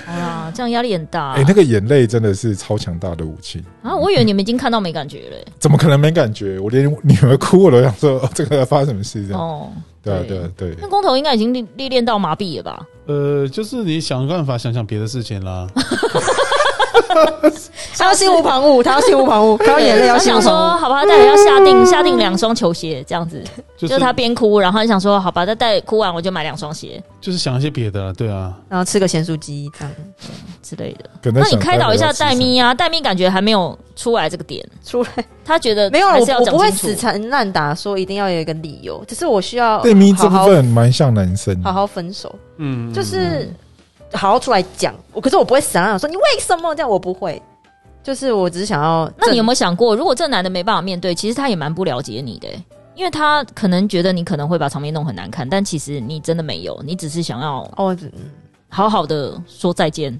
Speaker 3: 好啦，这样压力很大、
Speaker 1: 哎、那个眼泪真的是超强大的武器，
Speaker 3: 啊！我以为你们已经看到没感觉了、
Speaker 1: 怎么可能没感觉？我连女儿哭我都想说，哦、这个发生什么事这样？
Speaker 3: 哦，
Speaker 1: 对啊，对啊，对
Speaker 3: 那公投应该已经历历练到麻痹了吧？
Speaker 2: 呃，就是你想办法想想别的事情
Speaker 3: (laughs)
Speaker 2: 啦。
Speaker 4: 他要心无旁骛，他要心无旁
Speaker 3: (laughs)
Speaker 4: �骛，他要眼泪要
Speaker 3: 啊我
Speaker 4: 心无
Speaker 3: 想说，
Speaker 4: 旁骛。
Speaker 3: 好吧，待会要下定下定两双球鞋这样子，
Speaker 2: 就
Speaker 3: 就是他边哭，然后你想说，好吧，那待哭完我就买两双鞋
Speaker 2: 就是想一些别的啦，对啊，
Speaker 4: 然后吃个咸酥鸡这样，
Speaker 3: 之类的。
Speaker 1: 可能
Speaker 3: 那你
Speaker 1: 想
Speaker 3: 开导一下
Speaker 1: 待
Speaker 3: 戴
Speaker 1: 会要吃什么
Speaker 3: 咪啊，戴咪感觉还没有出来这个点，
Speaker 4: 出来
Speaker 3: 他觉得
Speaker 4: 没有，我
Speaker 3: 还是要
Speaker 4: 我
Speaker 3: 讲
Speaker 4: 不会
Speaker 3: 清楚
Speaker 4: 死缠烂打，说一定要有一个理由，只是我需
Speaker 3: 哦
Speaker 4: 要
Speaker 1: 对咪这
Speaker 4: 好
Speaker 1: 部
Speaker 4: 好
Speaker 1: 分蛮像男生，
Speaker 4: 好好分手，
Speaker 2: 嗯，
Speaker 4: 就是好好出来讲。我可是我不会死缠烂打，说你为什么这样，我不会。就是我只是想要，
Speaker 3: 那你有没有想过，如果这男的没办法面对，其实他也蛮不了解你的欸、因为他可能觉得你可能会把场面弄很难看，但其实你真的没有，你只是想要
Speaker 4: 哦，嗯
Speaker 3: 好好的说再见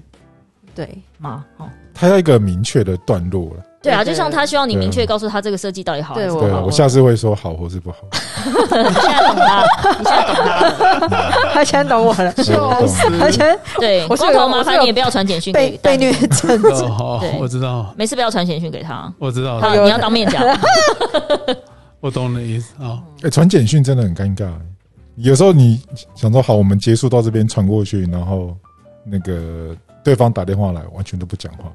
Speaker 4: 对，
Speaker 3: 嘛。哦，
Speaker 1: 他要一个明确的段落了。
Speaker 3: 对啊，
Speaker 4: 对
Speaker 3: 就像他希望你
Speaker 1: 对啊
Speaker 3: 明确告诉他这个设计到底好还是不
Speaker 4: 对
Speaker 1: 对
Speaker 3: 好
Speaker 1: 啊，
Speaker 4: 我
Speaker 1: 我下次会说好或是不
Speaker 3: (laughs)
Speaker 1: 好。
Speaker 3: 你现在懂他，你现在懂他了。
Speaker 4: 他现在懂我
Speaker 3: (laughs)
Speaker 4: 了，
Speaker 1: 我懂
Speaker 4: 他现在
Speaker 3: 对，
Speaker 4: 我是有
Speaker 3: 光头麻
Speaker 4: 我是
Speaker 3: 烦
Speaker 4: 有
Speaker 3: 你也不要传简讯给
Speaker 4: 被
Speaker 3: 丹
Speaker 4: 被
Speaker 3: 尼，
Speaker 4: 虐
Speaker 3: (laughs)
Speaker 4: 症。
Speaker 2: 哦，
Speaker 3: 对
Speaker 2: 我知道，
Speaker 3: 没事不要传简讯给他，
Speaker 2: 我知道，
Speaker 3: 他
Speaker 4: 有
Speaker 3: 你要当面 (laughs) 讲。
Speaker 2: 我懂你的意思啊。
Speaker 1: 哎，传简讯真的很尴尬。有时候你想说好，我们结束到这边传过去，然后那个对方打电话来，完全都不讲话，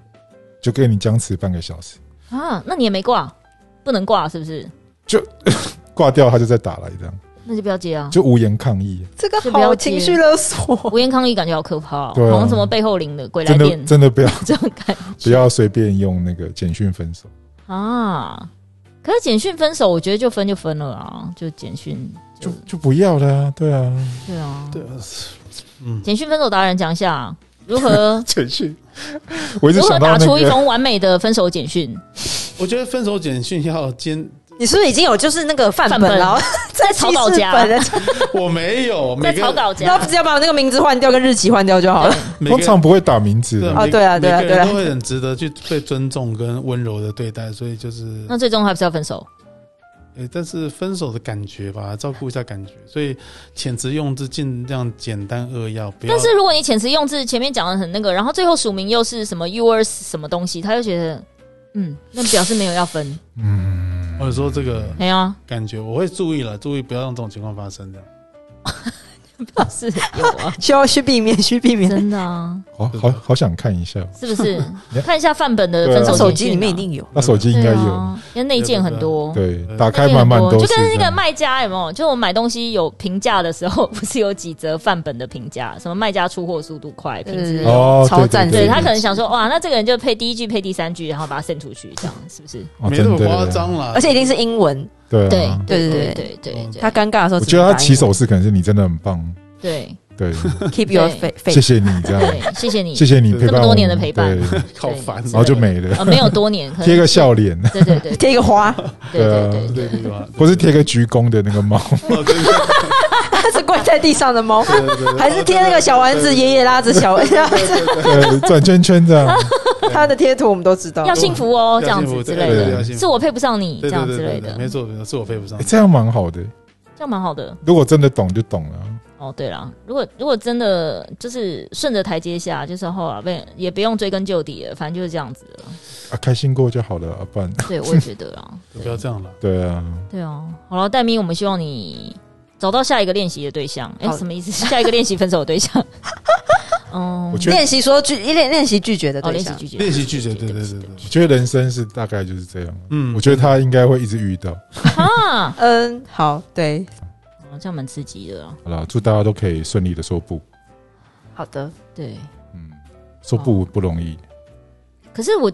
Speaker 1: 就跟你僵持半个小时，
Speaker 3: 啊，那你也没挂，不能挂是不是？
Speaker 1: 挂掉他就再打来，这样
Speaker 3: 那就不要接啊。
Speaker 1: 就无言抗议。
Speaker 4: 这个
Speaker 3: 就不
Speaker 4: 好
Speaker 3: 要接
Speaker 4: 情绪勒索，
Speaker 3: (laughs) 吴彦康也感觉好可怕、哦，
Speaker 1: 对啊
Speaker 3: 好像什么背后灵的鬼来
Speaker 1: 真
Speaker 3: 电
Speaker 1: 的真的不要
Speaker 3: 这种感
Speaker 1: 不要随便用那个简讯分
Speaker 3: (laughs)
Speaker 1: 手。
Speaker 3: 觉 (laughs) 啊。可是简讯分手，我觉得就分就分了啊，就简讯
Speaker 1: 就
Speaker 3: 就
Speaker 1: 就不要了啊，对啊，
Speaker 3: 对啊。
Speaker 2: 对，嗯，
Speaker 3: 简讯分手达人讲一下如何
Speaker 1: 简讯， (laughs) 我一直
Speaker 3: 如何
Speaker 1: 想到
Speaker 3: 打
Speaker 1: 那
Speaker 3: 出一
Speaker 1: 个，
Speaker 3: 封完美的分手简 (laughs) 讯，
Speaker 2: 我觉得分手简讯要坚，
Speaker 4: 你是不是已经有就是那个范
Speaker 3: 范
Speaker 4: 本
Speaker 3: 本
Speaker 4: 了？在
Speaker 3: 草稿夹
Speaker 4: 本了，
Speaker 2: 我没有，
Speaker 3: 在
Speaker 2: 每
Speaker 3: 草
Speaker 2: 个
Speaker 3: 稿
Speaker 4: 要
Speaker 3: 夹
Speaker 4: 不。只要把我那个名字换掉，跟日期换掉就好了。
Speaker 2: 每
Speaker 1: 通
Speaker 2: 个
Speaker 1: 常不会打名字的
Speaker 4: 啊
Speaker 2: 每
Speaker 4: 对啊对啊
Speaker 2: 每个
Speaker 4: 对啊，
Speaker 2: 人都会很值得去被尊重跟温柔的对待，所以就是，
Speaker 3: 那最终还不是要分手？
Speaker 2: 诶但是分手的感觉吧，照顾一下感觉，所以遣词用字尽量简单扼要，不要。
Speaker 3: 但是如果你遣词用字前面讲的很那个，然后最后署名又是什么 yours 什么东西，他就觉得嗯，那表示没有要分。
Speaker 2: 或者说这个
Speaker 3: 哎呀，
Speaker 2: 感觉，我会注意了，注意不要让这种情况发生的。
Speaker 3: (laughs) 表示有啊
Speaker 4: 需要去避免，需避
Speaker 3: (laughs)
Speaker 4: 免。
Speaker 3: 真的啊。
Speaker 1: 好哦好好想看一下，
Speaker 3: 是不是
Speaker 1: (laughs) Yeah.？
Speaker 3: 看一下范本的
Speaker 1: 对啊
Speaker 3: 分
Speaker 4: 他
Speaker 3: 手
Speaker 4: 手
Speaker 3: 简讯
Speaker 4: 机
Speaker 3: 啊
Speaker 4: 里面一定有，
Speaker 1: 那手机应该有，
Speaker 3: 因为内建很多，
Speaker 1: 对，
Speaker 2: 对啊
Speaker 1: 打
Speaker 3: 内
Speaker 1: 开
Speaker 3: 建
Speaker 1: 满
Speaker 3: 很
Speaker 1: 满
Speaker 3: 多，
Speaker 1: 都
Speaker 3: 就是跟啊那
Speaker 1: 这
Speaker 3: 个
Speaker 1: 样
Speaker 3: 卖家有没有？就我买东西有评价的时候，不是有几则范本的评价，什么卖家出货速度快，平时
Speaker 4: 对呃
Speaker 1: 哦，
Speaker 4: 超赞
Speaker 3: 对
Speaker 1: 对
Speaker 3: 他可能想说，哇，那这个人就配第一句，配第三句，然后把它 send 出去，这样是不是？
Speaker 1: 哦
Speaker 2: 没那么
Speaker 1: 真的
Speaker 2: 夸张啦，
Speaker 4: 而且一定是英文。
Speaker 1: 对
Speaker 3: 对
Speaker 1: 啊，
Speaker 3: 对
Speaker 4: 对对
Speaker 3: 对对
Speaker 1: 哦
Speaker 4: 他
Speaker 3: 对
Speaker 4: 尴尬的时候
Speaker 1: 我
Speaker 4: 只能
Speaker 1: 觉
Speaker 4: 打英文，
Speaker 1: 得他起手式可能是你真的很棒，
Speaker 3: 对 (laughs)
Speaker 1: 对，
Speaker 4: keep your
Speaker 3: 对
Speaker 4: fa-
Speaker 1: 谢
Speaker 4: face。
Speaker 1: 谢你这样，
Speaker 3: 对，谢谢你
Speaker 1: 谢谢你陪伴
Speaker 3: 这么
Speaker 1: 我
Speaker 3: 多
Speaker 1: 们
Speaker 3: 年的陪伴
Speaker 1: 对，然
Speaker 2: 好烦
Speaker 3: 对
Speaker 1: 后就没了，
Speaker 3: 啊，没有多年，可能
Speaker 1: 贴个笑
Speaker 3: (laughs)
Speaker 1: 脸，
Speaker 3: 对对对
Speaker 4: 贴一个花， (laughs)
Speaker 3: 对
Speaker 1: 对啊
Speaker 3: 对对
Speaker 2: 对
Speaker 3: 对
Speaker 2: 对吧？
Speaker 1: 不是贴个鞠躬的那个猫，
Speaker 2: 哦对对
Speaker 4: 它是跪在地上的猫，
Speaker 2: 对对对
Speaker 4: 还是贴那个小丸子爷爷拉着小 (laughs)
Speaker 1: 对，转圈圈
Speaker 3: (laughs)
Speaker 1: 这样，
Speaker 4: 他的贴图，我们都知道
Speaker 3: 要。幸福哦，
Speaker 2: 要幸福
Speaker 3: 这样子之类
Speaker 1: 对对对要
Speaker 3: 的，
Speaker 2: 幸福
Speaker 3: 是我配不上你
Speaker 2: 对
Speaker 3: 这样
Speaker 2: 对对
Speaker 3: 之
Speaker 2: 对
Speaker 3: 类
Speaker 2: 对，
Speaker 3: 的，
Speaker 2: 没错没错，是我配不上
Speaker 1: 哎诶。这样蛮好的。
Speaker 3: 这样蛮好的。
Speaker 1: 如果真的懂就懂了，
Speaker 3: 哦，对啦，如果如果真的就是顺着台阶下，就是后啊，被也不用追根究底了，反正就是这样子了。
Speaker 1: 啊，开心过就好了，啊，不然
Speaker 3: 对，我也觉得啦，
Speaker 2: 不要这样了，
Speaker 1: 对啊，
Speaker 3: 对啊。好了，戴咪，我们希望你找到下一个练习的对象。哎、
Speaker 4: 好
Speaker 3: 什么意思？ (laughs) 下一个练习分手的对象？ (laughs) 嗯
Speaker 1: 我，觉得
Speaker 4: 练习说拒练练习拒绝的
Speaker 3: 哦，
Speaker 4: 对
Speaker 3: 练习
Speaker 4: 象，
Speaker 3: 拒绝，
Speaker 2: 练习拒绝，
Speaker 3: 不
Speaker 2: 对对
Speaker 3: 起不
Speaker 2: 对
Speaker 3: 起
Speaker 2: 对。
Speaker 1: 我觉得人生是大概就是这样。
Speaker 2: 嗯
Speaker 1: 我觉得他应该会一直遇到。
Speaker 3: 啊，
Speaker 4: 嗯，好，对，
Speaker 3: 哦这样蛮刺激的啊。
Speaker 1: 好了，祝大家都可以顺利的说不。
Speaker 4: 好的，
Speaker 3: 对，
Speaker 1: 嗯，说不不容易，
Speaker 3: 可是我，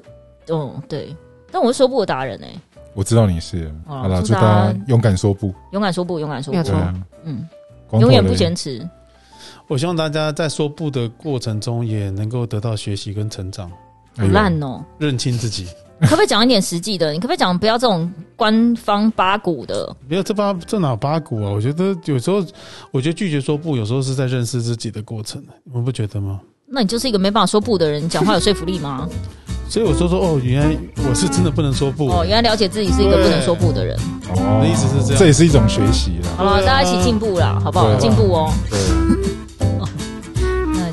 Speaker 3: 嗯，对，但我是说不达人哎、
Speaker 1: 我知道你是。
Speaker 3: 好
Speaker 1: 好了，
Speaker 3: 哦祝
Speaker 1: 祝
Speaker 3: 大
Speaker 1: 大
Speaker 3: 家
Speaker 1: 家勇敢说不。
Speaker 3: 勇敢说不，勇敢说
Speaker 4: 没有
Speaker 3: 不
Speaker 4: 错，
Speaker 1: 对啊，
Speaker 3: 嗯，
Speaker 1: 光头
Speaker 3: 永远不
Speaker 1: 嘞
Speaker 3: 坚持。
Speaker 2: 我希望大家在说不的过程中，也能够得到学习跟成长，
Speaker 1: 哎
Speaker 3: 好
Speaker 1: 呦
Speaker 3: 烂哦、
Speaker 2: 认清自己。
Speaker 3: 可不可以讲一点实际的？你可不可以讲不要这种官方八股的？
Speaker 2: 没有这八这哪有八股啊？我觉得有时候，我觉得拒绝说不，有时候是在认识自己的过程，欸你们不觉得吗？
Speaker 3: 那你就是一个没办法说不的人，你讲话有说服力吗？
Speaker 2: 所以我说说哦，原来我是真的不能说不。
Speaker 3: 哦，原来了解自己是一个不能说不的人。
Speaker 1: 哦
Speaker 2: 我的意思是这样
Speaker 1: 这也是一种学习啦。
Speaker 3: 好了，
Speaker 2: 对啊
Speaker 3: 大家一起进步啦，好不
Speaker 1: 对
Speaker 3: 好？
Speaker 1: 啊
Speaker 3: 进步哦。
Speaker 1: 对，
Speaker 3: 那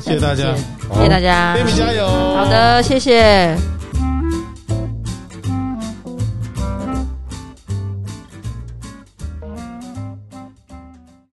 Speaker 3: 下次
Speaker 2: 谢谢大家
Speaker 3: 见
Speaker 1: 好
Speaker 4: 谢谢大家，
Speaker 2: ，baby 加油！
Speaker 4: 好的，谢谢。